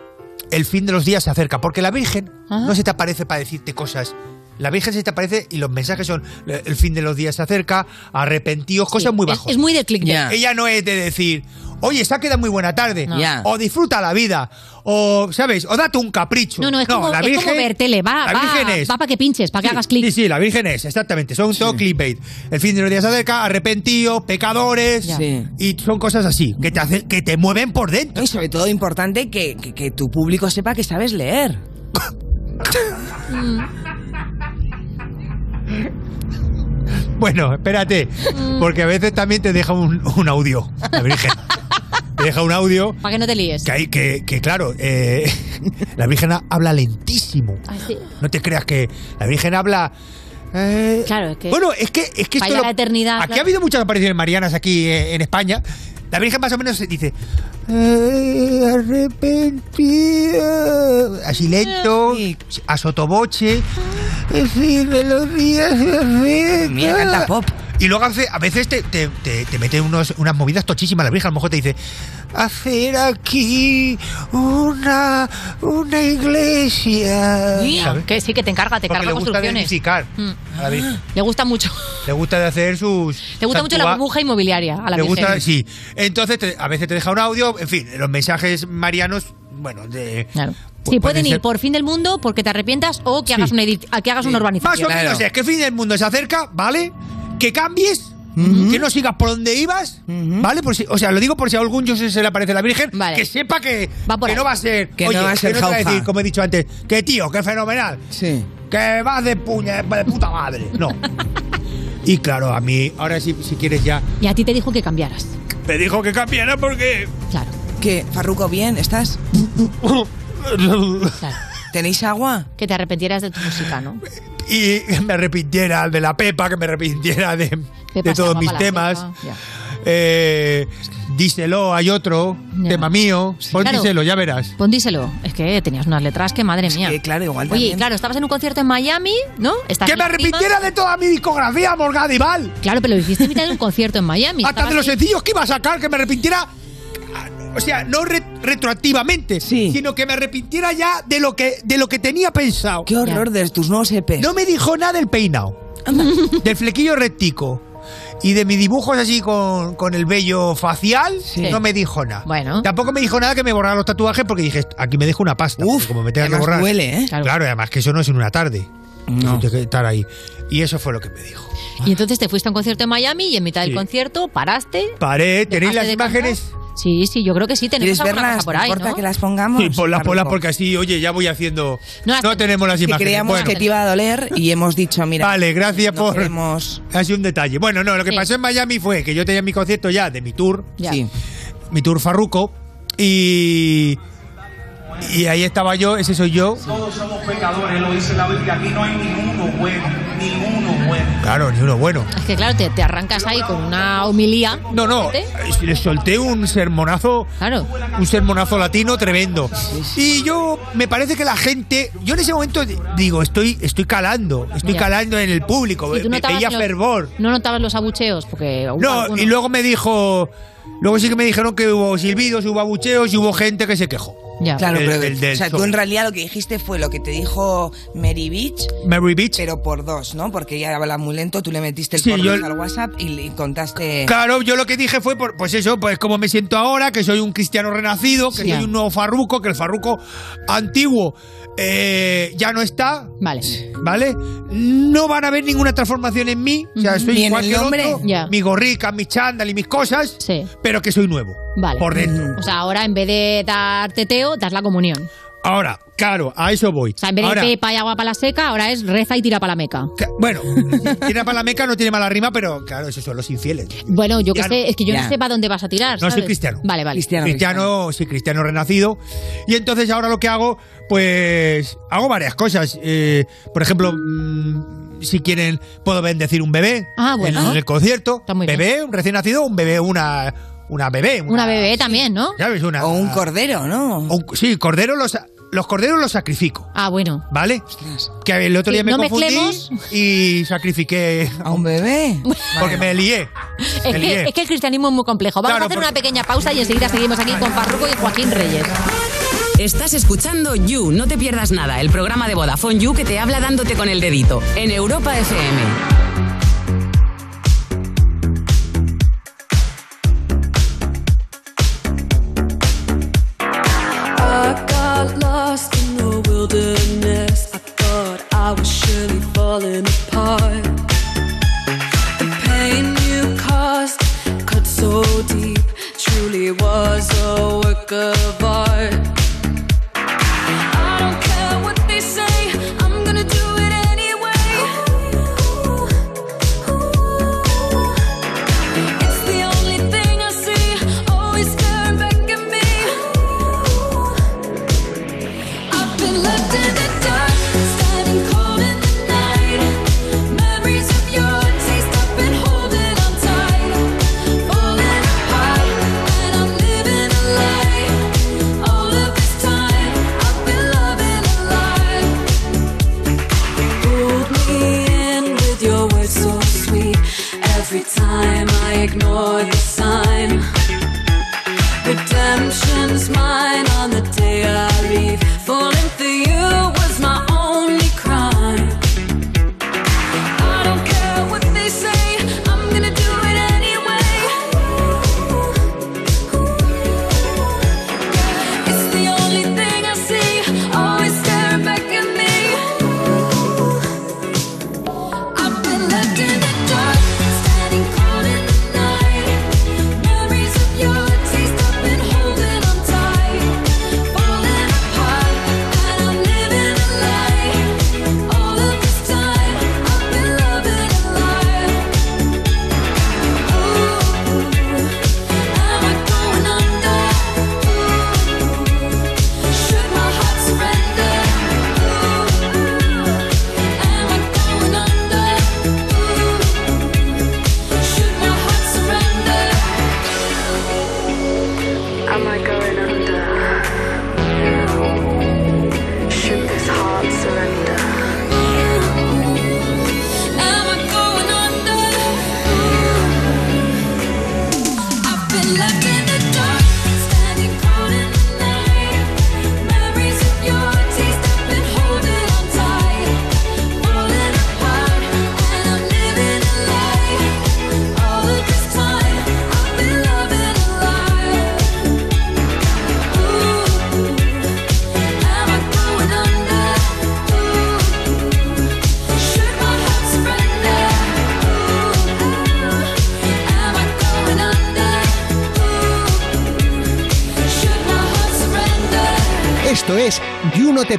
Speaker 16: el fin de los días se acerca, porque la Virgen no se te aparece para decirte cosas. La Virgen se te aparece y los mensajes son, el fin de los días se acerca, arrepentidos, cosas muy
Speaker 3: es-
Speaker 16: bajas.
Speaker 3: es muy de clickbait. Ya.
Speaker 16: Ella no es de decir... Oye, se ha quedado muy buena tarde.
Speaker 3: No. Ya.
Speaker 16: O disfruta la vida. O, ¿sabes? O date un capricho.
Speaker 3: No, no, es, como,
Speaker 16: la
Speaker 3: es como
Speaker 16: Virgen-
Speaker 3: ver tele, Ah, va,
Speaker 16: la Virgen
Speaker 3: va,
Speaker 16: es-
Speaker 3: va para que pinches, para que hagas clic.
Speaker 16: Sí, sí, la Virgen es, exactamente. Son todo clickbait. El fin de los días se acerca, arrepentidos, pecadores.
Speaker 6: Ya. Sí.
Speaker 16: Y son cosas así, que te, hace- que te mueven por dentro.
Speaker 6: Y sobre todo importante que, que- que tu público sepa que sabes leer.
Speaker 3: Mm,
Speaker 16: Bueno, espérate,
Speaker 3: Mm.
Speaker 16: porque a veces también te deja un, un audio, la Virgen. te deja un audio.
Speaker 3: Para que no te líes.
Speaker 16: Que, hay, que, que claro, eh, la Virgen habla lentísimo.
Speaker 3: Así.
Speaker 16: No te creas que la Virgen habla. eh,
Speaker 3: Claro, es que.
Speaker 16: Bueno, es que, es que esto
Speaker 3: Baila
Speaker 16: lo-
Speaker 3: la eternidad.
Speaker 16: Aquí
Speaker 3: claro.
Speaker 16: ha habido muchas apariciones marianas aquí eh, en España. La Virgen más o menos se dice "Ay, arrepentida", así
Speaker 3: Ah,
Speaker 16: lento, a sotoboche. "El fin de los días se acerca".
Speaker 6: Mira, canta pop.
Speaker 16: Ah. Y luego hace- a veces te, te, te- te mete unos, unas movidas tochísimas. La Virgen a lo mejor te dice hacer aquí una una iglesia. ¿Sabes?
Speaker 3: Que sí, que te encarga, te
Speaker 16: Porque
Speaker 3: encarga
Speaker 16: le gusta
Speaker 3: construcciones.
Speaker 16: edificar.
Speaker 3: Mm.
Speaker 16: A la Virgen.
Speaker 3: Le gusta mucho.
Speaker 16: Le gusta de hacer sus.
Speaker 3: Le gusta mucho la
Speaker 16: santua-
Speaker 3: burbuja inmobiliaria a la
Speaker 16: le
Speaker 3: Virgen.
Speaker 16: gusta, sí. Entonces, te- a veces te deja un audio, en fin, los mensajes marianos, bueno, de. pu-
Speaker 3: Sí, pueden ir
Speaker 16: ser-
Speaker 3: por fin del mundo porque te arrepientas o que hagas una, edit- a que hagas una
Speaker 16: Más
Speaker 3: urbanización.
Speaker 16: o menos, es que fin del mundo se acerca, ¿vale? Que cambies. Que no sigas por donde ibas, ¿vale? Por si- o sea, lo digo por si a algún yo se le aparece la Virgen, que sepa que, que no va a ser.
Speaker 6: Que
Speaker 16: oye,
Speaker 6: no va a ser
Speaker 16: que no te va a
Speaker 6: jauja.
Speaker 16: decir, como he dicho antes, que tío, que fenomenal.
Speaker 6: Sí.
Speaker 16: Que vas de puña, de puta madre. No. y claro, a mí, ahora sí, si quieres ya.
Speaker 3: Y a ti te dijo que cambiaras.
Speaker 16: Te dijo que cambiara porque.
Speaker 3: Claro.
Speaker 6: Que Farruco bien, ¿estás? ¿Tenéis agua?
Speaker 3: Que te arrepentieras de tu música, ¿no?
Speaker 16: y me arrepintiera de la Pepa, que me arrepintiera de, de
Speaker 3: pasa,
Speaker 16: todos
Speaker 3: guapa
Speaker 16: mis
Speaker 3: la
Speaker 16: temas.
Speaker 3: Pepa? Ya.
Speaker 16: Eh, díselo, hay otro
Speaker 3: Ya.
Speaker 16: tema mío. Pon
Speaker 3: Claro.
Speaker 16: díselo, ya verás.
Speaker 3: Pondíselo. Es que tenías unas letras que madre mía.
Speaker 6: claro, igual
Speaker 3: Oye, claro, estabas en un concierto en Miami, ¿no? Estás
Speaker 16: ¡Que me
Speaker 3: encima-
Speaker 16: arrepintiera de toda mi discografía, Morgada y Val!
Speaker 3: Claro, pero lo hiciste en mitad de un concierto en Miami.
Speaker 16: Hasta Ah, de
Speaker 3: Estabas
Speaker 6: ¿Ah,
Speaker 16: los
Speaker 3: ahí-
Speaker 16: sencillos que iba a sacar, que me arrepintiera. O sea, no re- retroactivamente, sino que me arrepintiera ya de lo que, de lo que tenía pensado.
Speaker 6: Qué horror de tus nuevos E EPs.
Speaker 16: No me dijo nada del peinado, del flequillo rectico y de mis dibujos así con, con el vello facial. No me dijo nada.
Speaker 3: Bueno.
Speaker 16: Tampoco me dijo nada que me borrara los tatuajes porque dije, aquí me dejo una pasta. porque como me tenga que
Speaker 6: además
Speaker 16: borrar.
Speaker 6: duele, ¿eh?
Speaker 16: Claro. además que eso no es en una tarde. No. Tienes que estar ahí. Y eso fue lo que me dijo.
Speaker 3: Y entonces te fuiste a un concierto en Miami y en mitad del
Speaker 16: Sí.
Speaker 3: concierto paraste.
Speaker 16: Paré, ¿tenéis
Speaker 3: ¿Dejaste
Speaker 16: las
Speaker 3: de cantar?
Speaker 16: imágenes?
Speaker 3: Sí, sí, yo creo que sí. Tenemos
Speaker 6: ¿Quieres
Speaker 3: alguna
Speaker 6: verlas?
Speaker 3: cosa por
Speaker 6: ¿Te
Speaker 3: ahí,
Speaker 6: importa
Speaker 3: ¿no?
Speaker 6: que las pongamos?
Speaker 16: Sí, ponlas, ponlas
Speaker 6: Farruko?
Speaker 16: porque así, oye, ya voy haciendo.
Speaker 3: No
Speaker 16: No,
Speaker 3: las
Speaker 16: tenemos las
Speaker 6: Que
Speaker 16: imágenes.
Speaker 6: creíamos
Speaker 16: Bueno.
Speaker 6: que te iba a doler y hemos dicho, mira.
Speaker 16: Vale, gracias
Speaker 6: no
Speaker 16: por.
Speaker 6: queremos-
Speaker 16: Ha sido un detalle. Bueno, no, lo que pasó en Miami fue que yo tenía mi concierto ya de mi tour.
Speaker 6: Ya. Sí.
Speaker 16: Mi tour Farruco. Y. Y ahí estaba yo, ese soy yo.
Speaker 17: Todos somos pecadores, lo dice la Biblia. Aquí no hay ninguno bueno, ninguno bueno.
Speaker 16: Claro, ni uno bueno.
Speaker 3: Es que claro, te, te arrancas ahí con una homilía.
Speaker 16: No, no.
Speaker 3: ¿Te?
Speaker 16: Le solté un sermonazo.
Speaker 3: Claro.
Speaker 16: Un sermonazo latino tremendo. Y yo, me parece que la gente. Yo en ese momento digo, estoy, estoy calando. Estoy
Speaker 3: Ya.
Speaker 16: calando en el público.
Speaker 3: Y tú
Speaker 16: Ve-
Speaker 3: notabas
Speaker 16: Veía
Speaker 3: los-
Speaker 16: fervor.
Speaker 3: No notabas los abucheos, porque hubo
Speaker 16: No,
Speaker 3: alguno.
Speaker 16: y luego me dijo. Luego sí que me dijeron que hubo silbidos, hubo abucheos y hubo gente que se quejó.
Speaker 3: Ya.
Speaker 6: Claro,
Speaker 16: El-
Speaker 6: pero
Speaker 16: el del
Speaker 6: o sea, tú
Speaker 16: sol.
Speaker 6: en realidad lo que dijiste fue lo que te dijo Mary Beach.
Speaker 16: Mary Beach.
Speaker 6: Pero por dos, ¿no? Porque ella habla muy lento, tú le metiste el
Speaker 16: Sí,
Speaker 6: porno
Speaker 16: yo-
Speaker 6: al WhatsApp y le contaste.
Speaker 16: Claro, yo lo que dije fue, por- pues eso, pues como me siento ahora, que soy un cristiano renacido, que
Speaker 6: Sí.
Speaker 16: soy un nuevo farruco, que el farruco antiguo eh, ya no está.
Speaker 3: Vale.
Speaker 16: ¿Vale? No van a haber ninguna transformación en mí. O sea,
Speaker 3: Ujú.
Speaker 16: soy
Speaker 3: Ni en
Speaker 16: igual
Speaker 3: el
Speaker 16: que el
Speaker 3: hombre.
Speaker 16: otro,
Speaker 3: Ya.
Speaker 16: mi gorrica, mi chándal y mis cosas, pero que soy nuevo.
Speaker 3: Vale.
Speaker 16: Por dentro.
Speaker 3: O sea, ahora en vez de dar teteo, das la comunión.
Speaker 16: Ahora, claro, a eso voy.
Speaker 3: O sea, en vez
Speaker 16: Ahora,
Speaker 3: de pepa y agua para la seca, ahora es reza y tira para la meca.
Speaker 16: bueno, tira para la meca, no tiene mala rima, pero claro, esos son los infieles.
Speaker 3: Bueno, yo que
Speaker 16: Ya
Speaker 3: sé,
Speaker 16: no.
Speaker 3: es que yo no
Speaker 16: Ya.
Speaker 3: sé para dónde vas a tirar.
Speaker 16: No, soy
Speaker 3: ¿sabes?
Speaker 16: cristiano.
Speaker 3: Vale, vale.
Speaker 16: cristiano, sí, cristiano renacido. Y entonces ahora lo que hago, pues hago varias cosas. Eh, por ejemplo, mm, si quieren, puedo bendecir un bebé
Speaker 3: Ah, bueno.
Speaker 16: en, en el concierto.
Speaker 3: bien.
Speaker 16: Bebé, un recién nacido, un bebé, una, una bebé.
Speaker 3: Una bebé también, ¿no?
Speaker 16: ¿sabes? Una-
Speaker 6: O un cordero, ¿no?
Speaker 16: sí, cordero los, los corderos los sacrifico.
Speaker 3: Ah, bueno.
Speaker 16: ¿Vale? Que el otro
Speaker 3: Sí,
Speaker 16: día me
Speaker 3: no
Speaker 16: confundí
Speaker 3: mezclemos.
Speaker 16: y sacrifiqué
Speaker 6: a un bebé.
Speaker 16: Porque me lié.
Speaker 3: Es
Speaker 16: Me lié.
Speaker 3: que, es que el cristianismo es muy complejo. Vamos
Speaker 16: Claro,
Speaker 3: a hacer
Speaker 16: porque-
Speaker 3: una pequeña pausa y enseguida seguimos aquí con Farruco y Joaquín Reyes.
Speaker 4: Estás escuchando You, no te pierdas nada, el programa de Vodafone You que te habla dándote con el dedito en Europa FM.
Speaker 11: I got lost in the wilderness. I thought I was surely falling apart. The pain you caused cut so deep, truly was a work of art. I don't care what they say, I'm gonna do it anyway. It's the only thing I see, always staring back at me. I've been left in the dark, standing cold in the night. Memories of your taste, I've been holding on tight, falling apart, and I'm living a lie. All of this time, I've been loving a lie. Hold me in with your words so sweet. Every time I ignore the sign. Redemption's mine on the day I leave. Falling for you was my only crime. I don't care what they say, I'm gonna do it anyway. It's the only thing I see, always staring back at me. I've been left in the dark, standing cold in the night. Memories of your taste, I've been holding on tight, falling apart, and I'm living a lie. All of this time, I've been loving a lie. Ooh, am I going under? Ooh, should my heart surrender? Ooh, am I going under? Ooh, should my heart surrender? Am I going under? Should this heart surrender? Am I going under? I've been left in the dark, standing cold in the night. Memories of your taste, I've been holding on tight, falling apart, and I'm living a lie. All of this time, I've been loving a lie.
Speaker 5: Esto es You No Te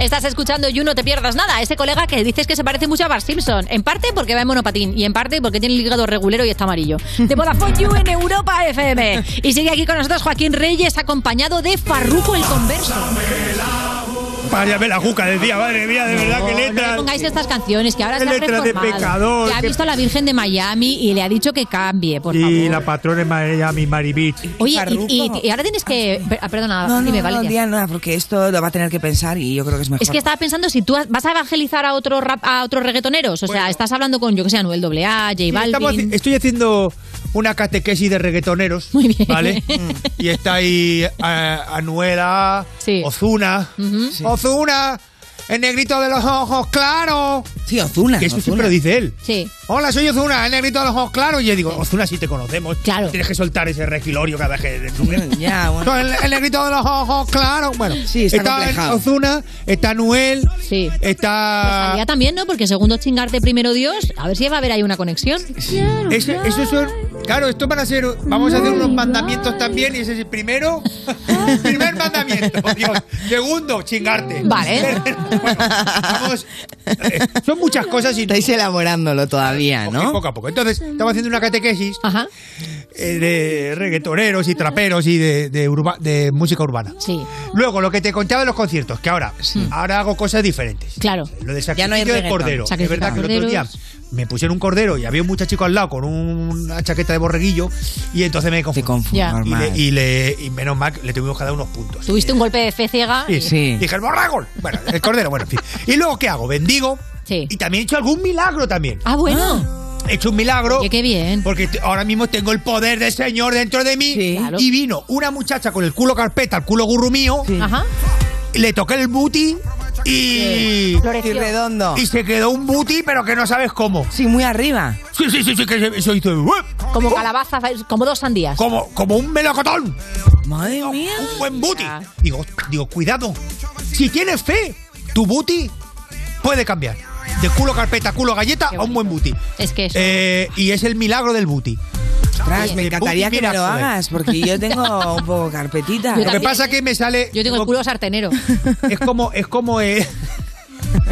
Speaker 3: Estás escuchando You No Te Pierdas Nada, ese colega que dices que se parece mucho a Bart Simpson. En parte porque va en monopatín y en parte porque tiene el hígado regulero y está amarillo. De Vodafone You en Europa FM. Y sigue aquí con nosotros Joaquín Reyes acompañado de Farruco el Converso.
Speaker 16: Pállame la juca, decía, madre mía, de verdad, que
Speaker 3: No,
Speaker 16: letra.
Speaker 3: No le pongáis estas canciones, que ahora
Speaker 16: Qué
Speaker 3: se ha
Speaker 16: letra de
Speaker 3: reformado.
Speaker 16: pecador,
Speaker 3: Que ha
Speaker 16: qué-
Speaker 3: visto a la Virgen de Miami y le ha dicho que cambie, por favor.
Speaker 16: y la patrona de Miami, Mary Beach.
Speaker 3: Oye, y- y, y ahora tienes que... per- ah, Perdona,
Speaker 6: No, no,
Speaker 3: dime,
Speaker 6: no,
Speaker 3: Valeria.
Speaker 6: Diana, porque esto lo va a tener que pensar y yo creo que es mejor.
Speaker 3: Es que estaba pensando si tú has- vas a evangelizar a otros rap- a otros reggaetoneros, o sea, estás hablando con yo que sé, Anuel AA, J
Speaker 16: Sí, estamos
Speaker 3: Balvin.
Speaker 16: haci- estoy haciendo una catequesis de reggaetoneros. Muy bien. ¿Vale? Mm. y está ahí eh, Anuela, Ozuna. Ozuna, el negrito de los ojos claros.
Speaker 6: Sí, Ozuna.
Speaker 16: Que eso
Speaker 6: Ozuna.
Speaker 16: siempre lo dice él.
Speaker 3: Sí.
Speaker 16: Hola, soy Ozuna, el negrito de los ojos claros. Y yo digo, Ozuna, sí te conocemos. Claro. Tienes que soltar ese requilorio cada vez que...
Speaker 6: ya,
Speaker 16: bueno. El, el negrito de los ojos claros. Bueno,
Speaker 6: sí, está
Speaker 3: complejado.
Speaker 16: Ozuna, está Anuel, está...
Speaker 3: Ya Pues también, ¿no? Porque segundo chingarte primero Dios, a ver si va a haber ahí una conexión.
Speaker 16: Eso, eso son. Claro, esto van a ser. Vamos a hacer unos mandamientos también. Y ese es el primero. primer mandamiento. Dios. Segundo, chingarte.
Speaker 3: Vale.
Speaker 16: Bueno, vamos. eh, son muchas cosas y.
Speaker 19: Estáis elaborándolo todavía, ¿no?
Speaker 16: Poco a poco. Entonces, estamos haciendo una catequesis eh, de reggaetoneros y traperos y de, de urba- de música urbana.
Speaker 3: Sí.
Speaker 16: Luego, lo que te contaba de los conciertos, que ahora, ahora hago cosas diferentes.
Speaker 3: Claro.
Speaker 16: Lo de
Speaker 19: Ya no hay
Speaker 16: sacrificio de
Speaker 19: reggaetón.
Speaker 16: cordero. Es
Speaker 19: Sacrificar
Speaker 16: verdad que el otro día
Speaker 19: corderos.
Speaker 16: me pusieron un cordero y había un muchachico al lado con una chaqueta de borreguillo y entonces me confundí.
Speaker 3: Ya.
Speaker 16: y,
Speaker 19: normal.
Speaker 16: le, y le- y menos mal, que le tuvimos que dar unos puntos.
Speaker 3: Tuviste un golpe de fe ciega.
Speaker 16: Sí,
Speaker 3: y-
Speaker 16: Dije, el borrego. Bueno, el cordero, bueno, en fin. ¿Y luego qué hago? Bendigo. Y también he hecho algún milagro también.
Speaker 3: Ah, bueno.
Speaker 16: He hecho un milagro.
Speaker 3: Oye, qué bien.
Speaker 16: Porque te- ahora mismo tengo el poder del Señor dentro de mí.
Speaker 3: Claro.
Speaker 16: Y vino una muchacha con el culo carpeta, el culo gurru mío.
Speaker 3: Ajá.
Speaker 16: Le toqué el booty y.
Speaker 6: Floreció. Y redondo.
Speaker 16: Y se quedó un booty, pero que no sabes cómo.
Speaker 6: Sí, muy arriba.
Speaker 16: Sí, sí, sí, sí, que se- eso hizo. ¡uh! ¡Oh!
Speaker 3: Como calabaza, como dos sandías.
Speaker 16: Como, como un melocotón.
Speaker 6: Madre
Speaker 16: mía. Un buen booty. Digo, digo, cuidado. Si tienes fe, tu booty puede cambiar. De culo carpeta, culo galleta a un buen booty.
Speaker 3: Es que eso.
Speaker 16: Eh, y es el milagro del booty.
Speaker 6: Ostras,
Speaker 16: Oye,
Speaker 6: me encantaría
Speaker 16: Putin,
Speaker 6: que me
Speaker 16: mira,
Speaker 6: lo
Speaker 16: joder.
Speaker 6: hagas, porque yo tengo un poco carpetita.
Speaker 16: Lo que
Speaker 3: eh.
Speaker 16: pasa es que me sale.
Speaker 3: Yo tengo el culo sartenero.
Speaker 16: Es como. Es como. eh,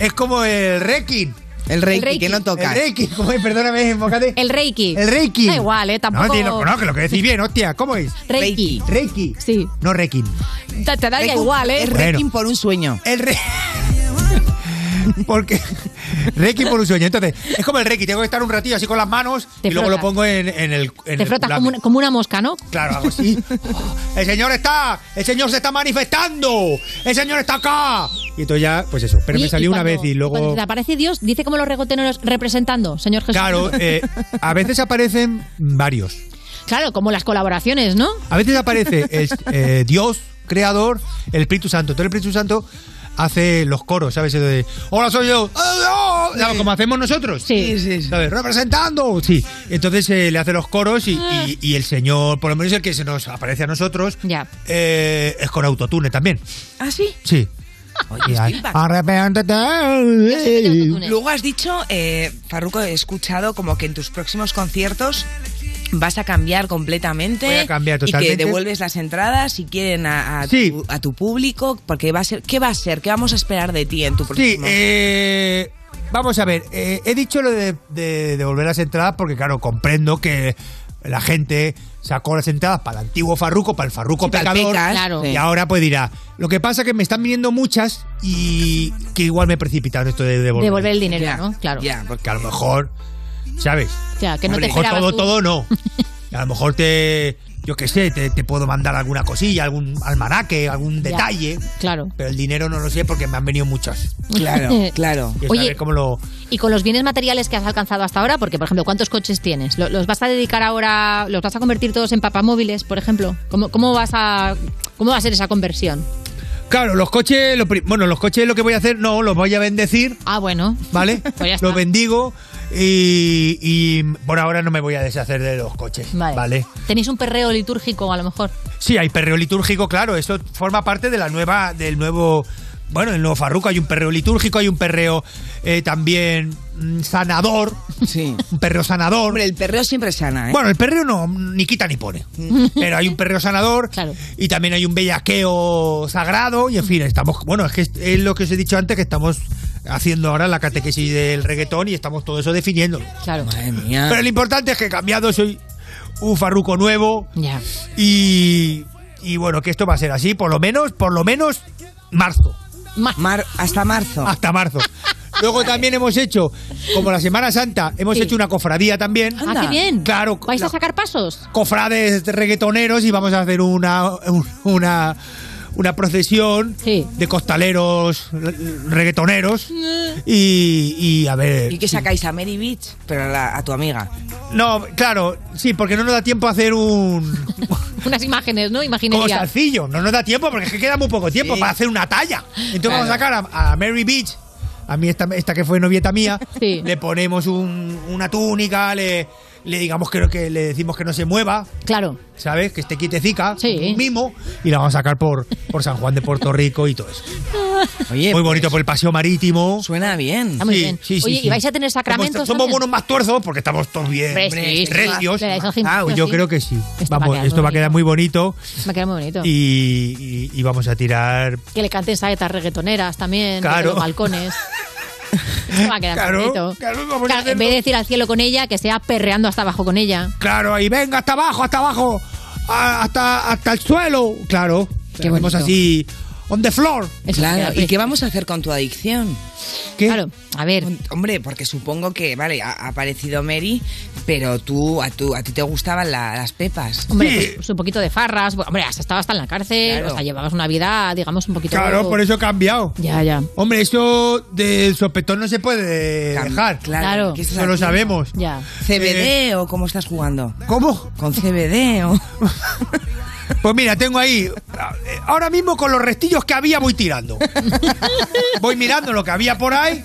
Speaker 16: es como el reiki.
Speaker 6: El
Speaker 3: reiki, El reiki. que no
Speaker 16: toca
Speaker 3: tocas.
Speaker 16: El reiki. ¿Cómo es? Perdóname, enfócate.
Speaker 3: El reiki.
Speaker 16: El reiki.
Speaker 3: Da igual, ¿eh? Tampoco...
Speaker 16: No, tío, lo conozco, lo que decís bien, hostia. ¿Cómo es?
Speaker 3: Reiki.
Speaker 16: Reiki.
Speaker 3: Sí.
Speaker 16: No reiki.
Speaker 3: Te, te daría igual, ¿eh?
Speaker 6: por un sueño.
Speaker 16: El re... Porque Reiki por un sueño. Entonces, es como el Reiki, tengo que estar un ratillo así con las manos
Speaker 3: pues, Te
Speaker 16: y luego lo
Speaker 3: frotas.
Speaker 16: pongo en, en el. en
Speaker 3: Te
Speaker 16: el
Speaker 3: frotas
Speaker 16: culame.
Speaker 3: como una, como una mosca, ¿no?
Speaker 16: Claro, hago así. El Señor está, el Señor se está manifestando, el Señor está acá. Y entonces ya, pues eso. Pero
Speaker 3: Oye,
Speaker 16: me
Speaker 3: y
Speaker 16: salió una
Speaker 3: cuando-
Speaker 16: vez y
Speaker 3: cuando
Speaker 16: luego.
Speaker 3: se te aparece Dios, dice como los regoteneros representando, señor Jesús.
Speaker 16: Claro, eh, a veces aparecen varios.
Speaker 3: Claro, como las colaboraciones, ¿no?
Speaker 16: A veces aparece el, eh, Dios, creador, el Espíritu Santo. Todo el Espíritu Santo hace los coros, ¿sabes? Eso de, Hola, soy yo. ¡Ah, no! ¿Sabes? Como hacemos nosotros.
Speaker 3: Sí,
Speaker 6: sí.
Speaker 16: ¿Sabes? Representando. Sí. Entonces eh, le hace los coros y, y- y el Señor, por lo menos el que se nos aparece a nosotros,
Speaker 3: Ya.
Speaker 16: eh, es con autotune también.
Speaker 6: ¿Ah, sí?
Speaker 16: Sí. Y ahí, "Arrepiéntete".
Speaker 6: Luego has dicho, eh, Farruko, he escuchado como que en tus próximos conciertos vas a cambiar completamente.
Speaker 16: Voy a cambiar
Speaker 6: Y que
Speaker 16: totalmente.
Speaker 6: devuelves las entradas si quieren a, a
Speaker 16: Sí.
Speaker 6: tu, a tu público, porque va a ser, ¿qué va a ser? ¿Qué vamos a esperar de ti en tu
Speaker 16: Sí,
Speaker 6: próximo?
Speaker 16: eh, vamos a ver. eh, he dicho lo de, de devolver las entradas porque, claro, comprendo que la gente sacó las entradas para el antiguo farruco, para el farruco
Speaker 6: para el
Speaker 16: pecador.
Speaker 6: Pecas, claro.
Speaker 16: Y
Speaker 6: Sí.
Speaker 16: ahora pues dirá, lo que pasa es que me están viniendo muchas y que igual me he precipitado en esto de devolver.
Speaker 3: Devolver el dinero, ¿no? Claro.
Speaker 6: Ya,
Speaker 16: porque a lo mejor, ¿sabes?
Speaker 3: Ya, que no
Speaker 16: a lo
Speaker 3: te
Speaker 16: mejor todo,
Speaker 3: esperabas tú.
Speaker 16: todo no. A lo mejor te, yo qué sé, te, te puedo mandar alguna cosilla, algún almanaque, algún
Speaker 3: Ya.
Speaker 16: detalle.
Speaker 3: Claro.
Speaker 16: Pero el dinero no lo sé porque me han venido muchas.
Speaker 3: Claro,
Speaker 6: claro.
Speaker 16: Y a
Speaker 3: Oye,
Speaker 16: saber cómo lo...
Speaker 3: Y con los bienes materiales que has alcanzado hasta ahora, porque, por ejemplo, ¿cuántos coches tienes? ¿Lo- ¿Los vas a dedicar ahora, los vas a convertir todos en papamóviles, por ejemplo? ¿Cómo, cómo vas a, cómo va a ser esa conversión?
Speaker 16: Claro, los coches, lo pri- bueno, los coches lo que voy a hacer, no, los voy a bendecir.
Speaker 3: Ah, bueno.
Speaker 16: ¿Vale? los bendigo y, y por ahora no me voy a deshacer de los coches. Vale.
Speaker 3: ¿Tenéis un perreo litúrgico, a lo mejor?
Speaker 16: Sí, hay perreo litúrgico, claro, eso forma parte de la nueva, del nuevo, bueno, el nuevo farruco, hay un perreo litúrgico, hay un perreo eh, también mm, sanador.
Speaker 6: Sí.
Speaker 16: Un perreo sanador.
Speaker 6: Hombre, el perreo siempre sana, ¿eh?
Speaker 16: Bueno, el perreo no, ni quita ni pone. Pero hay un perreo sanador y también hay un bellaqueo sagrado y en fin, estamos, bueno, es que es, es lo que os he dicho antes que estamos haciendo ahora la catequesis del reggaetón y estamos todo eso definiéndolo.
Speaker 3: Claro.
Speaker 6: Madre mía.
Speaker 16: Pero lo importante es que he cambiado, soy un farruco nuevo
Speaker 3: Ya.
Speaker 16: y, y bueno, que esto va a ser así, por lo menos, por lo menos marzo.
Speaker 6: hasta marzo.
Speaker 16: Hasta marzo. Luego también hemos hecho, como la Semana Santa, hemos
Speaker 3: Sí.
Speaker 16: hecho una cofradía también.
Speaker 3: Ah, qué bien.
Speaker 16: Claro,
Speaker 3: ¿Vais
Speaker 16: la-
Speaker 3: a sacar pasos?
Speaker 16: cofrades reggaetoneros y vamos a hacer una un- una una procesión de costaleros re- reggaetoneros y, y a ver
Speaker 6: ¿Y qué sacáis a Mary Beach? Pero a, la- a tu amiga.
Speaker 16: no claro sí porque no nos da tiempo a hacer un
Speaker 3: Unas imágenes, ¿no? Imaginería.
Speaker 16: cosalcillo no nos da tiempo porque es que queda muy poco tiempo para hacer una talla entonces vamos a sacar a, a Mary Beach a mí esta, esta que fue novieta mía le ponemos un- una túnica le le digamos creo que le decimos que no se mueva
Speaker 3: claro
Speaker 16: sabes que esté quitecica un mimo y la vamos a sacar por, por San Juan de Puerto Rico y todo eso. muy bonito por el paseo marítimo.
Speaker 19: Suena bien.
Speaker 3: Está Ah, muy bien.
Speaker 16: Sí, sí,
Speaker 3: Oye,
Speaker 16: sí.
Speaker 3: ¿y vais a tener
Speaker 16: Somos,
Speaker 3: sacramentos?
Speaker 16: somos
Speaker 3: también?
Speaker 16: buenos más tuerzos porque estamos todos bien.
Speaker 3: Hombre, sí, sí,
Speaker 16: recios.
Speaker 3: sí, sí, sí.
Speaker 16: Ah, yo creo que sí.
Speaker 3: va a
Speaker 16: Vamos,
Speaker 3: quedar
Speaker 16: esto
Speaker 3: muy
Speaker 16: va a quedar muy bonito
Speaker 3: Me queda muy bonito.
Speaker 16: y, y- y vamos a tirar.
Speaker 3: Que le canten saetas reggaetoneras también, desde
Speaker 16: Claro.
Speaker 3: los balcones. Esto va a quedar
Speaker 16: Claro,
Speaker 3: bonito. Claro, en vez de decir al cielo con ella, que sea perreando hasta abajo con ella.
Speaker 16: Claro, ahí venga hasta abajo, hasta abajo, a- hasta, hasta el suelo. Claro,
Speaker 19: Qué
Speaker 16: Hacemos
Speaker 19: bonito.
Speaker 16: así on the floor.
Speaker 19: Claro,
Speaker 6: pues,
Speaker 19: ¿y qué vamos a hacer con tu adicción?
Speaker 6: Claro,
Speaker 3: a ver.
Speaker 6: Hombre, porque supongo que, vale, ha ha aparecido Mary, pero tú, a, tú, a ti te gustaban la- las pepas.
Speaker 3: Hombre, pues, un poquito de farras. Bueno, Hombre, has estado hasta en la cárcel,
Speaker 6: Claro.
Speaker 3: o sea, llevabas una vida, digamos, un poquito...
Speaker 16: Claro, por eso he cambiado.
Speaker 3: Ya, ya.
Speaker 16: Hombre, eso del sopetón no se puede dejar.
Speaker 6: Claro, ¿qué estás
Speaker 16: Eso lo
Speaker 6: haciendo?
Speaker 16: sabemos.
Speaker 3: Ya.
Speaker 6: ¿CBD o cómo estás jugando?
Speaker 16: ¿Cómo?
Speaker 6: Con CBD o...
Speaker 16: Pues mira, tengo ahí. Ahora mismo con los restillos que había voy tirando. Voy mirando lo que había por ahí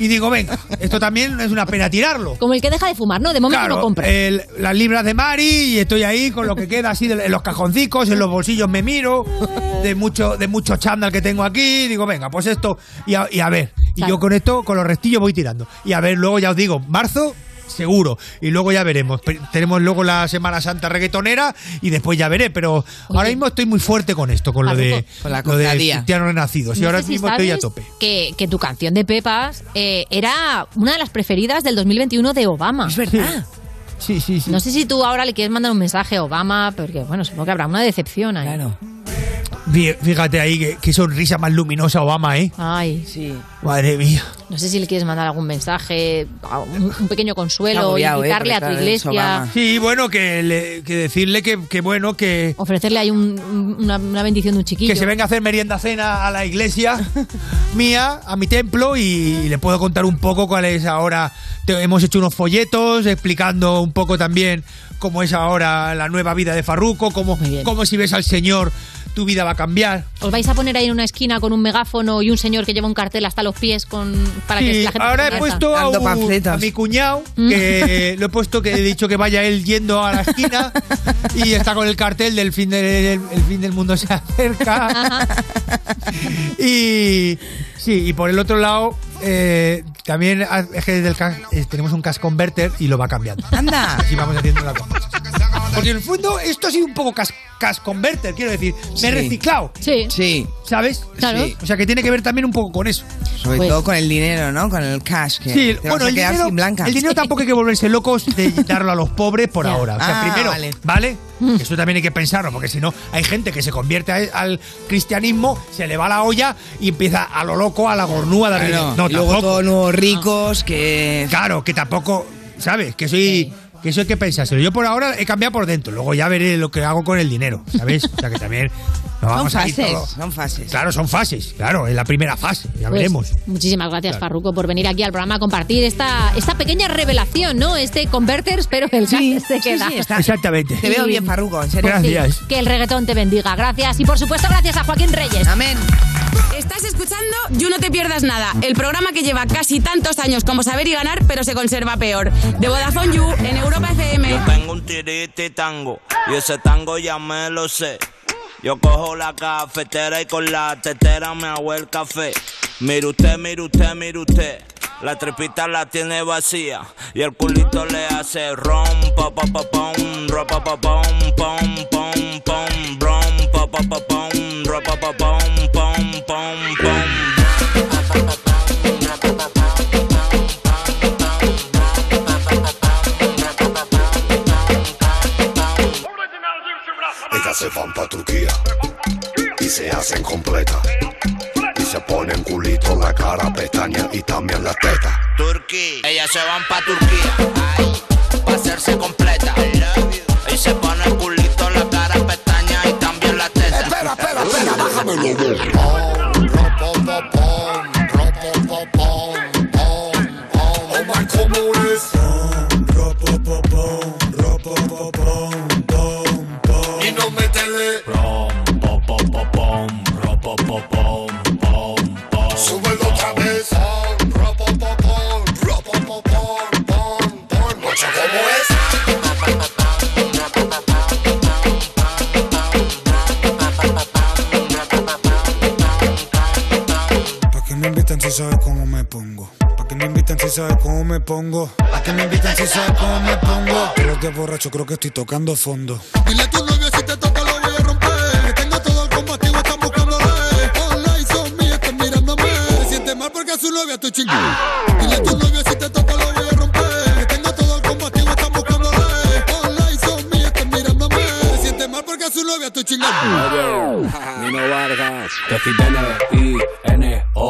Speaker 16: y digo, venga, esto también es una pena tirarlo.
Speaker 3: Como el que deja de fumar, ¿no? De momento
Speaker 16: Claro,
Speaker 3: no compra.
Speaker 16: el- las libras de Mari y estoy ahí con lo que queda así de- en los cajoncicos, en los bolsillos me miro, de mucho, de mucho chándal que tengo aquí, digo, venga, pues esto, y a, y a ver. Y yo con esto, con los restillos voy tirando. Y a ver, luego ya os digo, marzo, seguro. Y luego ya veremos. Pe- Tenemos luego la Semana Santa reggaetonera y después ya veré. Pero ahora mismo estoy muy fuerte con esto, con lo de,
Speaker 19: Farruko. Con la
Speaker 16: lo de
Speaker 19: cofradía.
Speaker 16: cristianos renacidos. Y Pues
Speaker 3: No
Speaker 16: ahora
Speaker 3: sé si
Speaker 16: mismo estoy a
Speaker 3: sabes
Speaker 16: tope.
Speaker 3: Que, que tu canción de Pepas eh, era una de las preferidas del 2021 de Obama. Es
Speaker 6: verdad.
Speaker 16: Sí, sí, sí.
Speaker 3: No sé si tú ahora le quieres mandar un mensaje a Obama, porque bueno, supongo que habrá una decepción ahí. Claro.
Speaker 16: Fí- Fíjate ahí, que qué sonrisa más luminosa Obama, ¿eh?
Speaker 3: Ay.
Speaker 6: Sí.
Speaker 16: Madre mía.
Speaker 3: No sé si le quieres mandar algún mensaje, a un, un pequeño consuelo,
Speaker 16: Agobiado, ¿eh?
Speaker 3: invitarle a tu
Speaker 16: Porque, claro, es
Speaker 3: iglesia,
Speaker 16: Obama. Sí, bueno, que, le- que decirle que, que bueno, que,
Speaker 3: ofrecerle ahí un- un- una, una bendición de un chiquillo.
Speaker 16: que se venga a hacer merienda cena a la iglesia mía, a mi templo, y le puedo contar un poco cuál es ahora. Te- hemos hecho unos folletos explicando un poco también cómo es ahora la nueva vida de Farruco, cómo, cómo si ves al Señor tu vida va a cambiar.
Speaker 3: Os vais a poner ahí en una esquina con un megáfono y un señor que lleva un cartel hasta los pies con, para que
Speaker 16: Sí,
Speaker 3: la gente
Speaker 16: ahora
Speaker 3: se
Speaker 16: he
Speaker 3: convierta.
Speaker 16: puesto a, un- a mi cuñado que lo he puesto que he dicho que vaya él yendo a la esquina y está con el cartel del fin del el, el fin del mundo se acerca y sí y por el otro lado eh, también ha- es que desde el cas- eh, tenemos un cash converter y lo va cambiando
Speaker 6: anda
Speaker 16: así vamos haciendo las cosas porque en el fondo esto ha sido un poco cas- cash converter quiero decir me he
Speaker 6: Sí.
Speaker 16: reciclado
Speaker 3: sí
Speaker 6: Sí.
Speaker 16: sabes
Speaker 6: Claro.
Speaker 16: o sea que tiene que ver también un poco con eso
Speaker 6: Sobre todo con el dinero, ¿no? Con el cash. Que
Speaker 16: Sí,
Speaker 6: te
Speaker 16: bueno,
Speaker 6: vas a
Speaker 16: el
Speaker 6: quedar
Speaker 16: dinero,
Speaker 6: sin blanca.
Speaker 16: el dinero tampoco hay que volverse locos de darlo a los pobres por
Speaker 6: Ya.
Speaker 16: ahora. O sea,
Speaker 6: Ah,
Speaker 16: primero,
Speaker 6: vale. Mm.
Speaker 16: ¿vale? Que Eso también hay que pensarlo, porque si no, hay gente que se convierte a- al cristianismo, se le va la olla y empieza a lo loco, a la gornúa de
Speaker 6: Claro.
Speaker 16: dinero. No,
Speaker 6: Y luego
Speaker 16: tampoco.
Speaker 6: todos nuevos ricos que.
Speaker 16: Claro, que tampoco, ¿sabes? Que soy. Que eso hay que pensárselo. Yo por ahora he cambiado por dentro. Luego ya veré lo que hago con el dinero, ¿sabes? O sea que también. nos
Speaker 6: Son
Speaker 16: vamos a ir
Speaker 6: fases,
Speaker 16: todo-
Speaker 6: son fases.
Speaker 16: Claro, son fases. Claro, es la primera fase. Ya
Speaker 3: Pues,
Speaker 16: veremos.
Speaker 3: Muchísimas gracias,
Speaker 16: Claro.
Speaker 3: Farruco, por venir aquí al programa a compartir esta, esta pequeña revelación, ¿no? Este converters, pero el sí, se queda.
Speaker 16: Exactamente.
Speaker 6: Te veo bien, Farruco, en serio.
Speaker 16: Gracias.
Speaker 3: Que el reggaetón te bendiga. Gracias. Y por supuesto, gracias a Joaquín Reyes.
Speaker 6: Amén.
Speaker 4: Estás escuchando You No Te Pierdas Nada, el programa que lleva casi tantos años como saber y ganar, pero se conserva peor. De Vodafone You en Europa FM.
Speaker 28: Yo tengo un tiriti tango y ese tango ya me lo sé. Yo cojo la cafetera y con la tetera me hago el café. Mire usted, mire usted, mire usted. La tripita la tiene vacía y el culito le hace rom pa pa pa pom, ro pa pa pom pom pom pom, rom pa pa pa pom, ro pa pa pom pom pom pom.
Speaker 22: Ellas se van pa' Turquía y se hacen completa.
Speaker 29: se ponen culito la cara, pestañas y también las tetas.
Speaker 28: Turquía, ellas se van pa' Turquía, ay, pa' hacerse completa. I love you. Y se pone el culito en la cara, pestaña y también la teta. Espera, espera, espera, bájame
Speaker 29: Y no me te de Súbelo otra vez Mucho como es
Speaker 16: ¿Para qué me invitan si sabes cómo me pongo? ¿Para qué me invitan si sabes cómo me pongo? ¿Para qué me invitan si sabes cómo me pongo? Creo que borracho, creo que estoy tocando fondo.
Speaker 29: Dile a tu novio si te toca lo voy a romper. Que tengo todo el combo activo, están buscando de. Hola, y son míos, están mirándome. Se siente mal porque a su novia estoy chingón. Dile a tu novio si te toca lo voy a romper. Que tengo todo el combo activo, están buscando de. Hola, y son míos, están mirándome. Se siente mal porque a su novia estoy chingón.
Speaker 30: Oye, Nino Vargas, te N-I-N-O.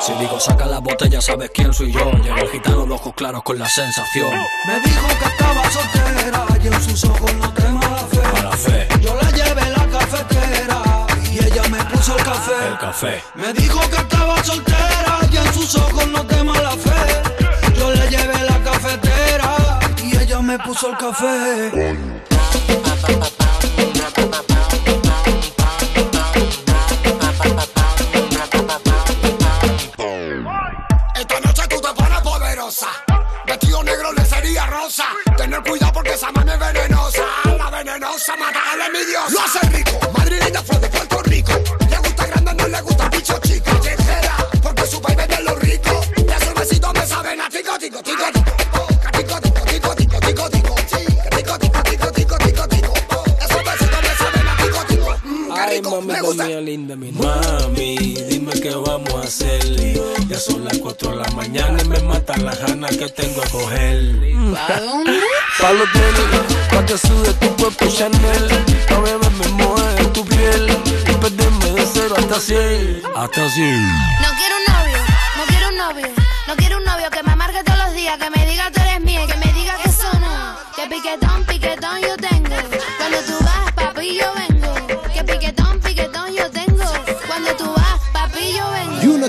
Speaker 30: Si digo saca la botella, sabes quién soy yo. Llevo gitano, los ojos claros con la sensación.
Speaker 11: Me dijo que estaba soltera y en sus ojos no te mala fe.
Speaker 30: Mala fe,
Speaker 11: Yo la llevé a la cafetera y ella me puso el café.
Speaker 30: el café.
Speaker 11: Me dijo que estaba soltera y en sus ojos no te mala fe. Yo la llevé a la cafetera y ella me puso el café.
Speaker 29: Esta noche tú te pones poderosa. Vestido negro le sería rosa. Tener cuidado porque esa mano es venenosa. La venenosa mata a la envidiosa. Lo hace rico. Madrileña fue de Puerto Rico. Le gusta grande, no le gusta bicho chico. Callejera, porque su país vende lo rico. De su besito me saben a tico, tico, tico, tico. Tico, tico, tico, tico, tico, tico. Tico, tico, tico, tico, tico, tico. De su besito me saben a tico, tico. Mm, qué
Speaker 30: Ay,
Speaker 29: rico,
Speaker 30: mami,
Speaker 29: me
Speaker 30: Dios
Speaker 29: gusta.
Speaker 30: mío, linda, mi mami, dime qué vamos a hacer. Ya son las 4 de la mañana y me matan las ganas que tengo a coger.
Speaker 11: ¿Pa' dónde?
Speaker 30: Pa' los
Speaker 11: hoteles,
Speaker 30: pa' que sude tu cuerpo Chanel. Pa' beberme moje de tu piel y perderme de cero hasta 100. Hasta 100.
Speaker 31: No quiero un novio, no quiero un novio, no quiero un novio que me amargue todos los días, que me diga tú eres mía, que me diga que eso no, que piquetón, piquetón yo tengo. Cuando tú vas, papi, yo vengo. Que piquetón, piquetón yo tengo. Cuando tú vas, papi, yo vengo.
Speaker 5: You No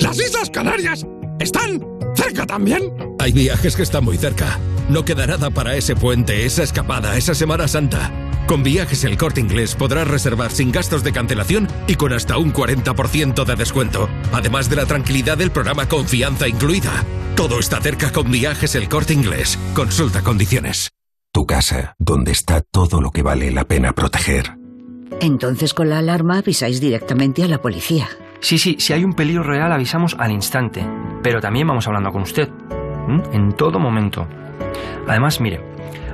Speaker 7: Las Islas Canarias están cerca también.
Speaker 13: Hay viajes que están muy cerca. No queda nada para ese puente, esa escapada, esa Semana Santa. Con viajes el corte inglés podrás reservar sin gastos de cancelación y con hasta un 40% de descuento, además de la tranquilidad del programa Confianza incluida. Todo está cerca con viajes el corte inglés. Consulta condiciones.
Speaker 22: Tu casa, donde está todo lo que vale la pena proteger.
Speaker 20: Entonces con la alarma avisáis directamente a la policía.
Speaker 24: Sí, sí, si hay un peligro real avisamos al instante, pero también vamos hablando con usted, ¿m? en todo momento. Además, mire,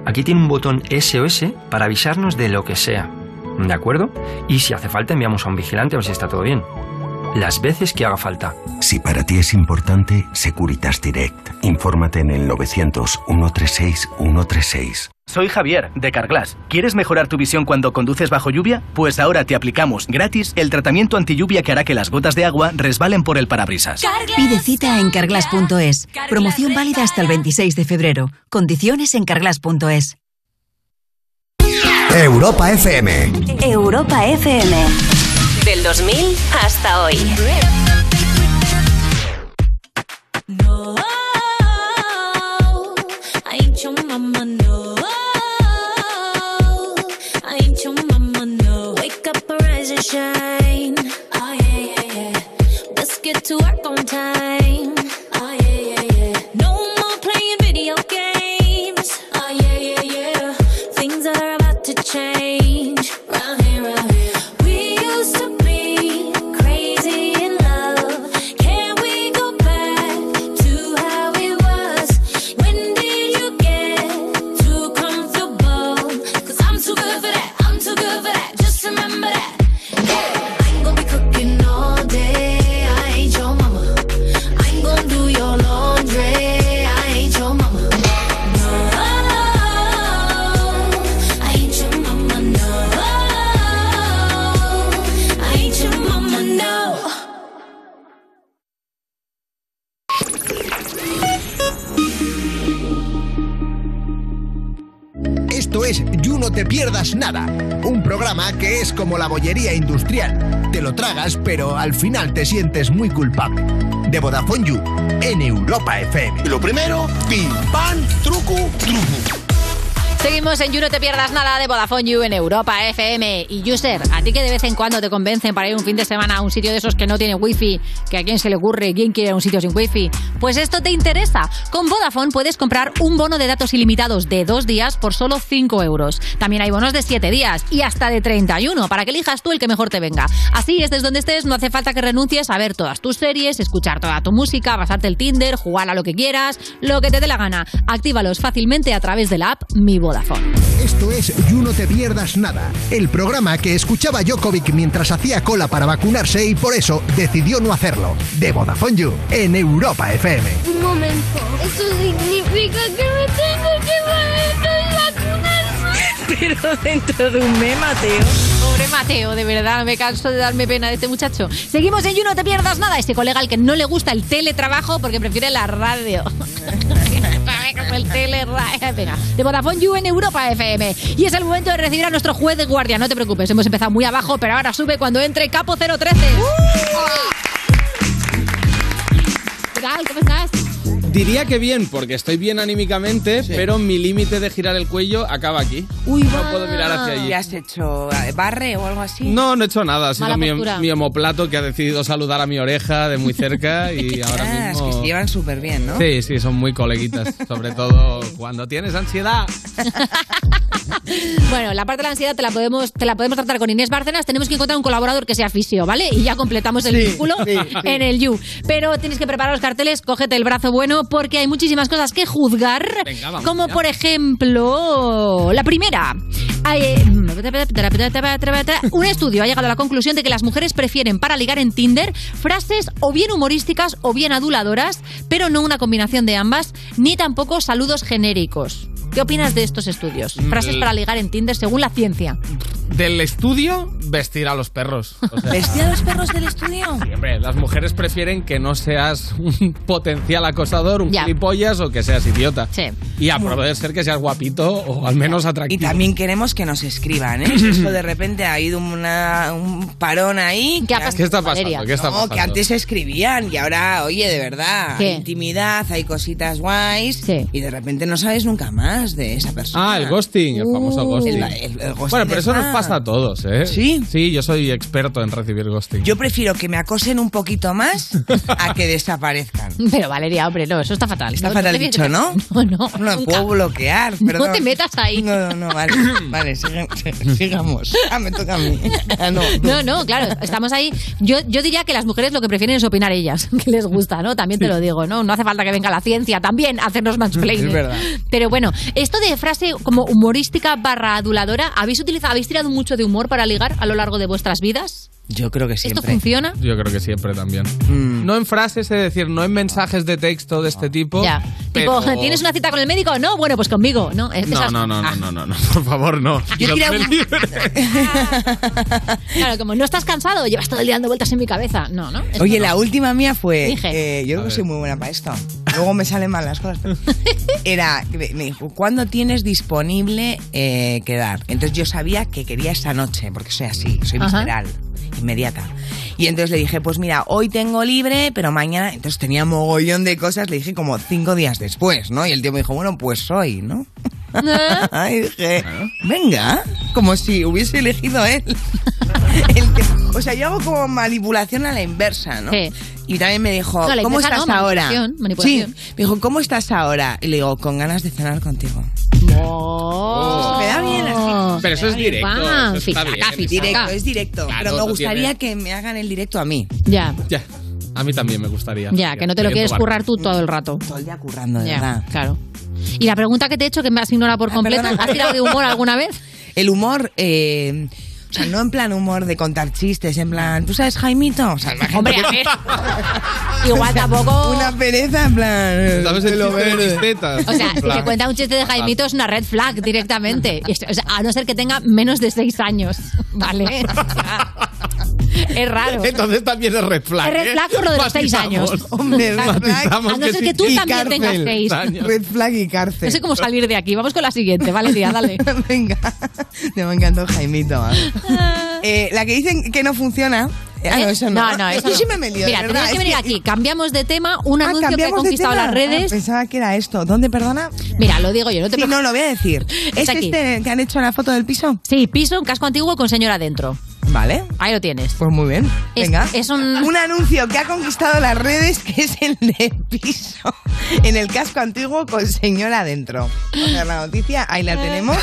Speaker 24: aquí tiene un botón SOS para avisarnos de lo que sea, ¿de acuerdo? Y si hace falta enviamos a un vigilante a ver si está todo bien. Las veces que haga falta.
Speaker 22: Si para ti es importante, Securitas Direct. Infórmate en el 900 136 136.
Speaker 25: Soy Javier, de Carglass. ¿Quieres mejorar tu visión cuando conduces bajo lluvia? Pues ahora te aplicamos gratis el tratamiento antilluvia que hará que las gotas de agua resbalen por el parabrisas.
Speaker 26: Pide cita en carglass.es. Promoción válida hasta el 26 de febrero. Condiciones en carglass.es.
Speaker 22: Europa FM.
Speaker 27: Europa FM. Del 2000 hasta hoy.
Speaker 1: Oh, oh, oh, Oh, get to work on time. Oh, yeah, yeah, yeah. No more playing video games. Oh, yeah, yeah, yeah. Things are about to change. Round here, round here. We used to be crazy in love. Can we go back to how it was? When did you get too comfortable? Cause I'm too good for that. I'm too good for that. Just remember that. I ain't gonna be cooking all day. I ain't your mama. I ain't gonna do your laundry. I ain't your mama. No, I ain't your mama. No, I ain't your mama. No.
Speaker 5: Esto es You No Te Pierdas Nada, un programa que es como la bollería industrial. Te lo tragas, pero al final te sientes muy culpable. De Vodafone You, en Europa FM. Lo primero, pim, pan, truco, truco.
Speaker 3: Seguimos en You No Te Pierdas Nada de Vodafone You en Europa FM. Y User, a ti que de vez en cuando te convencen para ir un fin de semana a un sitio de esos que no tiene wifi, que a quién se le ocurre, quién quiere ir a un sitio sin wifi, pues esto te interesa. Con Vodafone puedes comprar un bono de datos ilimitados de dos días por solo 5 euros. También hay bonos de 7 días y hasta de 31 para que elijas tú el que mejor te venga. Así estés donde estés, no hace falta que renuncies a ver todas tus series, escuchar toda tu música, pasarte el Tinder, jugar a lo que quieras, lo que te dé la gana. Actívalos fácilmente a través de la app Mi Vodafone.
Speaker 5: Esto es You No Te Pierdas Nada, el programa que escuchaba Jokovic mientras hacía cola para vacunarse y por eso decidió no hacerlo. De Vodafone You, en Europa FM.
Speaker 1: Un momento. Eso significa que me tengo que
Speaker 3: Pero dentro de un me, Mateo. Pobre Mateo, de verdad, me canso de darme pena de este muchacho. Seguimos en You, no te pierdas nada. Este colega al que no le gusta el teletrabajo porque prefiere la radio. el tele eh, Venga, de Vodafone You en Europa FM. Y es el momento de recibir a nuestro juez de guardia. No te preocupes, hemos empezado muy abajo, pero ahora sube cuando entre Capo 013. ¿Qué tal? ¿Cómo estás?
Speaker 19: Diría que bien, porque estoy bien anímicamente, pero mi límite de girar el cuello acaba aquí.
Speaker 6: Uy,
Speaker 19: no puedo mirar hacia allí.
Speaker 6: ¿Qué has hecho? eh, ¿Barre o algo así?
Speaker 19: No, no he hecho nada. Ha sido
Speaker 6: Mala
Speaker 19: mi,
Speaker 6: postura.
Speaker 19: mi homoplato que ha decidido saludar a mi oreja de muy cerca y ahora
Speaker 6: Ah, es
Speaker 19: mismo...
Speaker 6: que se llevan súper bien, ¿no?
Speaker 19: Sí, sí, son muy coleguitas. Sobre todo cuando tienes ansiedad.
Speaker 3: Bueno, la parte de la ansiedad te la podemos, te la podemos tratar con Inés Bárcenas. Tenemos que encontrar un colaborador que sea fisio, ¿vale? Y ya completamos el
Speaker 9: Sí,
Speaker 3: círculo
Speaker 9: sí, sí.
Speaker 3: en el You. Pero tienes que preparar los carteles, cógete el brazo bueno, porque hay muchísimas cosas que juzgar.
Speaker 9: Venga, vamos
Speaker 3: como
Speaker 9: ya.
Speaker 3: por ejemplo, la primera. Ay, eh, Un estudio ha llegado a la conclusión de que las mujeres prefieren para ligar en Tinder frases o bien humorísticas o bien aduladoras, pero no una combinación de ambas, ni tampoco saludos genéricos. ¿Qué opinas de estos estudios? Frases
Speaker 19: Mm.
Speaker 3: para ligar en Tinder según la ciencia.
Speaker 19: Del estudio, vestir a los perros. O sea,
Speaker 3: ¿Vestía a los perros del estudio?
Speaker 19: Hombre, las mujeres prefieren que no seas un potencial acosador, un gilipollas o que seas idiota.
Speaker 3: Sí.
Speaker 19: Y a poder ser que seas guapito o al menos atractivo.
Speaker 6: Y también queremos que nos escriban, ¿eh? Eso de repente ha habido una- un parón ahí. ¿Qué,
Speaker 19: pasado, ¿Qué está pasando? Valeria? ¿Qué está
Speaker 6: No,
Speaker 19: pasando?
Speaker 6: que antes escribían y ahora, oye, de verdad,
Speaker 19: ¿Qué?
Speaker 6: hay intimidad, hay cositas guays y de repente no sabes nunca más de esa persona.
Speaker 19: Ah, el ghosting, el famoso
Speaker 6: Uh.
Speaker 19: ghosting.
Speaker 6: El- el- el ghosting
Speaker 19: Bueno, pero eso nos
Speaker 6: está-
Speaker 19: pasa a todos, ¿eh? Sí. Sí, yo soy experto en recibir ghosting.
Speaker 6: Yo prefiero que me acosen un poquito más a que desaparezcan.
Speaker 3: Pero Valeria, hombre, no, eso está fatal.
Speaker 6: Está
Speaker 3: No,
Speaker 6: fatal
Speaker 3: no te-
Speaker 6: dicho, ¿no?
Speaker 3: No, no.
Speaker 6: No lo puedo bloquear, perdón.
Speaker 3: No te metas ahí.
Speaker 6: No, no, no, vale. Vale, sigue- sigamos. Ah, me toca a mí. Ah, no.
Speaker 3: No, no, claro, estamos ahí. Yo, yo diría que las mujeres lo que prefieren es opinar ellas, que les gusta, ¿no? También te lo digo, ¿no? No hace falta que venga la ciencia también a hacernos mansplaining.
Speaker 9: Es verdad.
Speaker 3: Pero bueno, esto de frase como humorística barra aduladora, ¿habéis utilizado, habéis tirado mucho de humor para ligar a lo largo de vuestras vidas?
Speaker 19: Yo creo que
Speaker 3: ¿Esto funciona?
Speaker 19: Yo creo que siempre también.
Speaker 6: Mm.
Speaker 19: No en frases, es decir, no en mensajes de texto de
Speaker 6: Ah.
Speaker 19: este tipo.
Speaker 3: Ya.
Speaker 19: pero-
Speaker 3: Tipo, ¿tienes una cita con el médico? No, bueno, pues conmigo, ¿no? Es-
Speaker 19: No,
Speaker 3: esas-
Speaker 19: no, no, no, no, no, no, por favor, no. Dios
Speaker 3: Yo diría
Speaker 19: me
Speaker 3: un-
Speaker 19: libre.
Speaker 3: Claro, como no estás cansado, llevas todo el día dando vueltas en mi cabeza. No, ¿no? Esto
Speaker 6: Oye,
Speaker 3: no.
Speaker 6: la última mía fue.
Speaker 3: Dije.
Speaker 6: eh, yo creo que
Speaker 3: ver.
Speaker 6: soy muy buena para esto. Luego me salen mal las cosas. pero- Era, me me dijo, ¿cuándo tienes disponible eh, quedar? Entonces yo sabía que quería esa noche, porque soy así, soy
Speaker 9: Ajá.
Speaker 6: visceral, inmediata. Y entonces le dije, pues mira, hoy tengo libre, pero mañana. Entonces tenía mogollón de cosas, le dije como cinco días después, ¿no? Y el tío me dijo, bueno, pues hoy, ¿no?
Speaker 3: ¿Eh?
Speaker 19: ¿Eh?
Speaker 6: y dije, venga, como si hubiese elegido él. el te- o sea, yo hago como manipulación a la inversa, ¿no? Y también me dijo,
Speaker 3: No, la
Speaker 6: ¿cómo
Speaker 3: inversa
Speaker 6: estás
Speaker 3: no,
Speaker 6: ahora?
Speaker 3: manipulación, manipulación.
Speaker 6: Sí, me dijo, ¿cómo estás ahora? Y le digo, con ganas de cenar contigo.
Speaker 3: Me
Speaker 6: da bien así.
Speaker 19: Pero eso es directo.
Speaker 3: Fan,
Speaker 19: eso está
Speaker 3: fijaca,
Speaker 19: bien. ¿eh?
Speaker 3: fijaca.
Speaker 6: Directo, es directo.
Speaker 19: Claro,
Speaker 6: pero
Speaker 19: no
Speaker 6: me gustaría
Speaker 19: tiene-
Speaker 6: que me hagan el directo a mí.
Speaker 3: Ya,
Speaker 19: Ya. A mí también me gustaría.
Speaker 3: ya, que no te lo
Speaker 19: Queriendo
Speaker 3: quieres
Speaker 19: barco.
Speaker 3: currar tú todo el rato.
Speaker 6: Todo el día currando,
Speaker 3: de verdad. Claro. Y la pregunta que te he hecho, que me has ignorado por completo,
Speaker 6: Ah, perdona.
Speaker 3: ¿has tirado de humor alguna vez?
Speaker 6: El humor, eh, o sea, no en plan humor de contar chistes, en plan, ¿tú sabes, Jaimito? O sea,
Speaker 3: Hombre, a ver. Igual tampoco.
Speaker 6: Una pereza, en plan.
Speaker 19: ¿Sabes el
Speaker 6: pelo
Speaker 19: chiste de
Speaker 6: verde.
Speaker 19: mis tetas?
Speaker 3: eh. O sea,
Speaker 19: En
Speaker 3: si
Speaker 19: plan,
Speaker 3: te cuenta un chiste de Jaimito es una red flag directamente. Y es- o sea, a no ser que tenga menos de seis años, ¿vale? O sea, es raro.
Speaker 19: Entonces también es red flag.
Speaker 3: Es red
Speaker 19: ¿eh?
Speaker 3: flag por lo de los seis
Speaker 19: Matizamos.
Speaker 3: años. Hombre, red flag. A no ser que tú
Speaker 6: Y
Speaker 3: también tengas
Speaker 6: cárcel.
Speaker 3: seis.
Speaker 6: Red flag y cárcel.
Speaker 3: No sé cómo salir de aquí. Vamos con la siguiente, ¿vale, tía? Dale.
Speaker 6: Venga. Te me encantó Jaimito. ¿vale? Eh, la que dicen que no funciona. eh, Ah, no, eso no.
Speaker 3: No, no, eso
Speaker 6: Yo
Speaker 3: no.
Speaker 6: sí me he metido,
Speaker 3: Mira,
Speaker 6: de
Speaker 3: tenemos
Speaker 6: verdad,
Speaker 3: que
Speaker 6: es
Speaker 3: venir
Speaker 6: que-
Speaker 3: aquí. Cambiamos de tema. Un
Speaker 6: Ah,
Speaker 3: anuncio que ha
Speaker 6: cambiamos de
Speaker 3: conquistado
Speaker 6: tema.
Speaker 3: las redes.
Speaker 6: Ah, pensaba que era esto. ¿Dónde, perdona?
Speaker 3: Mira, lo digo yo, no te
Speaker 6: Sí, no, lo voy a decir. ¿Es este que han hecho la foto del piso?
Speaker 3: Sí, piso, un casco antiguo con señora adentro.
Speaker 6: Vale.
Speaker 3: Ahí lo tienes.
Speaker 6: Pues muy bien.
Speaker 3: Es-
Speaker 6: Venga.
Speaker 3: Es, un...
Speaker 6: Un anuncio que ha conquistado las redes, que es el de piso, en el casco antiguo con señora adentro. O sea, la noticia, ahí la tenemos.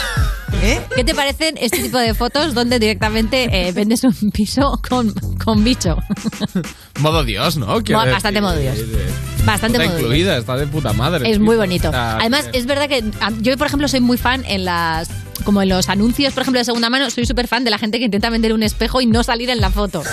Speaker 19: ¿Eh?
Speaker 3: ¿Qué te parecen este tipo de fotos donde directamente eh, vendes un piso con, con bicho?
Speaker 19: Modo Dios, ¿no? Quiero
Speaker 3: Bueno, bastante modo Dios. Bastante
Speaker 19: está
Speaker 3: modo Dios.
Speaker 19: incluida, Ah, está de puta madre.
Speaker 3: Es
Speaker 19: tío.
Speaker 3: muy bonito.
Speaker 19: Está
Speaker 3: Además,
Speaker 19: bien.
Speaker 3: es verdad que a- yo, por ejemplo, soy muy fan en las. Como en los anuncios, por ejemplo, de segunda mano, soy súper fan de la gente que intenta vender un espejo y no salir en la foto.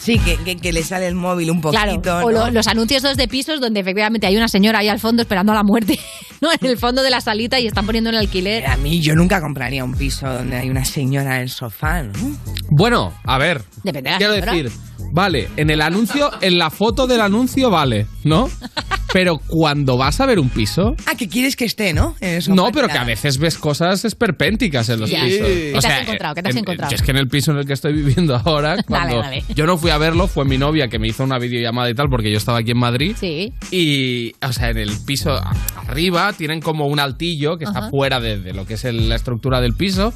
Speaker 6: Sí, que, que- que le sale el móvil un poquito.
Speaker 3: Claro, o
Speaker 6: ¿no?
Speaker 3: lo- los anuncios dos de pisos donde efectivamente hay una señora ahí al fondo esperando a la muerte, ¿no? En el fondo de la salita y están poniendo en alquiler.
Speaker 6: A mí yo nunca compraría un piso donde hay una señora en el sofá, ¿no?
Speaker 19: Bueno, a ver.
Speaker 3: Depende de la
Speaker 19: Quiero
Speaker 3: señora.
Speaker 19: decir, vale, en el anuncio, en la foto del anuncio, vale, ¿no? Pero cuando vas a ver un piso.
Speaker 6: Ah, que quieres que esté, ¿no? En el sofá
Speaker 19: No, pero que a
Speaker 6: tirada.
Speaker 19: veces ves cosas esperpénticas en los
Speaker 6: Ya.
Speaker 19: pisos.
Speaker 6: ¿Qué te
Speaker 19: O
Speaker 6: has
Speaker 19: sea,
Speaker 6: encontrado? ¿Qué te has
Speaker 19: en-
Speaker 6: encontrado?
Speaker 19: Yo es que en el piso en el que estoy viviendo ahora, cuando
Speaker 3: vale.
Speaker 19: yo no fui a verlo, fue mi novia que me hizo una videollamada y tal, porque yo estaba aquí en Madrid.
Speaker 3: Sí.
Speaker 19: Y, o sea, en el piso a- arriba tienen como un altillo que
Speaker 3: Ajá.
Speaker 19: está fuera de, de lo que es el- la estructura del piso,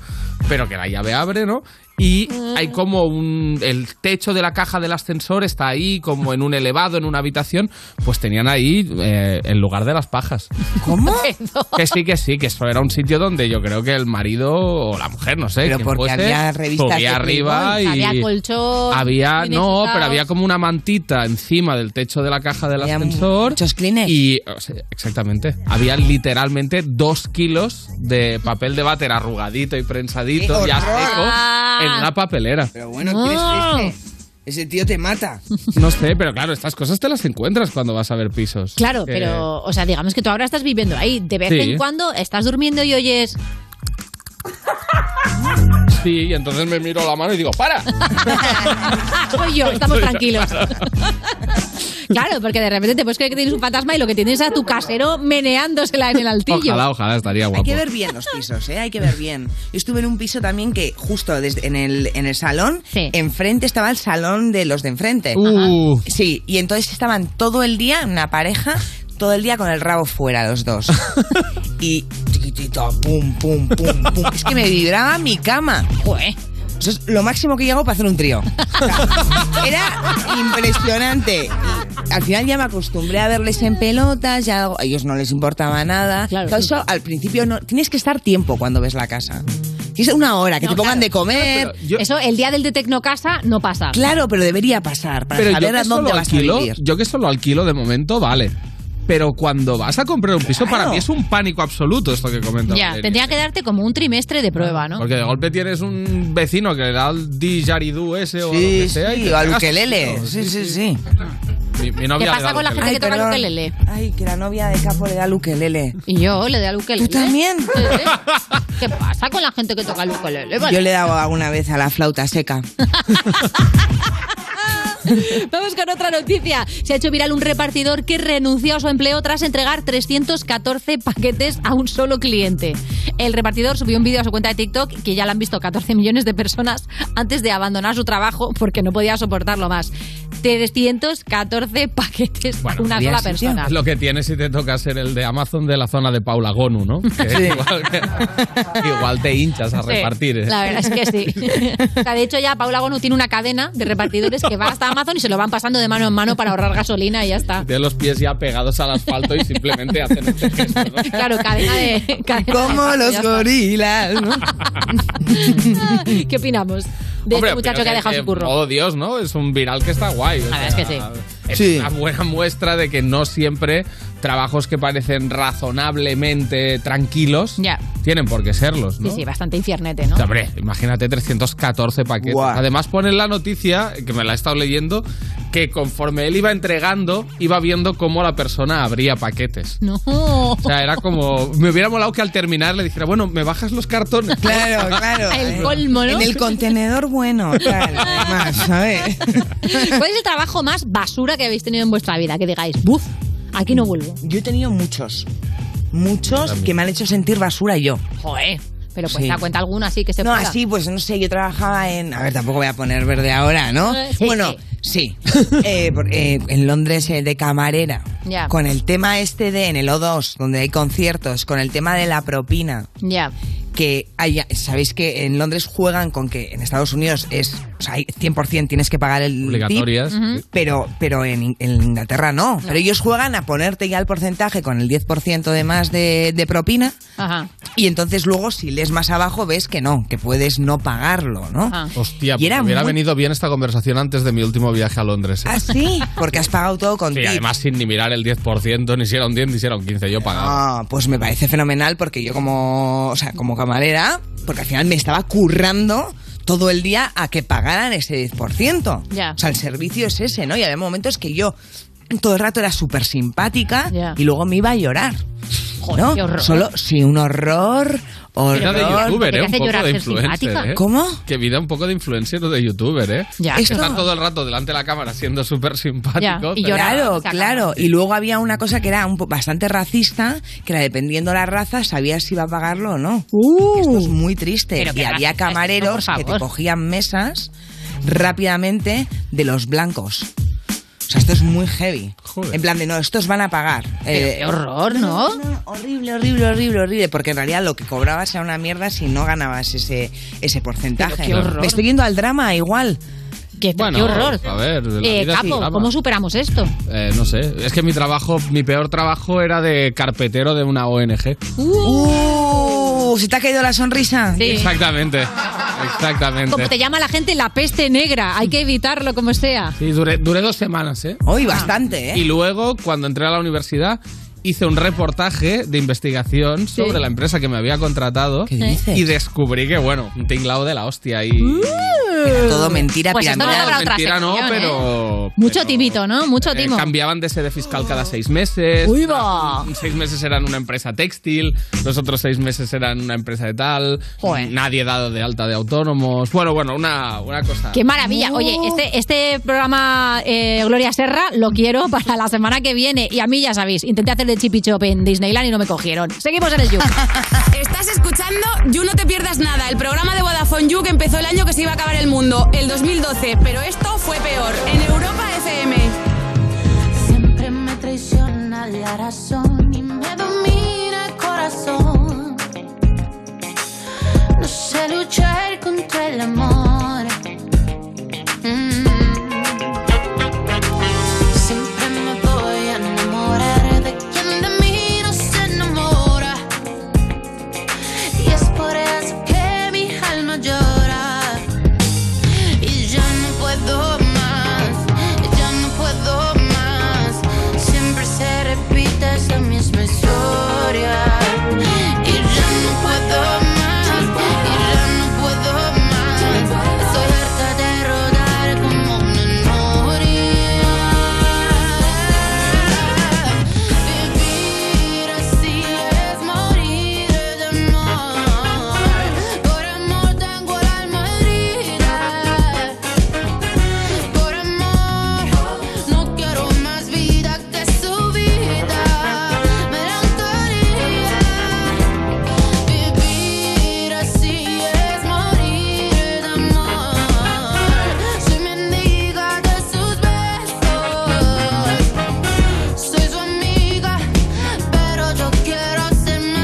Speaker 19: pero que la llave abre, ¿no? Y
Speaker 6: Mm.
Speaker 19: hay como un. El techo de la caja del ascensor está ahí, como en un elevado, en una habitación. Pues tenían ahí eh, el lugar de las pajas.
Speaker 6: ¿Cómo?
Speaker 19: Que sí, que sí, que eso era un sitio donde yo creo que el marido o la mujer, no sé,
Speaker 6: Pero
Speaker 19: quien
Speaker 6: porque
Speaker 19: fuese,
Speaker 6: había revistas
Speaker 19: subía
Speaker 6: de
Speaker 19: arriba y
Speaker 6: Playboy.
Speaker 3: Había colchón.
Speaker 19: había-
Speaker 3: cines
Speaker 19: no,
Speaker 3: usados.
Speaker 19: pero había como una mantita encima del techo de la caja del ascensor. Muchos
Speaker 6: clines.
Speaker 19: Y o sea, exactamente, había literalmente dos kilos de papel de váter arrugadito y prensadito
Speaker 6: ¡Qué
Speaker 19: ya
Speaker 6: Eh, horror!
Speaker 19: seco en una papelera.
Speaker 6: Pero bueno,
Speaker 3: Ah.
Speaker 6: ¿quién es este? Ese tío te mata.
Speaker 19: No sé, pero claro, estas cosas te las encuentras cuando vas a ver pisos. Eh,
Speaker 3: Claro,
Speaker 19: Que-
Speaker 3: pero, o sea, digamos que tú ahora estás viviendo ahí. De vez
Speaker 19: Sí.
Speaker 3: en cuando estás durmiendo y oyes.
Speaker 19: Sí, y entonces me miro la mano y digo, ¡para!
Speaker 3: Soy yo, estamos Pues tranquilos. Claro, porque de repente te puedes creer que tienes un fantasma y lo que tienes es a tu casero meneándosela en el altillo.
Speaker 19: Ojalá, ojalá, estaría guapo.
Speaker 6: Hay que ver bien los pisos, ¿eh? Hay que ver bien. Yo estuve en un piso también que justo desde en, el, en el salón, enfrente estaba el salón de los de enfrente.
Speaker 19: Uh.
Speaker 6: Sí, y entonces estaban todo el día, una pareja, todo el día con el rabo fuera los dos. y tiquitita, pum, pum, pum, pum. Es que me vibraba mi cama.
Speaker 3: Joder.
Speaker 6: Eso es lo máximo que llego para hacer un trío. Era impresionante. Y al final ya me acostumbré a verles en pelotas, ya a ellos no les importaba nada. Claro, eso al principio no. Tienes que estar tiempo cuando ves la casa. Tienes una hora, que te pongan de comer.
Speaker 3: Eso, el día del de Tecnocasa no pasa.
Speaker 6: Claro, pero debería pasar para
Speaker 19: Pero
Speaker 6: saber
Speaker 19: yo
Speaker 6: a
Speaker 19: que solo
Speaker 6: dónde vas
Speaker 19: alquilo,
Speaker 6: a vivir.
Speaker 19: Yo que solo alquilo de momento, vale. Pero cuando vas a comprar un piso, para mí es un pánico absoluto esto que comenta.
Speaker 3: Ya,
Speaker 19: Valeria.
Speaker 3: tendría que darte como un trimestre de prueba, ¿no?
Speaker 19: Porque de golpe tienes un vecino que le da al dijaridú ese o a lo
Speaker 6: Sí,
Speaker 19: que sea.
Speaker 6: sí,
Speaker 19: y te
Speaker 6: o al
Speaker 19: cagas,
Speaker 6: ukelele.
Speaker 19: tío.
Speaker 6: Sí, sí, sí.
Speaker 19: Mi, mi novia le da al ukelele.
Speaker 6: Ay, perdón. Ay, que la novia de Capo le da Luquelele.
Speaker 3: Y yo le doy al ukelele.
Speaker 6: ¿Tú también?
Speaker 3: ¿Eh? ¿Qué pasa con la gente que toca el ukelele? Vale.
Speaker 6: Yo le he dado alguna vez a la flauta seca.
Speaker 3: Vamos con otra noticia. Se ha hecho viral un repartidor que renunció a su empleo tras entregar 314 paquetes a un solo cliente. El repartidor subió un vídeo a su cuenta de TikTok que ya lo han visto 14 millones de personas antes de abandonar su trabajo porque no podía soportarlo más. 314 paquetes a una sola persona.
Speaker 19: Es lo que tienes si te toca ser el de Amazon de la zona de Paula Gonu, ¿no? Que igual, que- igual te hinchas a
Speaker 3: Sí,
Speaker 19: repartir. ¿eh?
Speaker 3: La verdad es que sí. O sea, de hecho, ya Paula Gonu tiene una cadena de repartidores que va hasta Amazon y se lo van pasando de mano en mano para ahorrar gasolina y ya está.
Speaker 19: Tiene los pies ya pegados al asfalto y simplemente hacen este gesto, ¿no?
Speaker 3: Claro, cadena de. cadena
Speaker 6: Como
Speaker 3: de-
Speaker 6: los
Speaker 3: ya está.
Speaker 6: gorilas, ¿no?
Speaker 3: ¿Qué opinamos de
Speaker 19: Hombre,
Speaker 3: este muchacho
Speaker 19: pero
Speaker 3: que ha dejado
Speaker 19: que-
Speaker 3: su curro?
Speaker 19: Oh, Dios, ¿no? Es un viral que está guay. o
Speaker 3: La verdad es que sí.
Speaker 19: sea, es una buena muestra de que no siempre trabajos que parecen razonablemente tranquilos tienen por qué serlos, ¿no?
Speaker 3: Sí, sí, bastante infiernete, ¿no?
Speaker 19: O sea, hombre, imagínate 314 paquetes.
Speaker 3: Guau.
Speaker 19: Además ponen la noticia, que me la he estado leyendo, que conforme él iba entregando, iba viendo cómo la persona abría paquetes.
Speaker 3: No.
Speaker 19: O sea, era como... Me hubiera molado que al terminar le dijera, bueno, ¿me bajas los cartones?
Speaker 6: Claro, claro.
Speaker 3: El colmo, ¿no?
Speaker 6: En el contenedor bueno, tal, además, ¿sabes?
Speaker 3: ¿Cuál es el trabajo más basura que habéis tenido en vuestra vida? Que digáis, buf, aquí no vuelvo.
Speaker 6: Yo he tenido muchos. Muchos que me han hecho sentir basura yo.
Speaker 3: Joder. Pero pues
Speaker 6: Sí.
Speaker 3: da cuenta alguna así que se
Speaker 6: No,
Speaker 3: pueda.
Speaker 6: así, pues no sé, yo trabajaba en. A ver, tampoco voy a poner verde ahora, ¿no?
Speaker 3: Eh, sí,
Speaker 6: bueno, sí. Eh, por- eh, en Londres, eh, de camarera.
Speaker 3: Ya.
Speaker 6: Con el tema este de en el O2, donde hay conciertos, con el tema de la propina.
Speaker 3: Ya.
Speaker 6: Que hay, sabéis que en Londres juegan con que en Estados Unidos es. O sea, hay 100% tienes que pagar el. tip,
Speaker 19: Obligatorias. Ujú.
Speaker 6: Pero, pero en, In- en Inglaterra no. Pero ellos juegan a ponerte ya el porcentaje con el 10% de más de, de propina.
Speaker 3: Ajá.
Speaker 6: Y entonces luego si lees más abajo ves que no, que puedes no pagarlo, ¿no?
Speaker 19: Hostia,
Speaker 6: Y era
Speaker 19: pues hubiera
Speaker 6: muy-
Speaker 19: venido bien esta conversación antes de mi último viaje a Londres. ¿eh?
Speaker 6: Ah, sí, porque has pagado todo con
Speaker 19: Sí,
Speaker 6: tip.
Speaker 19: además sin ni mirar el 10%, ni si era un 10, ni si era un 15, yo pagaba.
Speaker 6: Ah, pues me parece fenomenal porque yo como, o sea, como camarera, porque al final me estaba currando todo el día a que pagaran ese 10%.
Speaker 3: Ya.
Speaker 6: O sea, el servicio es ese, ¿no? Y había momentos que yo todo el rato era súper simpática y luego me iba a llorar. ¿no?
Speaker 3: qué horror.
Speaker 6: Solo, sí, un horror.
Speaker 19: Vida de
Speaker 6: horror.
Speaker 19: youtuber, ¿eh? Un poco de influencer, ¿eh?
Speaker 6: ¿Cómo?
Speaker 19: Que vida un poco de influencer o de youtuber, ¿eh?
Speaker 6: Ya.
Speaker 19: Que
Speaker 6: Esto-
Speaker 19: Están todo el rato delante de la cámara siendo súper simpáticos. pero-
Speaker 6: Claro, claro. Y luego había una cosa que era un po- bastante racista, que era dependiendo la raza, sabías si iba a pagarlo o no. Esto es muy triste.
Speaker 3: Uh. Pero qué
Speaker 6: Y había
Speaker 3: racista es esto,
Speaker 6: camareros
Speaker 3: por
Speaker 6: que te
Speaker 3: favor.
Speaker 6: cogían mesas rápidamente de los blancos. O sea, esto es muy heavy. En plan de, no, estos van a pagar. Eh,
Speaker 3: Pero qué horror, ¿no?
Speaker 6: Horrible, horrible, horrible, horrible. Porque en realidad lo que cobrabas era una mierda si no ganabas ese, ese porcentaje.
Speaker 3: Pero qué horror.
Speaker 6: Me estoy yendo al drama igual.
Speaker 3: Qué,
Speaker 19: Bueno,
Speaker 3: qué horror.
Speaker 19: a ver, la
Speaker 3: Eh,
Speaker 19: vida es un
Speaker 3: capo,
Speaker 19: drama.
Speaker 3: ¿cómo superamos esto?
Speaker 19: Eh, no sé, es que mi trabajo, mi peor trabajo era de carpetero de una ONG.
Speaker 6: Uh, se te ha caído la sonrisa.
Speaker 19: Exactamente,
Speaker 3: Como te
Speaker 19: exactamente.
Speaker 3: llama la gente la peste negra, hay que evitarlo como sea.
Speaker 19: Sí, duré, duré dos semanas, ¿eh?
Speaker 6: Hoy bastante,
Speaker 19: Y luego, cuando entré a la universidad, hice un reportaje de investigación sobre la empresa que me había contratado. Y descubrí que, bueno, un tinglao de la hostia y...
Speaker 6: Era todo mentira,
Speaker 3: Mm. Pues esto lo
Speaker 6: piramidal.
Speaker 3: habrá otra
Speaker 19: mentira no,
Speaker 3: sección, ¿eh?
Speaker 19: pero...
Speaker 3: Mucho timito, ¿no? Mucho
Speaker 19: eh,
Speaker 3: timo.
Speaker 19: cambiaban de sede fiscal cada seis meses.
Speaker 3: ¡Uy, va!
Speaker 19: Seis meses eran una empresa textil, los otros seis meses eran una empresa de tal. Nadie dado de alta de autónomos. Bueno, bueno, una, una cosa.
Speaker 3: Qué maravilla. Oye, este, este programa eh, Gloria Serra lo quiero para la semana que viene. Y a mí ya sabéis, intenté hacer de chip y chop en Disneyland y no me cogieron. Seguimos en el You.
Speaker 12: Estás escuchando You No Te Pierdas Nada, el programa de Vodafone You que empezó el año que se iba a acabar el mundo, el 2012, pero esto fue peor, en Europa FM.
Speaker 31: Siempre me traiciona la razón y me domina el corazón. No sé luchar contra el amor. Mm. Siempre me voy a enamorar de quien de mí no se enamora. Y es por eso que mi alma llora. Y ya no puedo más.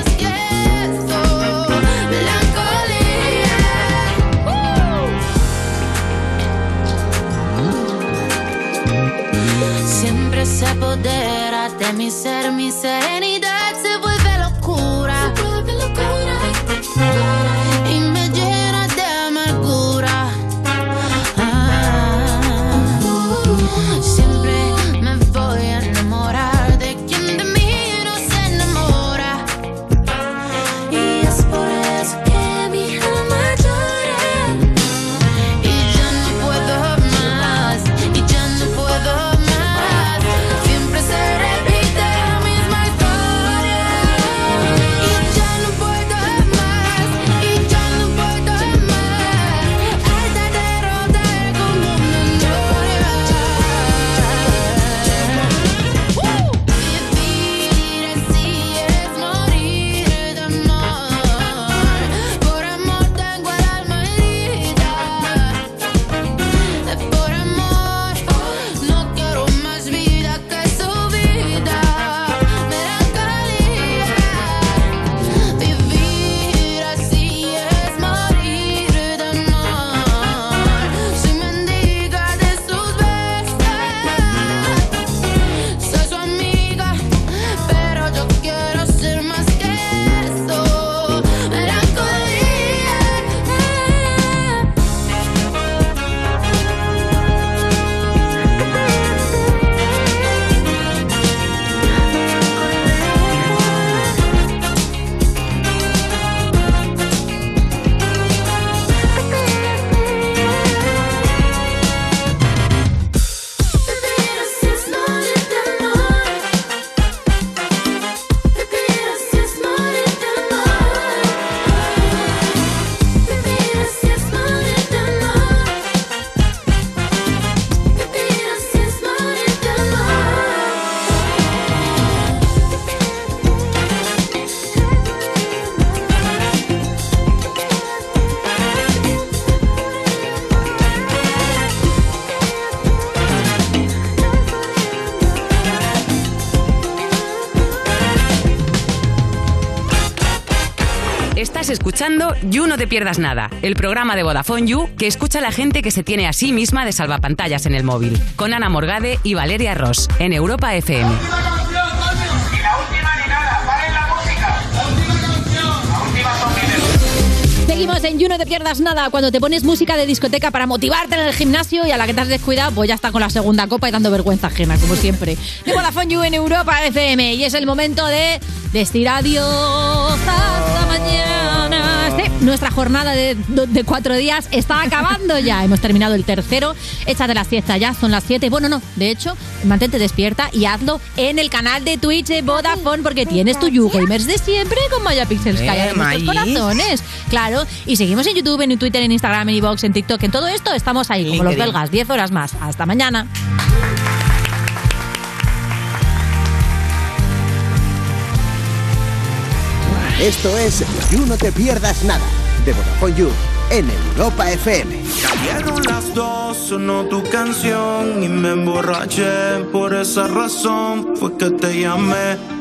Speaker 31: Uh! mi serenidad se vuelve locura. Y me llena de amargura. Ah, siempre me voy a enamorar de quien de mí no se enamora. Y es por eso que mi alma llora. Y ya no puedo más, y ya no puedo más. Siempre se repite la misma historia. Y ya no puedo más, y ya no puedo más. Esta derrota es como una noria. Vivir Uh. así es morir de amor. Por amor tengo el alma herida. Por amor, no quiero más vida que su vida. Melancolía, vivir así es morir de amor. Soy mendiga de sus besos. Soy su amiga, pero yo quiero ser más que eso. Melancolía.
Speaker 11: Estás escuchando You No Te Pierdas Nada, el programa de Vodafone You que escucha a la gente que se tiene a sí misma de salvapantallas en el móvil, con Ana Morgade y Valeria Ross, en Europa FM.
Speaker 3: Seguimos en You, no te pierdas nada. Cuando te pones música de discoteca para motivarte en el gimnasio y a la que te has descuidado, pues ya está con la segunda copa y dando vergüenza ajena, como siempre. De Vodafone You en Europa FM. Y es el momento de decir adiós hasta mañana. Sí, nuestra jornada de, de cuatro días está acabando ya. Hemos terminado el tercero. Échate la siesta ya, son las siete. Bueno, no, de hecho, mantente despierta y hazlo en el canal de Twitch de Vodafone porque tienes tu YouGamers de siempre con Maya Pixels
Speaker 6: Eh,
Speaker 3: Calla de
Speaker 6: maíz.
Speaker 3: nuestros corazones. Claro, y seguimos en YouTube, en Twitter, en Instagram, en Evox, en TikTok, en todo esto estamos ahí, como los
Speaker 6: LinkedIn.
Speaker 3: belgas, 10 horas más. Hasta mañana.
Speaker 5: Esto es You No Te Pierdas Nada de Vodafone You en Europa FM.
Speaker 28: Cayeron las dos, sonó tu canción y me emborraché. Por esa razón fue que te llamé.